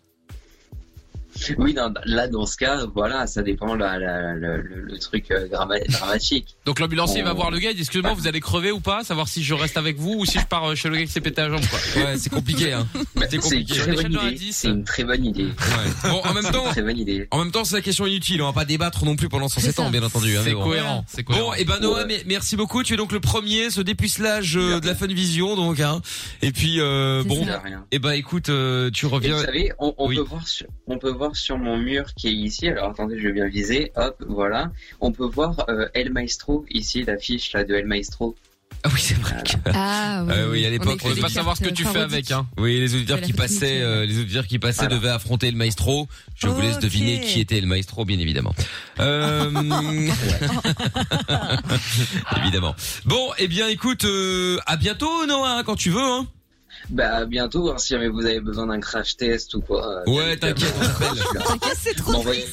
Oui, dans- là, dans ce cas, voilà, ça dépend la, la- la- le, le truc euh, drama- dramatique.
Donc l'ambulancier
On-
va voir le gars, il dit excusez-moi, vous allez crever ou pas, savoir si je reste avec vous ou si je pars euh, chez le gars qui s'est pété la jambe, quoi.
Ouais, c'est compliqué, hein.
Bah, C'est une
Sur
très
une
bonne
échelle de 1 à
idée.
10,
C'est une très bonne idée.
Bon, en même temps,
Très bonne idée.
En même temps, c'est la question inutile. On va pas débattre non plus pendant 107 ans, bien entendu. hein,
C'est
mais bon.
cohérent, c'est cohérent.
Bon, et ben Noah,
Ouais.
mais- merci beaucoup. Tu es donc le premier, ce dépucelage euh, de la Fun Vision, donc. Hein. Et puis euh,
C'est
bon,
ça. De rien.
et ben écoute, euh, tu
Et
reviens.
vous savez, on, on
Oui.
peut voir sur, on peut voir sur mon mur qui est ici. Alors attendez, je vais bien viser. Hop, voilà. On peut voir euh, El Maestro ici, l'affiche là de El Maestro.
Ah oui, c'est vrai.
Ah
Euh, oui, à l'époque,
On veut pas savoir ce que tu fais avec, hein.
Oui, les auditeurs
C'est la
qui
fête
passaient, euh, les auditeurs qui passaient
Voilà.
devaient affronter le maestro. Je vous laisse deviner qui était le maestro, bien évidemment. Euh, évidemment. Bon, eh bien, écoute, euh, à bientôt, Noah, hein, quand tu veux. Hein.
Bah à bientôt. hein, si jamais vous avez besoin d'un crash test ou quoi. euh,
Ouais, t'inquiète, on t'appelle.
T'inquiète, c'est trop
M'envoyez-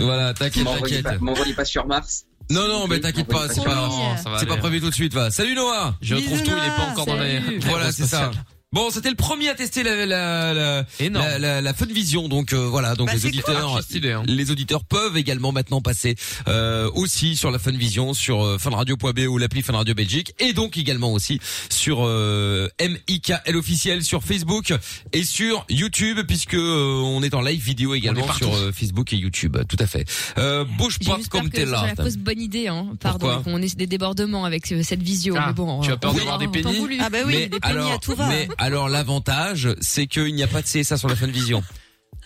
Voilà, t'inquiète,
m'envoyez pas-
t'inquiète.
M'envoyez pas sur Mars.
Non, non, mais t'inquiète pas,
Oui,
c'est pas,
oui. hein.
c'est pas prévu tout de suite, va. Salut Noah!
Je retrouve Bisous, tout, il est pas Noah. encore dans les-
Voilà, c'est ça. Bon, c'était le premier à tester la la la, la, la, la fun vision, donc euh, voilà, donc
Bah,
les
c'est
auditeurs,
cool. Ah, c'est stylé, hein.
les auditeurs peuvent également maintenant passer euh, aussi sur la fun vision sur euh, funradio.be ou l'appli Fun Radio Belgique et donc également aussi sur euh, MIKL officiel sur Facebook et sur YouTube puisque euh, on est en live vidéo également
partout.
sur euh, Facebook et YouTube, tout à fait. Euh, bouge pas comme t'es
que
là.
C'est la fausse bonne idée, hein. Pardon,
Pourquoi
qu'on ait des débordements avec euh, cette visio.
Ah,
mais bon,
tu
euh,
as peur
on
d'avoir des
verra, t'en
pénis
voulu. Ah bah oui,
mais
des pénis
alors,
à tout va.
Mais alors l'avantage, c'est qu'il n'y a pas de CSA sur la fin de vision.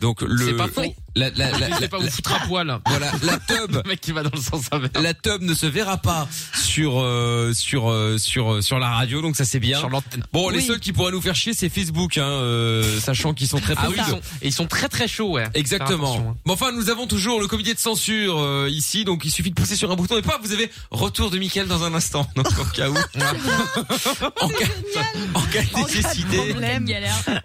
Donc le
C'est pas faux.
La, la, la,
Je sais
la-
pas vous
la-
foutre à poil.
Voilà, la tub. le mec qui va dans le sens La tub ne se verra pas sur euh, sur euh, sur euh, sur la radio, donc ça c'est bien. Bon, les
Oui.
seuls qui pourraient nous faire chier, c'est Facebook, hein, euh, sachant qu'ils sont très
Ah oui,
favoris.
ils sont- et ils sont très très chauds, ouais. Faire attention,
Exactement.
hein.
Mais enfin, nous avons toujours le comité de censure euh, ici, donc il suffit de pousser sur un bouton et pas. Vous avez retour de Michael dans un instant. Donc en cas où, en, cas, en cas
Oh,
de nécessité,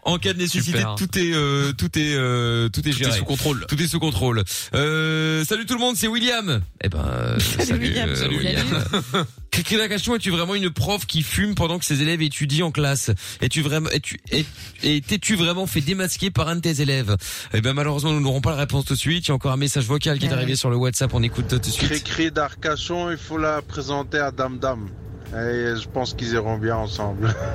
en cas de nécessité,
Super.
tout est euh, tout est euh, tout est géré.
sous
contrôle. Tout est sous contrôle. Euh, salut tout le monde, c'est William. Eh ben, euh, salut,
William.
euh,
Salut,
William. Christina Cachon, es-tu vraiment une prof qui fume pendant que ses élèves étudient en classe Es-tu vraiment, es-tu, es- et t'es-tu vraiment fait démasquer par un de tes élèves Eh ben malheureusement, nous n'aurons pas la réponse tout de suite. Il y a encore un message vocal qui est arrivé sur le WhatsApp. On écoute tout de
J'ai
suite.
créé d'Arcachon, il faut la présenter à Dame Dame. Et je pense qu'ils iront bien ensemble.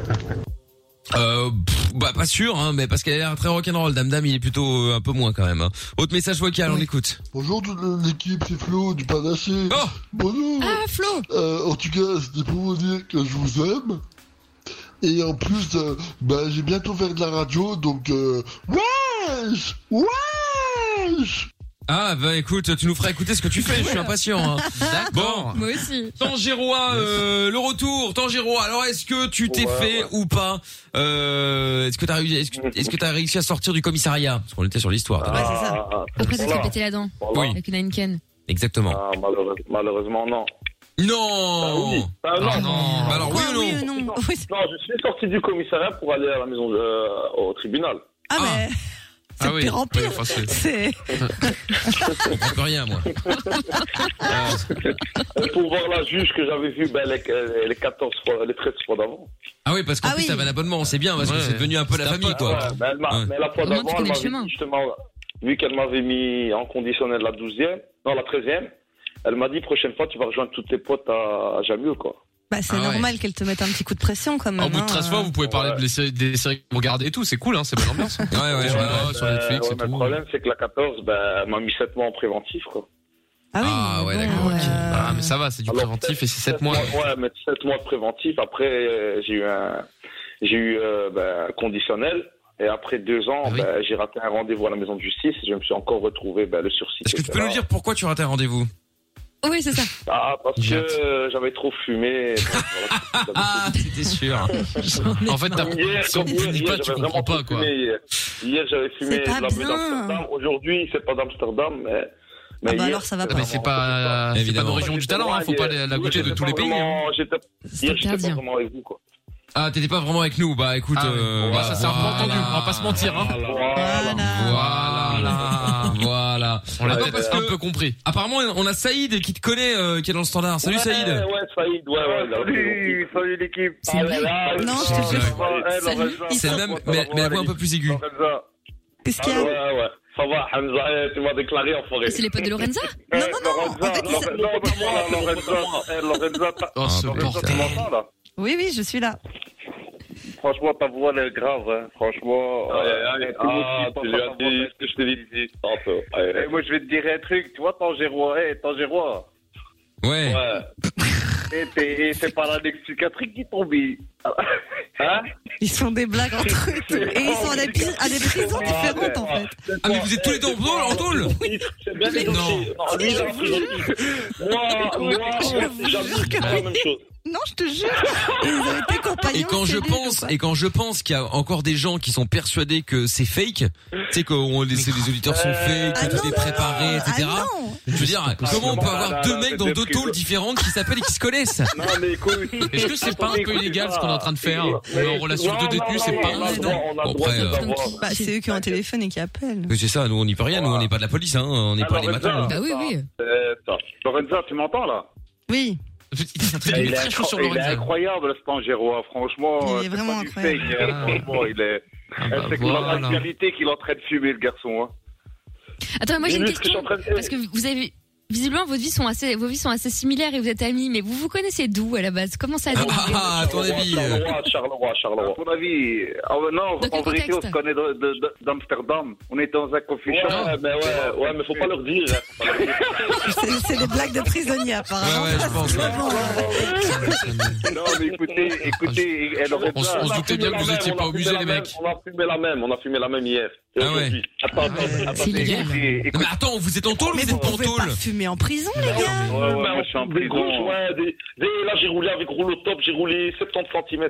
Euh, pff, bah pas sûr, hein, mais parce qu'elle a l'air très rock'n'roll. Dame Dame, il est plutôt euh, un peu moins quand même. hein. Autre message vocal, on écoute.
Bonjour toute l'équipe, c'est Flo du Panaché. Bonjour
Ah, Flo
Euh, En tout cas, c'était pour vous dire que je vous aime. Et en plus, euh, bah, j'ai bientôt faire de la radio, donc... Euh... Wesh Wesh
Ah bah écoute, tu nous feras écouter ce que tu fais, je suis impatient. Hein. Bon,
Moi aussi.
Tangirois, euh, le retour, Tangirois. Alors, est-ce que tu t'es
Ouais,
fait
ouais.
ou pas euh, Est-ce que t'as réussi, est-ce que, est-ce que t'as réussi à sortir du commissariat Parce qu'on était sur l'histoire.
Ouais, c'est ça.
Après, ça se fait péter la dent.
Oui.
Avec une Heineken.
Exactement.
Ah, malheureusement, malheureusement, non.
Non Bah
Ah, oui. Ah, non.
Alors, oui ou non
Non, je suis sorti du commissariat pour aller à la maison, euh, au tribunal.
Ah, mais. C'est
Ah
de pire en pire. c'est.
Je comprends rien, moi.
Euh, pour voir la juge que j'avais vue ben, les, euh, les 14 fois, les 13 fois d'avant.
Ah oui, parce qu'en plus, t'avais un abonnement, c'est bien, parce que
Ouais.
c'est devenu un peu la
C'est
famille,
sympa.
quoi.
Ouais, ben, elle m'a-
Ouais.
Mais la fois
Au moins, tu
d'avant,
connais
elle
le
m'avait
chemin.
dit justement, vu qu'elle m'avait mis en conditionnel la 12e, non, la 13e, elle m'a dit prochaine fois, tu vas rejoindre tous tes potes à, à Jamil, quoi.
Bah, c'est
Ah ouais.
normal qu'elle te mette un petit coup de pression euh. quand
Ah,
même.
Au bout de 13 fois, vous pouvez parler de les séries- des séries que vous regardez et tout, c'est cool, hein, c'est bonne ambiance. ouais,
ouais,
sur,
ouais,
la-
ouais.
sur Netflix
Euh, ouais,
et
mais le
tout.
problème, c'est que la 14, ben, elle m'a mis 7 mois en préventif, quoi.
Ah,
ouais, d'accord, ok. Ah, mais ça va, c'est du préventif et c'est 7 mois.
Ouais, mais 7 mois de préventif. Après, euh, j'ai eu un, j'ai eu euh, ben, un conditionnel. Et après deux ans, ben, j'ai raté un rendez-vous à la maison de justice. Et je me suis encore retrouvé ben, le sursis. Est-ce que
Tu peux nous dire pourquoi tu rates un rendez-vous
Oui, c'est ça.
Ah, parce que euh, j'avais trop fumé.
Ah, c'était sûr.
en fait, t'as- si on te dit pas, tu comprends pas, quoi.
Hier, Hier, j'avais fumé
C'est pas
de la beuh
bien.
d'Amsterdam. Aujourd'hui, c'est pas d'Amsterdam, mais.
Ah
mais
bah
hier,
euh,
Mais c'est pas, c'est pas d'origine du talent, hein, faut pas la la goûter de tous les pays. hein.
Hier, j'étais pas vraiment avec vous, quoi.
Ah, t'étais pas vraiment avec nous Bah, écoute...
Ah, ouais.
euh,
Bah, ça, c'est un peu
voilà.
entendu, on va pas se mentir, hein.
Voilà, voilà.
On l'a
Ah,
peut-être
parce
un
que-
peu compris.
Apparemment, on a Saïd qui te connaît, euh, qui est dans le standard. Salut
ouais,
Saïd.
Ouais, Saïd, ouais, ouais. Salut, salut l'équipe.
C'est
Ah
lui.
là là,
Non, je te
ça
jure.
va, eh,
Salut.
Lorenza,
C'est
ça
le
va,
même,
ça
mais-
va,
mais la voix un peu
Lorenza.
plus aiguë.
Lorenza.
Qu'est-ce
qu'il y a Ah Ouais, ouais. Ça va, Hamza, eh, tu m'as déclaré en forêt.
Mais c'est les potes de Lorenza
Eh, Lorenza, Lorenza, non, pas moi, là, Lorenza. Eh, Lorenza, t'as- Lorenza, tu m'entends, là
Oui, oui, je suis là.
Franchement, ta voix, elle est grave, hein. Franchement.
Oh, Ah, tu lui as dit
ce que je te dit
euh,
tantôt.
Eh,
Moi, je vais te dire un truc. Tu vois, Tangérois, eh, Tangérois.
Ouais.
Et t'es- et c'est par l'annexe psychiatrique qui tombe. Hein
Ils sont des blagues entre eux. tous. Et ils sont à des, pri- à des
Ah,
prisons différentes en fait.
Ah, mais vous êtes tous les deux en tôle, en tôle
bien les
Non.
Non, lui, il a pris Moi, moi,
Je vous jure que-
c'est la même chose.
Non, je te jure. Ils ont été compagnons.
Et quand je
c'est nul,
pense,
quoi.
et quand je pense qu'il y a encore des gens qui sont persuadés que c'est fake, tu sais que on- les, les auditeurs sont
Euh,
faits, que
ah
tout
non,
est
non,
préparé,
non,
etc.
ah
Je veux dire,
Ah,
comment on
non,
peut
non,
avoir
non,
deux
non,
mecs
c'est
dans
des
deux
prises.
tôles différentes qui s'appellent et qui se connaissent
Non, mais écoute.
Est-ce que c'est pas un peu illégal ce qu'on est en train de faire
Mais-
euh,
En relation de
Non,
détenus,
non,
c'est
non,
pas
on a le droit, on a le
Bon,
droit
après,
de
euh,
savoir.
Bah, c'est eux qui ont un téléphone et qui appellent.
Mais C'est ça, nous on n'y peut rien, nous on n'est
Ah,
pas de la police, hein, on n'est pas
Bah
Alors,
les matins.
Lorenza,
oui.
euh, attends. Lorenza, tu m'entends là
Oui.
C'est un truc
Il
il est
est
très chaud
incro-
sur
il est
l'oreille.
incroyable ce Pangérois, franchement.
Il est
euh, c'est
vraiment
pas du
incroyable.
fake,
Ah.
hein, franchement, il est. Elle sait que
voilà.
la qualité qu'il est en train de fumer, le garçon. hein.
Attends, mais moi j'ai une
Minute que je suis
question.
en train de-
Parce que vous avez. Visiblement, vos vies sont assez, vos vies sont assez similaires et vous êtes amis, mais vous vous connaissez d'où à la base Comment ça a débuté
Ah, à ton avis.
Charleroi, Charleroi, Charleroi. À ton avis, ah ouais, non,
Dans quel
en vérité, on
contexte
se connaît de- de- d'Amsterdam. On est dans un coffee shop. euh,
Ouais, mais ouais, ouais, mais faut pas leur dire. hein, faut pas leur dire.
C'est c'est des blagues de prisonniers, apparemment.
Ah,
ouais, je pense.
Ah,
non, mais écoutez, écoutez, elle aurait
On s- on se doutait bien que vous étiez pas au musée, les
mecs.
On a fumé la même, on a fumé la même hier.
Ah ouais.
Attends, attends, attends.
Non, mais attends, vous êtes en tôle ou vous êtes pas en tôle
Fumer en prison, les gars.
Ouais, ouais, moi, je suis en
prison.
des, des- là, j'ai roulé avec rouleau top, j'ai roulé 70 cm.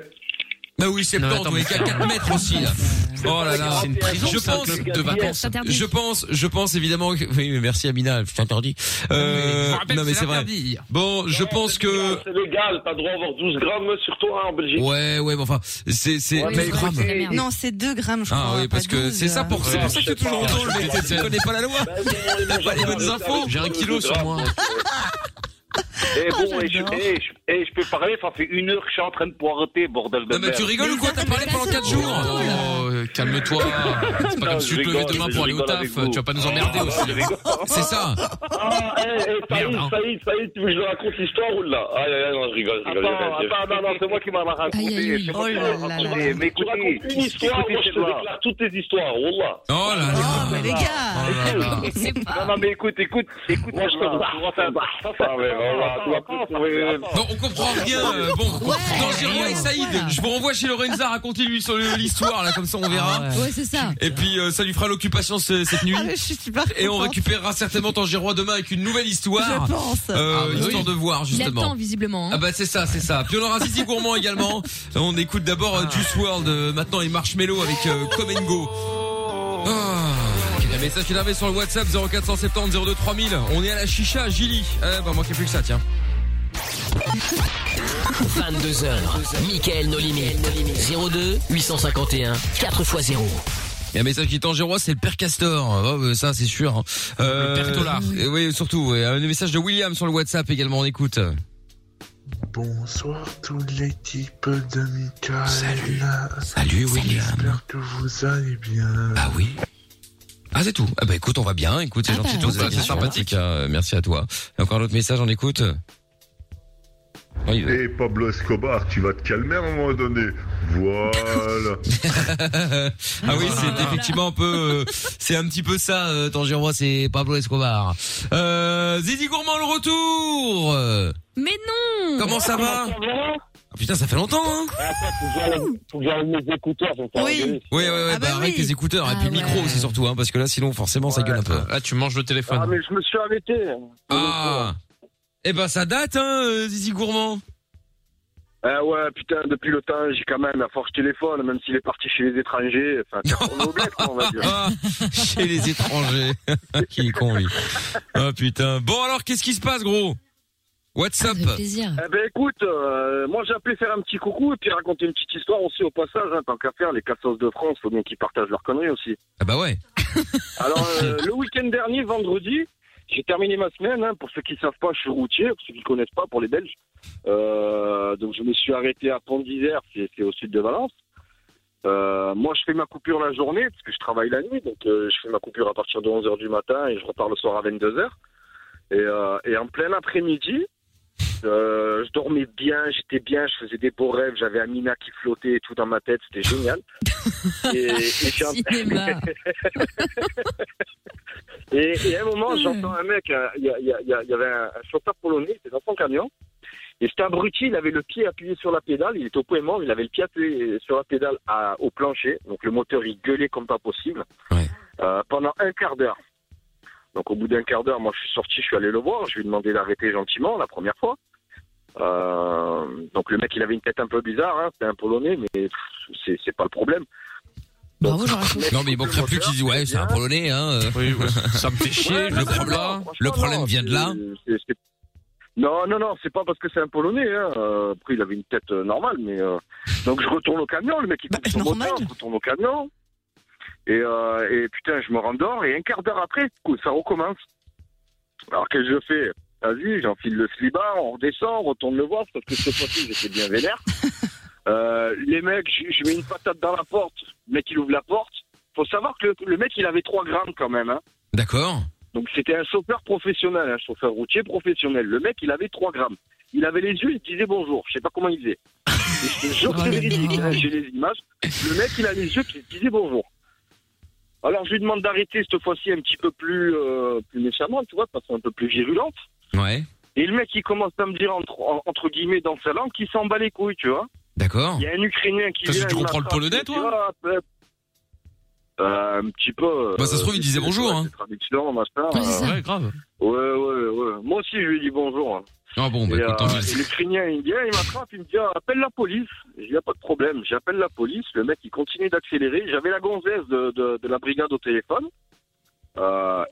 Bah oui, c'est
Non,
le
attends,
temps,
mais
il y a
ça-
4 mètres aussi là. Oh là là,
C'est une prison,
je
ça, un
pense
club de vacances. Interdit.
Je pense, je pense évidemment. Que... Oui, mais merci Amina, je t'interdis. Euh,
rappelle
non
que
mais
c'est
c'est vrai.
interdit.
Bon, je pense que.
C'est légal, t'as droit à avoir 12 grammes sur toi hein, en Belgique.
Ouais, ouais, mais enfin, c'est c'est.
Ouais,
mais
mais
grave.
c'est- Merde.
Non, c'est 2 grammes, je crois.
Ah oui, parce que c'est ça pour c'est pour ça que t'es toujours en tôle, mais tu- tu connais pas la loi.
Bah,
T'as pas les bonnes infos.
J'ai un kilo sur moi.
Eh bon, eh, je, eh, je- eh, je peux parler, ça fait une heure que je suis en train de poireauter, bordel de
Non mais tu rigoles ou quoi T'as parlé pendant 4 jours
Oh, euh, calme-toi. C'est pas
Non,
comme si
je
tu te levais
rigole,
demain
je
pour aller au
rigole
taf.
avec
Tu
vous.
vas pas nous emmerder
Ah,
aussi.
je rigole.
C'est ça. hein.
Ah, eh, eh, Saïd, Saïd, Saïd, tu veux que je leur raconte l'histoire ou là
Ah,
Aïe, aïe, aïe, non, je rigole, je rigole.
Attends, attends, non, non, c'est moi qui m'en ai raconté. c'est moi qui m'en ai raconté. Eh, Mais
Tu
écoutez,
racontes une histoire,
écoutez,
moi, je te
c'est là.
déclare toutes tes histoires, Wallah.
Oh là
là. mais les
gars. Non, non, mais écoute, écoute, écoute, moi, je te Ah ouais, voilà, tu vas plus trouver-
Non, on comprend rien. euh, bon, dans Giroud et Saïd, je vous renvoie chez Lorenza, racontez-lui sur le- l'histoire, là, comme ça on verra.
Ah Ouais, c'est ça.
Et puis euh, ça lui fera l'occupation ce- cette nuit.
Je suis super
Et on
contente.
récupérera certainement Tangirois demain avec une nouvelle histoire.
Je pense.
Euh,
Ah, bah
histoire
oui.
de voir
Il attend
justement.
visiblement. hein.
Ah bah c'est ça, c'est ça. Puis on aura Zizi Gourmand également. On écoute d'abord euh, Juice World euh, maintenant et Marshmello avec euh, Come and Go. Ah. Il y a un message qui est arrivé sur le WhatsApp 0470 02 3000. On est à la chicha, Gilly. Eh bah manquez plus que ça, tiens.
22h, Mickaël nos limites. 02 851 4x0.
Il y a un message qui est en gérois, c'est le père Castor. Oh, euh, ça, c'est sûr. hein. Euh,
Le père Tolard.
euh, Oui, surtout. ouais. Un message de William sur le WhatsApp également, on écoute.
Bonsoir toute l'équipe de Mika. Salut.
Salut William.
Que vous allez bien.
Ah oui. Ah, c'est tout. Ah bah écoute, on va bien. Écoute, c'est
Ah,
gentil
bah,
de
on
vous
va
inviter,
bien.
en tout cas. Euh, Merci à toi. Et encore un autre message, on écoute.
Eh Pablo Escobar, tu vas te calmer à un moment donné. Voilà.
Ah oui, c'est effectivement un peu, euh, c'est un petit peu ça, euh, Tangirois, c'est Pablo Escobar. Euh, Zizi Gourmand, le retour Euh,
Mais non
Comment ça va ah, Putain, ça fait longtemps, hein
Faut que j'enlève mes écouteurs, donc ça va
Oui, oui, oui, bah, arrête les écouteurs et puis le micro aussi surtout, hein, parce que là sinon forcément ça gueule un peu.
Là, tu manges le
Ah,
téléphone.
mais je me suis arrêté.
Ah Eh ben ça date, hein, euh, Zizi Gourmand
Ah ouais, putain, depuis le temps, j'ai quand même, à force téléphone, même s'il est parti chez les étrangers, enfin, t'as tourné au bled, quoi, on va dire.
Ah, Chez les étrangers. Qui est con, lui. Ah putain. Bon alors, qu'est-ce qui se passe, gros What's up
Eh ben écoute, euh, moi j'ai appelé faire un petit coucou et puis raconter une petite histoire aussi au passage, hein, tant qu'à faire, les cassos de France, faut bien qu'ils partagent leurs conneries aussi.
Ah bah ouais.
Alors euh, le week-end dernier, vendredi, j'ai terminé ma semaine, hein, pour ceux qui savent pas, je suis routier, pour ceux qui connaissent pas, pour les Belges. Euh, donc je me suis arrêté à Pont d'Isère, c'est c'est au sud de Valence. Euh, moi je fais ma coupure la journée, parce que je travaille la nuit, donc euh, je fais ma coupure à partir de 11h du matin et je repars le soir à 22h. Et, euh, et en plein après-midi, euh, je dormais bien, j'étais bien, je faisais des beaux rêves, j'avais Amina qui flottait et tout dans ma tête, c'était génial. et, et puis en- et, et à un moment, j'entends un mec, euh, il y, a- il y a- il y a- il y avait un, un chauffeur polonais, il était dans son camion, et c'était abruti, il avait le pied appuyé sur la pédale, il était au point mort, il avait le pied appuyé sur la pédale à- au plancher, donc le moteur il gueulait comme pas possible, euh, pendant un quart d'heure. Donc au bout d'un quart d'heure, moi je suis sorti, je suis allé le voir, je lui ai demandé d'arrêter gentiment la première fois. Euh, donc le mec il avait une tête un peu bizarre, hein, c'était un polonais, mais pff, c'est c'est pas le problème.
Non mais il manquerait plus qu'ils disent ouais c'est un polonais hein.
Oui, ça me fait
chier, je
le
sais pas,
problème,
franchement,
le problème vient de là.
C'est- c'est- Non, non, non, c'est pas parce que c'est un Polonais. Hein. Euh, Après, il avait une tête euh, normale, mais euh, donc je retourne au camion, le mec il coupe son moteur, je retourne au camion, et, euh, et putain, je me rendors et un quart d'heure après, coup, ça recommence. Alors qu'est-ce que je fais t'as vu, j'enfile le slibard, on redescend, on retourne le voir, parce que cette fois-ci, j'étais bien vénère. Euh, les mecs, je, je mets une patate dans la porte, le mec, il ouvre la porte. Faut savoir que le, le mec, il avait 3 grammes quand même. Hein.
D'accord.
Donc c'était un chauffeur professionnel, un chauffeur routier professionnel. Le mec, il avait 3 grammes. Il avait les yeux, il disait bonjour. Je sais pas comment il faisait. Et je te jure que c'est véridique, hein, j'ai les images. Le mec, il a les yeux, qui disait bonjour. Alors je lui demande d'arrêter cette fois-ci un petit peu plus, euh, plus méchamment, tu vois, de façon un peu plus virulente.
Ouais.
Et le mec, il commence à me dire entre, en- entre guillemets dans sa langue qu'il s'en bat les couilles, tu vois.
D'accord.
Il y a un Ukrainien qui
Parce que
vient.
tu
il
comprends le
m'attrape,
polonais,
tu vois, euh, euh, un petit peu.
Bah, ça se trouve, il disait bonjour, hein.
Traduction, machin.
Ouais, c'est ça. Ouais,
grave. Ouais, ouais, ouais. Moi aussi, je lui dis bonjour. hein.
Ah bon, bah
Et,
écoute, tant
euh,
mieux.
L'Ukrainien, il vient, il m'attrape, il me dit ah, appelle la police. Il n'y a pas de problème. J'appelle la police. Le mec, il continue d'accélérer. J'avais la gonzesse de, de, de la brigade au téléphone. Euh,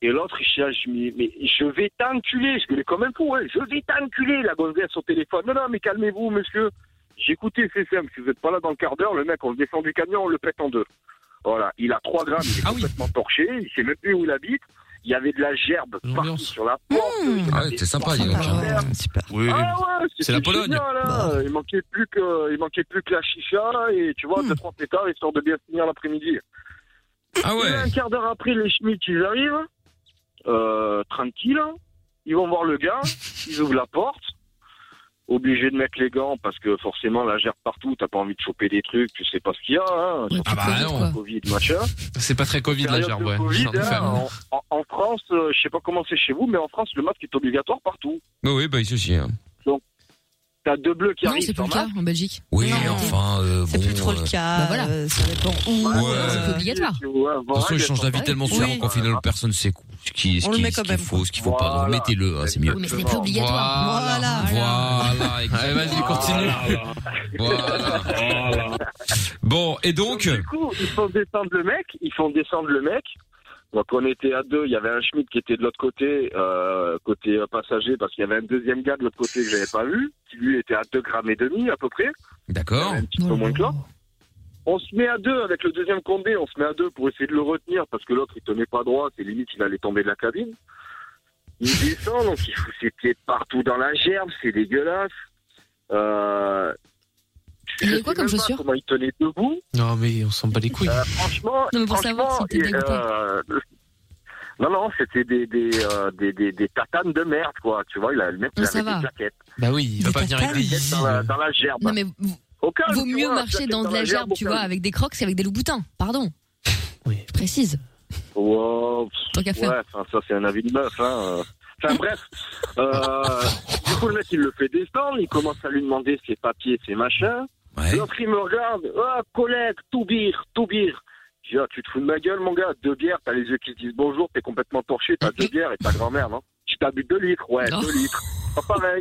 et l'autre, il cherche, je me dis, mais je vais t'enculer. Je l'ai quand même pour hein. Je vais t'enculer, la gonzesse au téléphone. Non, non, mais calmez-vous, monsieur. J'écoutais, c'est simple. Si vous n'êtes pas là dans le quart d'heure, le mec, on le descend du camion, on le pète en deux. Voilà, il a 3 grammes,
Ah
il est complètement torché, il sait même plus où il habite. Il y avait de la gerbe partout sur la porte.
Ah ouais, t'es sympa, il Super. Oui,
Ah ouais,
c'est la
c'était
Pologne.
génial, hein. Il manquait plus que, il manquait plus que la chicha et tu
Hmm.
vois, deux trois pétards histoire de bien finir l'après-midi.
Ah ouais.
Un quart d'heure après, les schmitts ils arrivent, euh, tranquilles. Ils vont voir le gars, ils ouvrent la porte. Obligé de mettre les gants parce que forcément la gerbe partout, t'as pas envie de choper des trucs, tu sais pas ce qu'il y a. Hein,
Ah bah non.
Covid, machin.
C'est pas très Covid la
Période
gerbe,
de
ouais.
Covid,
C'est un
hein,
enfer.
en, en- en France, euh, je sais pas comment c'est chez vous, mais en France le masque est obligatoire partout.
Bah oui, bah ici aussi. Hein.
T'as deux bleus qui
Non,
arrivent.
c'est plus
par
le cas en Belgique.
Oui, enfin, euh,
C'est plus trop le cas. Bah voilà.
Ça dépend où.
Ouais.
C'est obligatoire.
De toute façon, ils changent d'avis tellement souvent qu'en final, personne ne sait cou- ce qui est, ce
On le
qui
met
est, ce
quand
qui est
même.
faux, ce qu'il faut pas. Donc mettez-le, hein, c'est mieux.
Oui, mais ce n'est plus obligatoire.
Voilà. Voilà. Allez, vas-y, continue. Voilà. Bon, et donc
Du coup, ils font descendre le mec, ils font descendre le mec. Donc on était à deux, il y avait un Schmidt qui était de l'autre côté, euh, côté euh, passager, parce qu'il y avait un deuxième gars de l'autre côté que j'avais pas vu, qui lui était à 2 grammes et demi à peu près.
D'accord.
Un petit peu moins que l'autre. On se met à deux avec le deuxième condé, on se met à deux pour essayer de le retenir, parce que l'autre il tenait pas droit, c'est limite il allait tomber de la cabine. Il descend, donc il fout ses pieds partout dans la gerbe, c'est dégueulasse. Euh,
Il
je
avait quoi
sais
comme
même pas
chaussures
Comment il tenait debout
Non, mais on s'en bat les couilles.
euh, franchement,
Non, mais pour
franchement,
savoir si t'es
et, euh, non, non, c'était des, des, euh, des, des, des tatanes de merde, quoi. Tu vois, il a, le mec, il
Non, ça
avait
va.
des plaquettes.
Bah oui, il va pas venir avec des
Plaquettes dans la, dans la gerbe.
Non, mais vous-
Au calme,
vaut
tu
mieux
vois,
marcher
plaquettes
dans de la gerbe, tu
au
vois,
calme.
avec des crocs qu'avec des loups-boutins. Pardon. Je précise.
Wow, pff,
Tant qu'à faire.
Ouais, enfin, ça, c'est un avis de meuf, hein. euh. Enfin, bref. Euh, du coup, le mec, il le fait descendre, il commence à lui demander ses papiers, ses machins. L'autre, il me regarde. Ah, collègue, tout bir, tout bir. Je dis, ah, tu te fous de ma gueule, mon gars. Deux bières, t'as les yeux qui se disent bonjour, t'es complètement torché, t'as deux bières et ta grand-mère, non? Tu t'as bu deux litres, ouais,
Non.
deux litres. Pas pareil.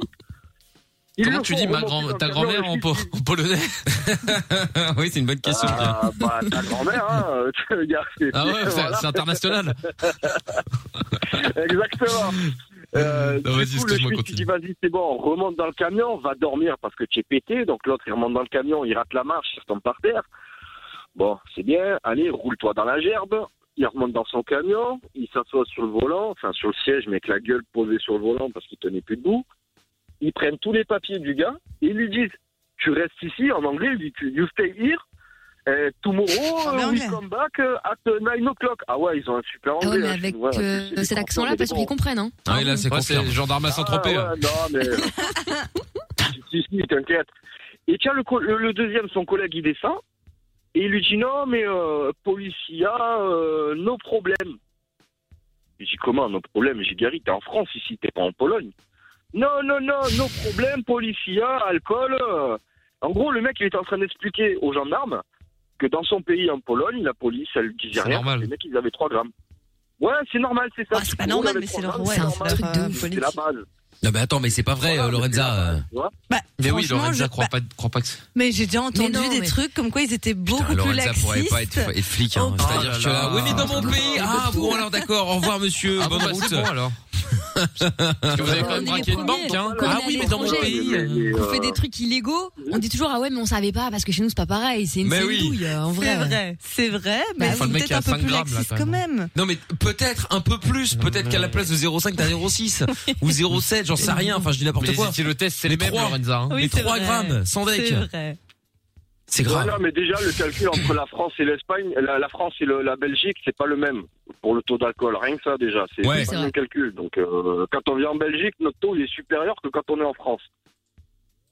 Ils
Comment
le
tu
font
dis ma
remonter
grand-
dans le
ta
camion,
grand-mère
le
en, po- en polonais
Oui, c'est une bonne question.
Ah, bah, ta grand-mère, hein, euh, il y a-
Ah ouais, c'est-
voilà.
c'est international.
Exactement. Euh,
Non,
du
vas-y,
coup, le
excuse-moi,
flic, il dit vas-y, c'est bon, on remonte dans le camion, va dormir parce que tu es pété. Donc l'autre, il remonte dans le camion, il rate la marche, il retombe par terre. Bon, c'est bien, allez, roule-toi dans la gerbe. Il remonte dans son camion, il s'assoit sur le volant, enfin sur le siège, mais avec la gueule posée sur le volant parce qu'il tenait plus debout. Ils prennent tous les papiers du gars et ils lui disent Tu restes ici, en anglais, il dit You stay here. Et tomorrow,
Ah, En
we
anglais.
come back euh, at 9 o'clock. Ah ouais, ils ont un super
Ah
anglais.
ouais, mais
hein,
avec
chinois, en plus,
euh,
c'est des
cet
Français,
accent-là,
mais
pas sûr
bon.
qu'ils comprennent, hein.
Ah, et là, c'est
Ouais, c'est
confirmé.
gendarme à Saint-Tropez, hein.
Ah, ouais, Non, mais. si, si, t'inquiète. Et tiens, le, co- le, le deuxième, son collègue, il descend. Et il lui dit non, mais euh, policia, euh, nos problèmes. Il dit comment, nos problèmes J'ai dit Gary, t'es en France ici, t'es pas en Pologne. Non, non, non, nos problèmes, policia, alcool. euh. En gros, le mec, il était en train d'expliquer aux gendarmes que dans son pays, en Pologne, la police, elle disait rien. parce que Les mecs, ils avaient 3 grammes. Ouais, c'est normal, c'est ça. c'est pas
normal, mais Ah, c'est leur- euh, ouais, c'est un truc de ouf.
C'est la base.
Non, mais Ah, attends, mais c'est pas vrai, euh, Lorenza. euh.
Mais oui,
Bah, franchement,
Lorenza,
je- bah,
crois,
bah-
pas, crois pas que. c'est-
Mais j'ai déjà entendu
non,
des
mais-
trucs comme quoi ils étaient beaucoup plus
Lorenza
laxistes.
pourrait pas être, être flic. Hein.
Oh,
C'est-à-dire
là
bah.
que là,
là.
oui, mais dans mon
Non,
pays.
non,
Ah
non,
bon,
non.
alors d'accord. Au revoir, monsieur.
Ah bon,
Bonne
bah,
route.
c'est bon, alors. Parce que vous avez quand même braqué une banque, hein.
Quand
Ah
on est
oui,
à
mais dans mon
l'étranger,
pays.
On fait des
Hein.
trucs illégaux. On dit toujours ah ouais mais on savait pas parce que chez nous c'est pas pareil. C'est une
Mais
c'est une
oui.
douille euh, en vrai. Bah
C'est vrai, c'est vrai, mais
Enfin,
vous
le mec
êtes
qui a
un peu
5
plus
grammes, là,
laxiste
quand
quand même.
Non mais peut-être un peu plus, peut-être qu'à la place de 0,5 t'as 0,6 ou 0,7, j'en sais rien. Enfin, je dis n'importe
Mais
quoi.
les éthylotestes, c'est les mêmes,
trois-
Lorenza, hein.
Les
Oui, c'est
3
vrai.
grammes, sans deck.
C'est
vrai.
C'est grave.
Ouais, non, mais déjà, le calcul entre la France et l'Espagne, la, la France et le- la Belgique, c'est pas le même pour le taux d'alcool. Rien que ça, déjà. C'est
Ouais. C'est
c'est pas le
vrai.
même calcul. Donc, euh, quand on vient en Belgique, notre taux il est supérieur que quand on est en France.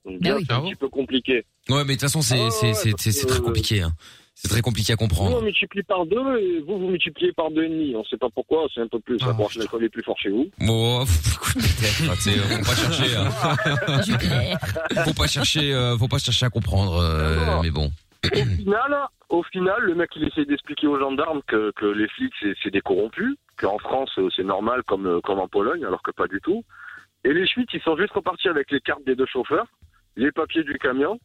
Donc,
Bah
déjà,
oui.
c'est un petit peu compliqué.
Ouais, mais de toute façon,
Ah
c'est
bah,
c'est c'est c'est- c'est
euh,
très compliqué. hein. C'est très compliqué à
Nous,
comprendre.
on multiplie par deux et vous, vous multipliez par deux et demi. On sait pas pourquoi, c'est un peu plus. Ah, bon, l'alcool est plus fort chez vous.
Bon, pff, écoute, peut-être, tu sais, faut pas chercher. hein. faut pas chercher, euh, faut pas chercher à comprendre. euh, mais bon.
au final, au final, le mec il essaie d'expliquer aux gendarmes que, que les flics c'est, c'est des corrompus, qu'en France euh, c'est normal comme euh, comme en Pologne, alors que pas du tout. Et les Schmitt ils sont juste repartis avec les cartes des deux chauffeurs, les papiers du camion,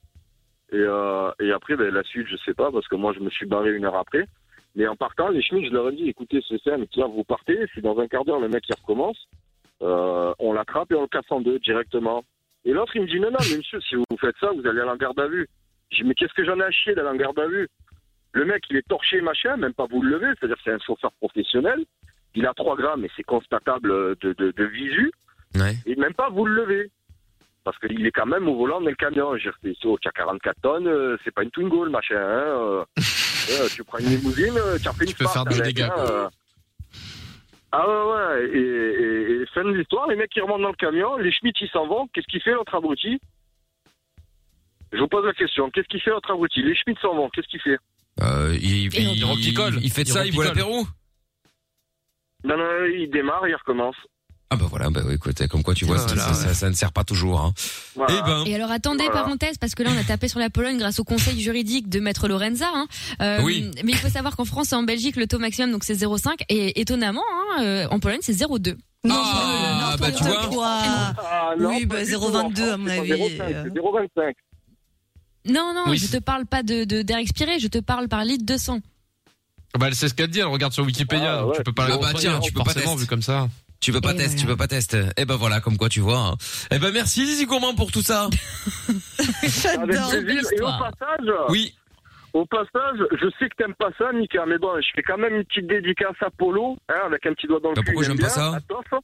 et, euh, et après ben, la suite je sais pas parce que moi je me suis barré une heure après. Mais en partant, les Schmitt je leur ai dit écoutez c'est simple, tiens vous partez, je suis dans un quart d'heure le mec il recommence, euh, on l'attrape et on le casse en deux directement. Et l'autre il me dit non non mais monsieur si vous faites ça vous allez à la garde à vue. Je dis, mais qu'est-ce que j'en ai à chier d'aller en garde à vue Le mec, il est torché, machin, même pas vous le lever, c'est-à-dire que c'est un chauffeur professionnel. Il a 3 grammes et c'est constatable euh, de, de, de visu. Et même pas vous le lever. Parce qu'il est quand même au volant dans le camion. Je dis, c'est au 44 tonnes, euh, c'est pas une Twingo, le machin. hein, euh. Euh, tu prends une limousine, euh, tu as fait une
peux
Smart
faire des
avec,
dégâts,
hein,
quoi.
euh. Ah ouais, ouais. Et, et, et fin de l'histoire, les mecs, ils remontent dans le camion, les Schmitt, ils s'en vont. Qu'est-ce qu'il fait, l'autre abruti je vous pose la question. Qu'est-ce qu'il fait notre abruti Les Schmitt s'en vont. Qu'est-ce qu'il fait
Euh, il,
Et on-
il, il, fait de
Il
ça, il voit
repicole.
l'apéro.
Non, non, il démarre, il recommence.
Ah bah voilà, bah oui, écoute, comme quoi tu vois, ça- ça, ça- ça ne sert pas toujours. Hein. Eh ben.
Et alors attendez
Voilà.
parenthèse parce que là on a tapé sur la Pologne grâce au conseil juridique de maître Lorenza. hein. Euh,
Oui.
Mais il faut savoir qu'en France et en Belgique le taux maximum donc c'est 0,5 et étonnamment hein, euh, en Pologne c'est 0,2.
Ah, bah tu vois.
Ah,
oui, bah, 0,22 à mon avis. euh,
0,25.
Non non,
Oui.
je te parle pas de de- d'air expiré, je te parle par litre 200.
Ah Bah, elle sait ce qu'elle dit, elle regarde sur Wikipédia, donc tu peux pas la
Ah bah tiens,
contredire,
tu peux pas
forcément,
test.
vu comme ça.
Tu peux pas
Et
tester,
voilà.
tu peux pas tester. Eh ben voilà, comme quoi tu vois. hein. Eh ben merci Zizi Gourmand pour tout ça.
Avec plaisir. Et au passage,
Oui.
Au passage, je sais que t'aimes pas ça, Mika, mais bon, je fais quand même une petite dédicace à Polo, hein, avec un petit doigt dans le cul.
Ah, pourquoi
il aime
j'aime pas
bien,
ça
à Toff.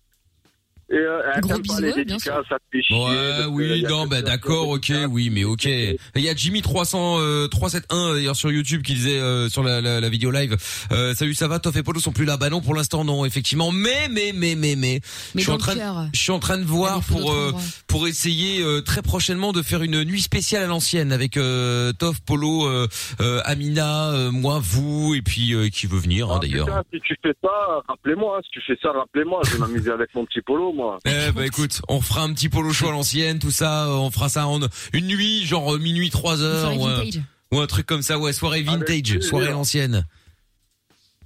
Et euh, elle t'aime pas les dédicaces, ça te fait chier.
Ouais,
euh,
oui, non, bah d'accord, ok, oui, mais ok. Il y a Jimmy 300 euh, 371 d'ailleurs sur YouTube qui disait euh, sur la, la, la vidéo live. Euh, Salut, ça va Toff et Polo sont plus là. Bah non, pour l'instant non, effectivement. Mais mais mais mais mais.
Mais
je suis
dans
en
le
train,
cœur.
je suis en train de voir pour
d'autres
euh,
endroits.
pour essayer euh, très prochainement de faire une nuit spéciale à l'ancienne avec euh, Toff, Polo, euh, euh, Amina, euh, moi, vous et puis euh, qui veut venir hein, d'ailleurs.
Putain, si tu fais ça, rappelez-moi. hein, Si tu fais ça, rappelez-moi. Je vais m'amuser avec mon petit Polo, moi.
Eh bah écoute, on fera un petit polo show à l'ancienne, tout ça, euh, on fera ça en une nuit, genre euh, minuit, 3 heures,
soirée
ou un,
vintage.
ou un truc comme ça, ouais, soirée vintage,
plaisir.
soirée à l'ancienne.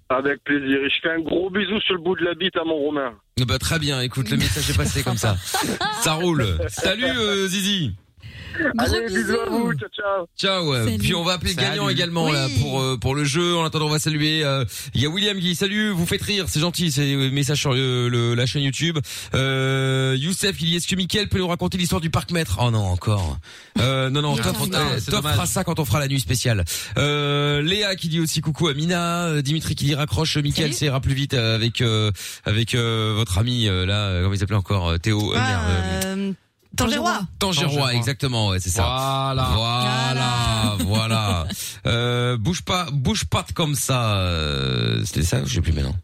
Avec plaisir. Et je fais un gros bisou sur le bout de la bite à mon Romain.
Eh Bah très bien, écoute, le message est passé comme ça. Ça roule. Salut euh, Zizi.
Allez, bisous à vous. Ciao, ciao.
Ciao. ouais. Puis on va appeler le gagnant
Salut.
également
Oui.
là pour euh, pour le jeu. En attendant, on va saluer. euh, Il y a William qui dit, salut, vous faites rire, c'est gentil. C'est euh, message sur le, le- la chaîne YouTube. Euh, Youssef qui dit est-ce que Mickaël peut nous raconter l'histoire du parc maître Oh non encore. Euh, non non,
Mais
Toff
attends,
euh,
mais- c'est
Toff
dommage.
fera ça quand on fera la nuit spéciale. Euh, Léa qui dit aussi coucou à Mina. Euh, Dimitri qui dit raccroche. Mickaël ça ira plus vite euh, avec euh, avec euh, votre ami euh, là. euh, Comment il s'appelait encore euh, Théo. euh, merde, euh,
euh, Tangérois.
Tangérois, exactement, ouais, c'est ça. Voilà. Voilà, voilà. Euh, bouge pas, bouge pas de comme ça. euh, C'était ça, je sais plus maintenant.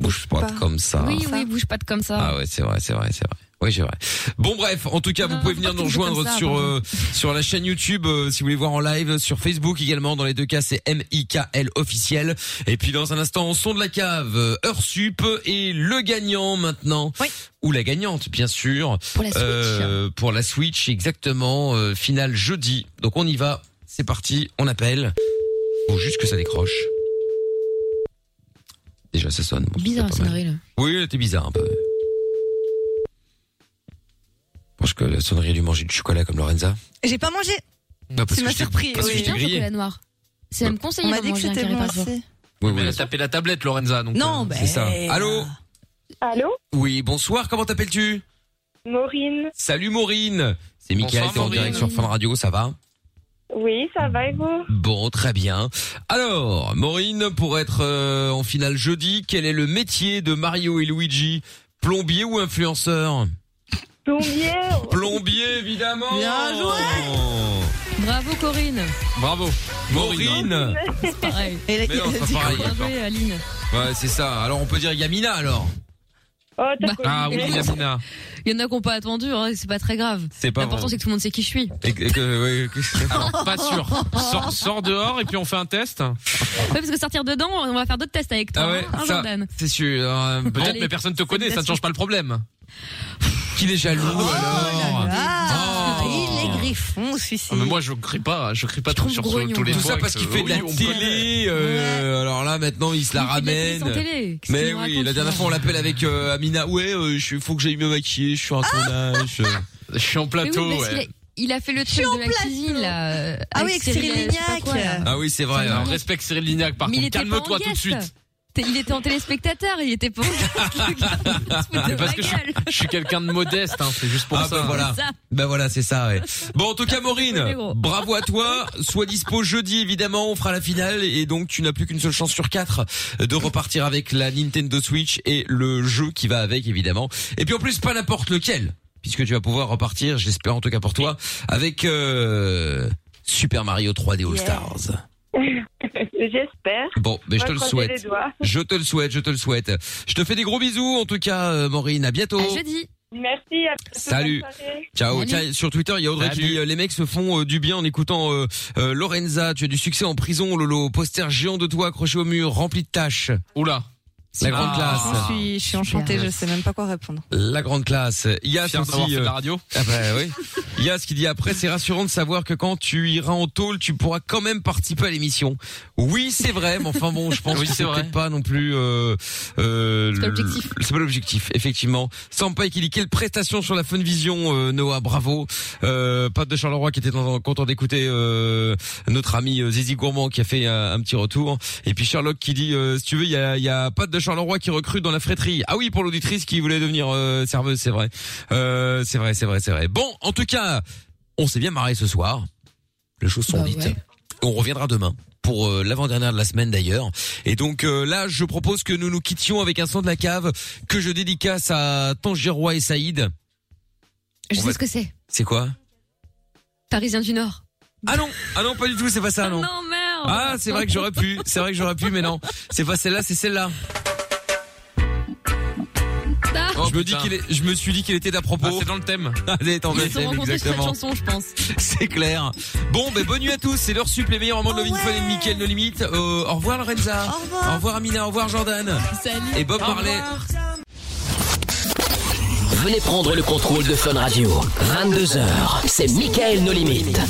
Bouge pas de comme ça.
Oui oui, bouge pas de comme ça.
Ah ouais, c'est vrai, c'est vrai, c'est vrai. Oui, c'est vrai. Bon bref, en tout cas, vous pouvez venir nous rejoindre
comme ça,
sur
pardon.
euh, sur la chaîne YouTube euh, si vous voulez voir en live, sur Facebook également. Dans les deux cas, c'est M I K L officiel. Et puis dans un instant, son de la cave, euh, heure sup et le gagnant maintenant ou la gagnante bien sûr Euh,
Pour la Switch.
pour la Switch exactement euh, finale jeudi. Donc on y va, c'est parti, on appelle. Faut juste que ça décroche. Déjà ça sonne. Bon,
Bizarre la sonnerie là.
oui, elle était bizarre un peu. Je pense que la sonnerie a dû manger du chocolat comme Lorenza.
J'ai pas mangé.
Bah,
tu
parce que
m'as
je t'ai-
surpris.
parce que je t'ai
oui.
grillé.
Chocolat noir. C'est elle me conseiller
On m'a dit que c'était bon aussi.
euh,
Oui, mais elle a tapé la tablette, Lorenza, donc.
Non, bah,
C'est ça. Allô?
Allô
Oui, bonsoir, comment t'appelles-tu
Maureen
Salut Maureen C'est Mickaël
Bonsoir,
qui est en direct sur
Maureen.
Fun Radio, ça va
Oui, ça va et vous
Bon, très bien. Alors, Maureen, pour être euh, en finale jeudi, quel est le métier de Mario et Luigi Plombier ou influenceur
Plombier
Plombier, évidemment Oh.
Bien Bravo Corinne.
Bravo Maureen
C'est pareil.
Mais non, c'est pas pareil,
Bien joué Aline.
Oh,
Ouais, c'est ça. Alors, on peut dire Yamina, alors
Bah,
Ah oui, Yamina.
Il y en a qui n'ont pas attendu, hein, c'est pas très grave.
C'est pas
L'important
vrai.
c'est que tout le monde sait qui je suis.
Et que- que- ouais, que-
Alors, pas sûr. Sors, sors dehors et puis on fait un test.
Ouais, parce que sortir dedans, on va faire d'autres tests avec toi,
Ah ouais,
hein, hein,
ça-
Jordan.
C'est sûr. euh,
Peut-être,
Allez,
mais personne te connaît, ça ne change pas le problème.
Qu'il est jaloux
Oh,
alors.
Ah,
Oh.
Il est griffon, celui-ci.
Ah, mais moi, je crie
hein.
pas, je crie pas trop sur
grognon,
tous les
quoi. Tout
fois
ça parce qu'il fait de la télé. oh, euh, Alors là, maintenant, il se la
télé
ramène.
sans télé. Qu'est-ce
Mais
qu'il nous
oui,
raconte,
la dernière
ce
fois, on l'appelle avec euh, Amina. Ouais, euh, je suis- faut que j'aille me maquiller. Je suis en tournage. Je suis en
Mais oui, parce qu'il a- Il a fait le truc de la cuisine là. euh,
Ah oui, avec Cyril
euh, je sais pas quoi, là.
Ah oui, c'est vrai.
Alors, respecte Cyril Lignac, par
Mais il
contre.
était pas en
Calme-toi tout de
guest.
suite.
T'es- Il était en téléspectateur, il était pas en
Mais parce que je, suis- je suis quelqu'un de modeste, hein, c'est juste pour
Ah,
ça. Ah,
ben voilà. Ben voilà, c'est ça, ouais. Bon, en tout cas, Maureen,
C'est gros.
bravo à toi. Sois dispo jeudi, évidemment. On fera la finale et donc tu n'as plus qu'une seule chance sur quatre de repartir avec la Nintendo Switch et le jeu qui va avec, évidemment. Et puis en plus, pas n'importe lequel, puisque tu vas pouvoir repartir, j'espère en tout cas pour toi, avec euh, Super Mario 3D All
Yeah.
Stars.
J'espère.
Bon, mais je
On va
te le
croiser
souhaite.
les doigts.
Je te le souhaite, je te le souhaite. Je te fais des gros bisous, en tout cas, euh, Maureen. À bientôt.
Merci. À bientôt,
Salut.
bonne soirée.
Ciao. Tiens, sur Twitter, il y a Audrey qui
Salut.
dit euh, les mecs se font euh, du bien en écoutant euh, euh, Lorenza. Tu as du succès en prison, Lolo. Poster géant de toi accroché au mur, rempli de tâches. Oula. La grande
Ah.
classe.
Ah, Je suis, je suis enchantée, je sais même pas quoi répondre.
La grande classe. Yas
Fier d'avoir
aussi.
fait de la radio.
Ah bah oui. Yas qui dit après, c'est rassurant de savoir que quand tu iras en tôle, tu pourras quand même participer à l'émission. Oui, c'est vrai, mais enfin bon, je pense
Oui,
que
c'est
c'est
vrai.
peut-être pas non plus. Euh, euh,
C'est pas
le-
l'objectif.
C'est pas l'objectif, effectivement. Sampai qui dit quelle prestation sur la Fun Vision, euh, Noah, bravo. Euh, Pat de Charleroi qui était en- content d'écouter euh, notre ami euh, Zizi Gourmand qui a fait un, un petit retour. Et puis Sherlock qui dit, euh, si tu veux, il y a, il y a Pat de Charleroi qui recrute dans la fréterie. Ah oui, pour l'auditrice qui voulait devenir euh, serveuse, c'est vrai. Euh, c'est vrai, c'est vrai, c'est vrai. Bon, en tout cas, on s'est bien marré ce soir. Les choses
Bah
sont dites. On reviendra demain pour euh, l'avant-dernière de la semaine d'ailleurs. Et donc euh, là, je propose que nous nous quittions avec un son de la cave que je dédicace à Tangirois et Saïd.
Je
On
sais
va-
ce que c'est.
C'est quoi
Parisien du Nord.
Ah non, ah non, pas du tout, c'est pas ça non.
Non merde.
Ah, c'est vrai que j'aurais pu, c'est vrai que j'aurais pu, mais non, c'est pas celle-là, c'est celle-là.
Ah.
je me dis qu'il est- je me suis dit qu'il était d'à propos. Oh, Bah, c'est dans le thème. Allez, dans le
Ils se sont
thème,
rencontrés sur cette
exactement.
chanson, je pense.
C'est clair. Bon, ben bonne nuit à tous. C'est l'heure sup, les meilleurs moments de Loving Fun et de Mickaël No Limite. Euh, au revoir Lorenza. Ah Au revoir. Amina. Au revoir Jordan.
Salut.
Et Bob
Au
Marley.
Venez prendre le contrôle de Fun Radio. 22h, c'est Michael No Limite.